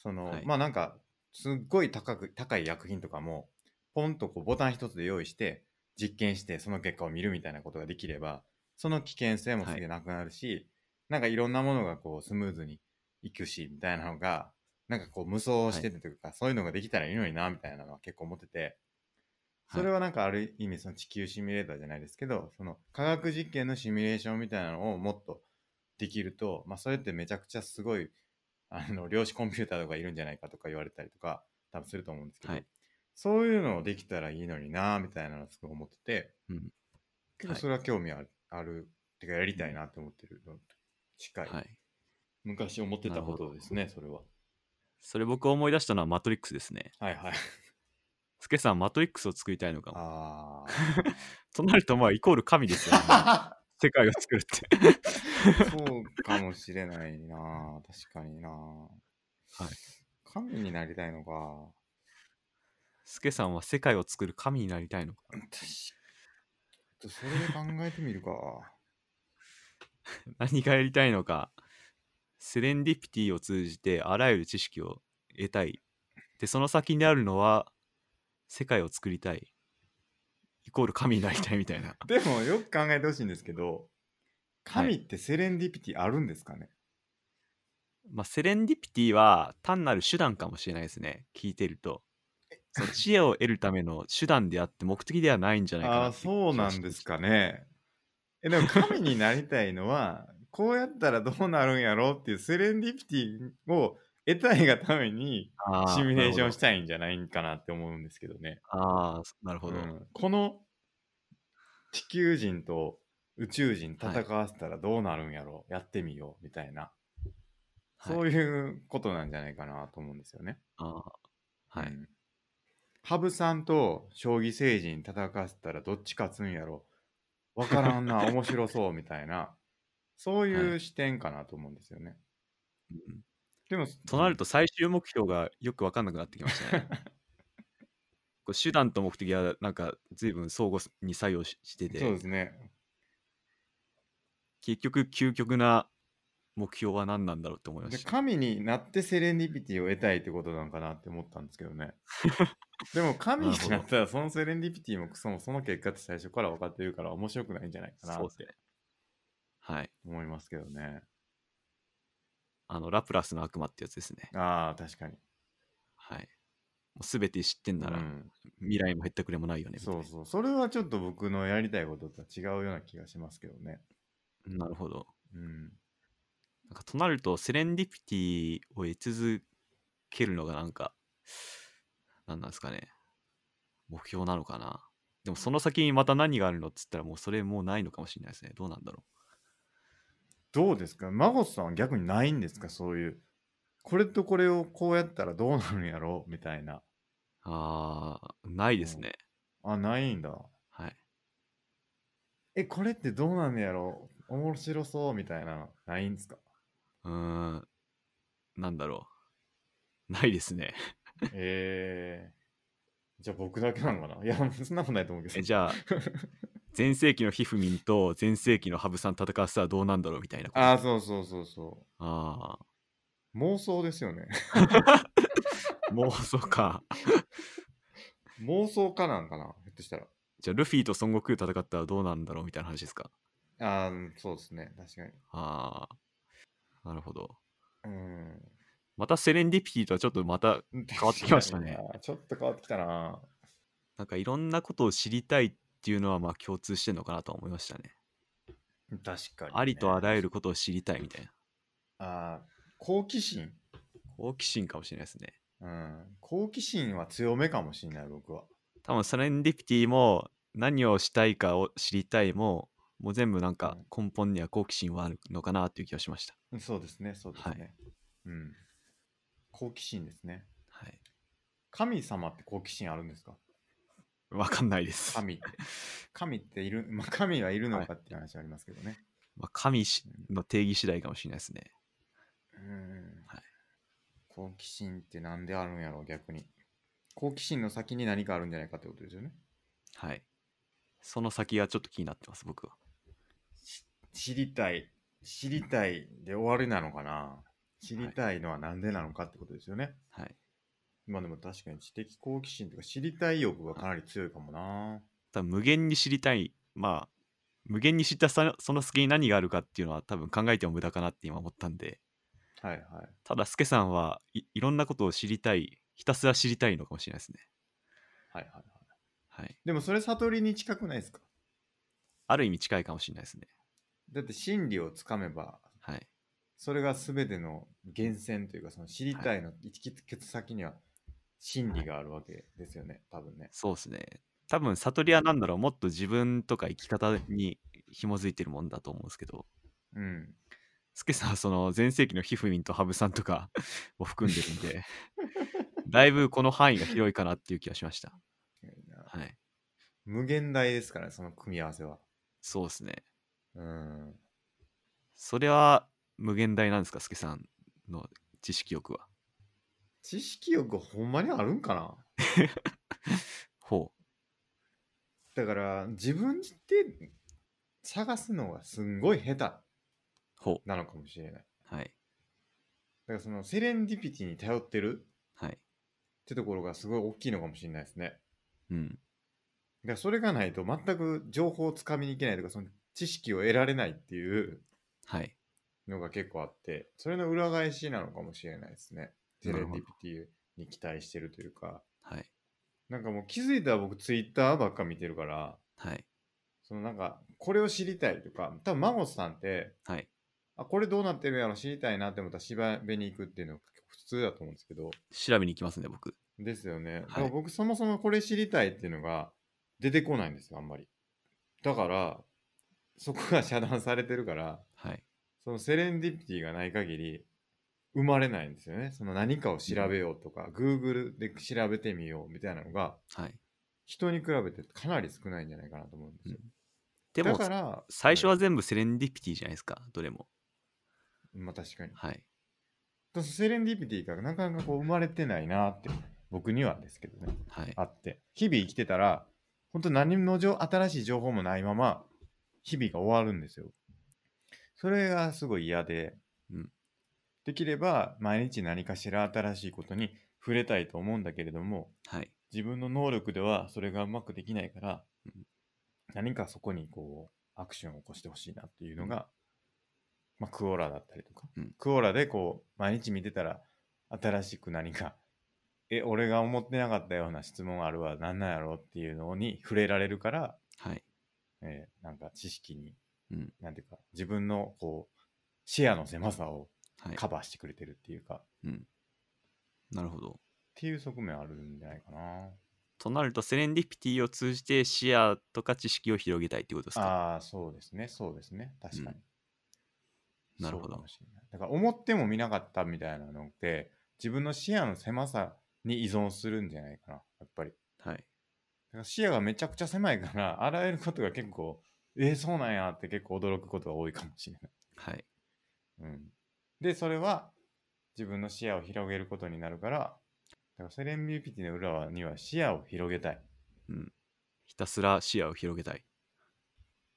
Speaker 1: その、
Speaker 2: はい
Speaker 1: まあなんかすっごい高く高い薬品とかもポンとこうボタン一つで用意して実験してその結果を見るみたいなことができればその危険性もすげえなくなるし、なんかいろんなものがこうスムーズにいくしみたいなのがなんかこう無双しててというか、そういうのができたらいいのになみたいなのは結構思っててそれはなんかある意味その地球シミュレーターじゃないですけどその科学実験のシミュレーションみたいなのをもっとできると、まあ、それってめちゃくちゃすごいあの量子コンピューターとかいるんじゃないかとか言われたりとか多分すると思うんですけど、
Speaker 2: はい
Speaker 1: そういうのをできたらいいのになみたいなのをすごい思ってて、
Speaker 2: うん
Speaker 1: 結構それは興味ある,、あるてかやりたいなって思ってるのと近い、
Speaker 2: はい。
Speaker 1: 昔思ってたことですねそれは
Speaker 2: それ僕思い出したのはマトリックスですね。
Speaker 1: はいはい
Speaker 2: スケさんマトリックスを作りたいのかも。
Speaker 1: あ
Speaker 2: となるとまあイコール神ですよね。
Speaker 1: あ
Speaker 2: 世界を作るって。
Speaker 1: そうかもしれないな確かになはい神になりたいのか
Speaker 2: スケさんは世界を作る神になりたいのか。
Speaker 1: 私ちょっとそれで考えてみるか。
Speaker 2: 何がやりたいのかセレンディピティを通じてあらゆる知識を得たいっで、その先にあるのは、世界を作りたい。イコール神になりたいみたいな。
Speaker 1: でもよく考えてほしいんですけど神ってセレンディピティあるんですかね、
Speaker 2: まあ、セレンディピティは単なる手段かもしれないですね。聞いてると。そう知恵を得るための手段であって目的ではないんじゃないか
Speaker 1: あ
Speaker 2: な
Speaker 1: あ
Speaker 2: ってい
Speaker 1: そうなんですかねえでも神になりたいのはこうやったらどうなるんやろうっていうセレンディピティを得たいがために
Speaker 2: あー
Speaker 1: シミュレーションし
Speaker 2: なる
Speaker 1: たいんじゃないかなって思うんですけどね、
Speaker 2: ほどあーなるほ
Speaker 1: う
Speaker 2: ど、
Speaker 1: ん、この地球人と宇宙人戦わせたらどうなるんやろう、やってみようみたいな
Speaker 2: は
Speaker 1: そういうことなんじゃないかなと思うんですよね。
Speaker 2: あーは
Speaker 1: う
Speaker 2: い、
Speaker 1: ん羽生さんと将棋星人戦わせたらどっち勝つんやろわから んな、面白そうみたいな、そうい
Speaker 2: は
Speaker 1: う視点かなと思うんですよね。
Speaker 2: うん
Speaker 1: でも、
Speaker 2: となると最終目標がよく分かんなくなってきましたね。こう手段と目的はなんか随分相互に作用しして
Speaker 1: うん、そうで
Speaker 2: て
Speaker 1: すね。
Speaker 2: 結局究極な目標は何なんだろうって思いま
Speaker 1: で
Speaker 2: した。
Speaker 1: 神になってセレンディピティを得たいってことなのかなって思ったんですけど ね。でも神になったらそのセレンディピティもクソもその結果って最初から分かってるから面白くないんじゃないかな
Speaker 2: そう
Speaker 1: っ
Speaker 2: ですね
Speaker 1: て。
Speaker 2: はい。
Speaker 1: 思いますけどね。
Speaker 2: あのラプラスの悪魔ってやつですね。
Speaker 1: ああ、確かに。
Speaker 2: はい。もう全て知ってんなら、
Speaker 1: うん
Speaker 2: 未来も減ったくれもないよね。みたい
Speaker 1: そ
Speaker 2: な
Speaker 1: うそう。それはちょっと僕のやりたいこととは違うような気がしますけどね。
Speaker 2: なるほど。
Speaker 1: うん。
Speaker 2: なんかとなると、セレンディピティを得続けるのがなんか、なんなんですかね。目標なのかな。でもその先にまた何があるのっつったらもうそれもうないのかもしれないですね。どうなんだろ
Speaker 1: どうですか孫さんは逆にないんですかそういう。これとこれをこうやったらどうなるんやろうみたいな。
Speaker 2: う。ああ、ないですね。
Speaker 1: あ、ないんだ。
Speaker 2: はい。
Speaker 1: え、これってどうなんやろう面白そうみたいなのないんです か
Speaker 2: うーん。なんだろう。ないですね。
Speaker 1: えー。じゃあ僕だけなのかないや、そんなことないと思うけど。
Speaker 2: えじゃあ、前世紀のひふみんと前世紀の羽生さん戦わせたらどうなんだろうみたいなこと。
Speaker 1: ああ、そうそうそうそ
Speaker 2: あ
Speaker 1: う。妄想ですよね。
Speaker 2: あ。もうそうか。
Speaker 1: 妄想家なんかなひょっとしたら。
Speaker 2: じゃあ、ルフィと孫悟空戦ったらどうなんだろうみたいな話ですか。
Speaker 1: ああ、そうですね。確かに。
Speaker 2: ああ。なるほど。
Speaker 1: うん。
Speaker 2: またセレンディピティとはちょっとまた、
Speaker 1: 変
Speaker 2: わってきましたね。
Speaker 1: ちょっと変わってきたな。
Speaker 2: なんかいろんなことを知りたいっていうのはまあ共通してるのかなとは思いましたね。
Speaker 1: 確かに、
Speaker 2: ありとあらゆ
Speaker 1: る。
Speaker 2: ることを知りたいみたいな。
Speaker 1: あー好奇心、
Speaker 2: 好奇心かもしれないですね。
Speaker 1: うん、好奇心は強めかもしれない、僕は。
Speaker 2: 多分セレンディピティも何をしたいかを知りたいも、もう全部なんか根本には好奇心はあるのかなっていう気がしました。
Speaker 1: そうですね、そうですね。
Speaker 2: は
Speaker 1: うん。好奇心ですね。
Speaker 2: はい。
Speaker 1: 神様って好奇心あるんですか
Speaker 2: わかんないです。
Speaker 1: 神って。神っている、 まあ、神はいるのかっていう話はありますけどね。
Speaker 2: まあ、神しの定義次第かもしれないですね。
Speaker 1: うん
Speaker 2: はい
Speaker 1: 好奇心ってなんであるんやろう、逆に。好奇心の先に何かあるんじゃないかってことですよね。
Speaker 2: はい。その先がちょっと気になってます、僕は。
Speaker 1: 知りたい知りたいで終わりなのかな知りたいのはなんでなのかってことですよね、
Speaker 2: はい。
Speaker 1: まあでも確かに知的好奇心とか知りたい欲がかなり強いかもな
Speaker 2: 多分無限に知りたい。まあ、無限に知ったさその先に何があるかっていうのは多分考えても無駄かなって今思ったんで、
Speaker 1: はいはい
Speaker 2: ただ、スケさんはいいろんなことを知りたい、ひたすら知りたいのかもしれないですね。
Speaker 1: はいはいはい
Speaker 2: はい。
Speaker 1: でもそれ悟りに近くないですか
Speaker 2: ある意味近いかもしれないですね。
Speaker 1: だって真理をつかめば
Speaker 2: はい。
Speaker 1: それが全ての源泉というかその知りたいの行きつけた先には真理があるわけですよね多分ね
Speaker 2: そうですね。多分、悟りは何だろう、もっと自分とか生き方に紐づいてるもんだと思うんですけど、
Speaker 1: うん
Speaker 2: スケさんはその前世紀のひふみんと羽生さんとか を含んでるんで、だいぶこの範囲が広いかなっていう気がしました。はい。
Speaker 1: 無限大ですからねその組み合わせは
Speaker 2: そうですね。
Speaker 1: うん
Speaker 2: それは無限大なんですか、スケさんの知識欲は。
Speaker 1: 知識欲ほんまにあるんかな
Speaker 2: ほう。
Speaker 1: だから自分で探すのがすんごい下手
Speaker 2: ほ
Speaker 1: なのかもしれない。だ
Speaker 2: う。はい。
Speaker 1: からそのセレンディピティに頼ってる
Speaker 2: はい。
Speaker 1: ってところがすごい大きいのかもしれないですね。
Speaker 2: うん。
Speaker 1: だからそれがないと全く情報をつかみに行けないとかその知識を得られないっていう
Speaker 2: はい。
Speaker 1: のが結構あってそれの裏返しなのかもしれないですね。テ
Speaker 2: な
Speaker 1: レ
Speaker 2: る
Speaker 1: デ
Speaker 2: ほど
Speaker 1: ィピティに期待してるというか
Speaker 2: はい。
Speaker 1: なんかもう気づいたら僕ツイッターばっか見てるから
Speaker 2: はい。
Speaker 1: そのなんかこれを知りたいとか多分マゴスさんって
Speaker 2: はい。
Speaker 1: あこれどうなってるやろ知りたいなって思ったら芝辺に行くっていうのが結構普通だと思うんですけど
Speaker 2: 調べに行きますね、僕。
Speaker 1: ですよね。だか
Speaker 2: は
Speaker 1: ら
Speaker 2: い
Speaker 1: 僕そもそもこれ知りたいっていうのが出てこないんですよ、あんまり。だから、そこが遮断されてるから、
Speaker 2: はい。
Speaker 1: そのセレンディピティがない限り生まれないんですよね。その何かを調べようとか、Google で調べてみようみたいなのが、
Speaker 2: はい。
Speaker 1: 人に比べてかなり少ないんじゃないかなと思うんですよ。
Speaker 2: で
Speaker 1: だ
Speaker 2: も
Speaker 1: か、ら、
Speaker 2: 最初は全部セレンディピティじゃないですか、どれも。
Speaker 1: まあ確かに。
Speaker 2: はい。
Speaker 1: そのセレンディピティがなかなかこう生まれてないなって、僕にはですけどね。
Speaker 2: はい。
Speaker 1: あって日々生きてたら本当何の情新しい情報もないまま日々が終わるんですよそれがすごい嫌で、
Speaker 2: うん
Speaker 1: できれば毎日何かしら新しいことに触れたいと思うんだけれども
Speaker 2: はい。
Speaker 1: 自分の能力ではそれがうまくできないから、
Speaker 2: うん
Speaker 1: 何かそこにこうアクションを起こしてほしいなっていうのが、まあ、クオラだったりとか、
Speaker 2: うん
Speaker 1: クオラでこう毎日見てたら新しく何か え俺が思ってなかったような質問あるわ何なんやろうっていうのに触れられるから、
Speaker 2: はい。
Speaker 1: えーなんか知識に、
Speaker 2: うん
Speaker 1: なんていうか自分のこう視野の狭さを
Speaker 2: はい。
Speaker 1: カバーしてくれてるっていうか、っ
Speaker 2: うん。なるほど。
Speaker 1: ていう側面あるんじゃないかな。
Speaker 2: となると、セレンディピティを通じて視野とか知識を広げたいってことですか
Speaker 1: ああー、そうですね、そうですね、確かに。
Speaker 2: なるほ
Speaker 1: そ
Speaker 2: ど
Speaker 1: うかもしれないだから、思っても見なかったみたいなのって、自分の視野の狭さに依存するんじゃないかな、やっぱり。だ
Speaker 2: はい。
Speaker 1: から視野がめちゃくちゃ狭いから、あらゆることが結構、えー、そうなんやって結構驚くことが多いかもしれない。
Speaker 2: はい。
Speaker 1: うん、で、それは自分の視野を広げることになるから、だからセレンビューピティの裏側には視野を広げたい。
Speaker 2: うん。ひたすら視野を広げたい。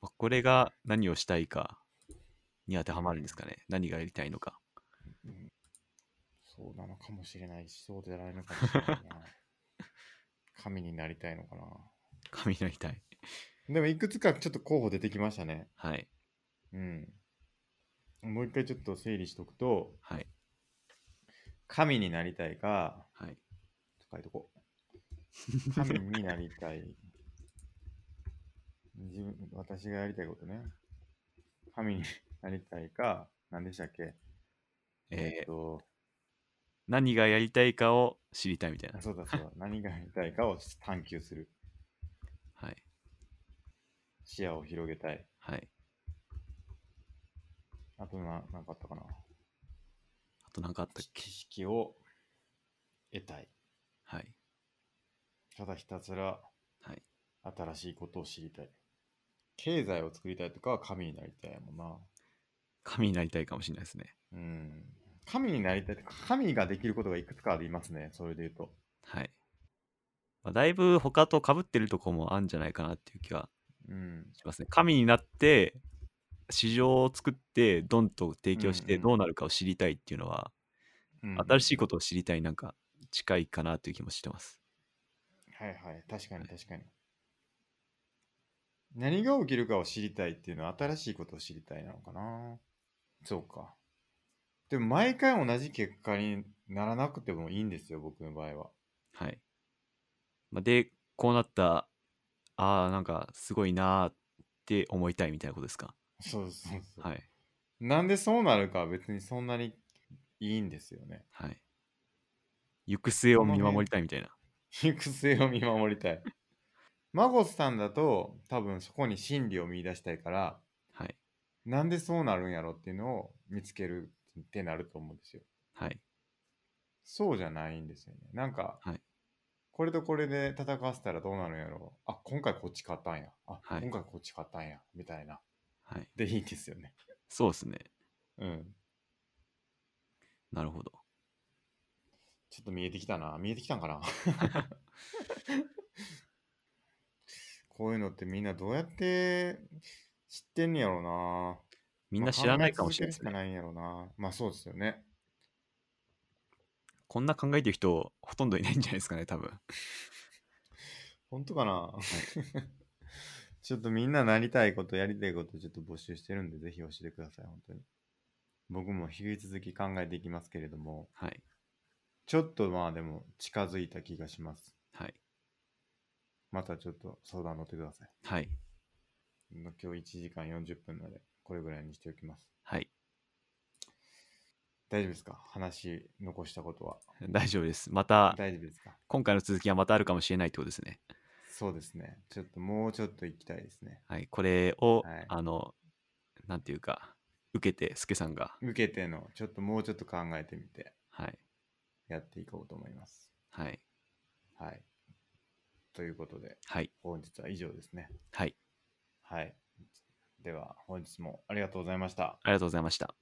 Speaker 2: まあこれが何をしたいかに当てはまるんですかね。何がやりたいのか。
Speaker 1: そうなのかもしれないし、そうじゃないのかもしれ ないな。神になりたいのかな。
Speaker 2: 神になりたい。
Speaker 1: でも、いくつかちょっと候補出てきましたね。
Speaker 2: はい。
Speaker 1: うん。もう一回ちょっと整理しとくと、
Speaker 2: はい。
Speaker 1: 神になりたいか、
Speaker 2: はい。
Speaker 1: 書いとこう。神になりたい。自分、私がやりたいことね。神になりたいか、何でしたっけ
Speaker 2: え
Speaker 1: っ
Speaker 2: ー、
Speaker 1: と、
Speaker 2: 何がやりたいかを知りたいみたいな
Speaker 1: あ。そうだそうだ、何がやりたいかを探求する。
Speaker 2: はい。
Speaker 1: 視野を広げたい。
Speaker 2: はい。
Speaker 1: あとな、なんかあったかな。
Speaker 2: あと何かあったっけ
Speaker 1: 知識を得たい。
Speaker 2: はい。
Speaker 1: ただひたすら
Speaker 2: はい。
Speaker 1: 新しいことを知りたい。経済を作りたいとかは神になりたいやもんな。
Speaker 2: 神になりたいかもしれないですね。
Speaker 1: うん。神になりたいとか、神ができることがいくつかありますね。それで言うと。
Speaker 2: はい。まあ、だいぶ他と被ってるとこもあるんじゃないかなっていう気が
Speaker 1: うん。
Speaker 2: しますね。神になって、市場を作って、ドンと提供し
Speaker 1: うん
Speaker 2: て
Speaker 1: うん。
Speaker 2: どうなるかを知りたいっていうのは、新しいこととを知りたいなんか近いかなという気もしてます。
Speaker 1: はいはい。確かに確かに。何が起きるかを知りたいっていうのは新しいことを知りたいなのかな。そうか。でも毎回同じ結果にならなくてもいいんですよ、僕の場合は。
Speaker 2: はい。まあ、で、こうなった、ああ、なんかすごいなーって思いたいみたいなことですか。
Speaker 1: そうそうそう。
Speaker 2: はい。
Speaker 1: なんでそうなるかは別にそんなにいいんですよね。
Speaker 2: はい。行く末を見守りたいみたいな。
Speaker 1: 行く末を見守りたい。マゴスさんだと多分そこに真理を見出したいから、
Speaker 2: はい。
Speaker 1: なんでそうなるんやろっていうのを見つけるってなると思うんですよ。
Speaker 2: はい。
Speaker 1: そうじゃないんですよね。なんか、
Speaker 2: はい
Speaker 1: これとこれで戦わせたらどうなるんやろあ、今回こっち勝ったんや。あ、
Speaker 2: はい
Speaker 1: 今回こっち勝ったんや。みたいな。
Speaker 2: はい。
Speaker 1: でいいんですよね。
Speaker 2: そうですね。
Speaker 1: うん。
Speaker 2: なるほど。
Speaker 1: ちょっと見えてきたな。見えてきたん かな。こういうのってみんなどうやって知ってんねやろうな。
Speaker 2: みんな知らないかもしれないです
Speaker 1: まあ
Speaker 2: ね。
Speaker 1: 考え続けるしかないんやろうな。まあそうですよね。
Speaker 2: こんな考えてる人、ほとんどいないんじゃないですか ね、多分。
Speaker 1: 本当かな、 ちょっとみんななりたいこと、やりたいこと、ちょっと募集してるんで、ぜひ教えてください、本当に。僕も引き続き考えていきますけれども、
Speaker 2: はい。
Speaker 1: ちょっとまあでも近づいた気がします。
Speaker 2: はい。
Speaker 1: またちょっと相談乗ってください。
Speaker 2: はい。
Speaker 1: 今日1時間40分なので、これぐらいにしておきます。
Speaker 2: はい。
Speaker 1: 大丈夫ですか話残したことは。
Speaker 2: 大丈夫です。また、
Speaker 1: 大丈夫ですか
Speaker 2: 今回の続きはまたあるかもしれないってことですね。
Speaker 1: そうですね。ちょっともうちょっと行きたいですね。
Speaker 2: はい。これを、
Speaker 1: はい
Speaker 2: あの、なんていうか、受けて、スケさんが、
Speaker 1: 受けての、ちょっともうちょっと考えてみて、
Speaker 2: はい。
Speaker 1: やっていこうと思います。
Speaker 2: はい。
Speaker 1: はい。ということで、
Speaker 2: はい。
Speaker 1: 本日は以上ですね。
Speaker 2: はい。
Speaker 1: はい。では、本日もありがとうございました。
Speaker 2: ありがとうございました。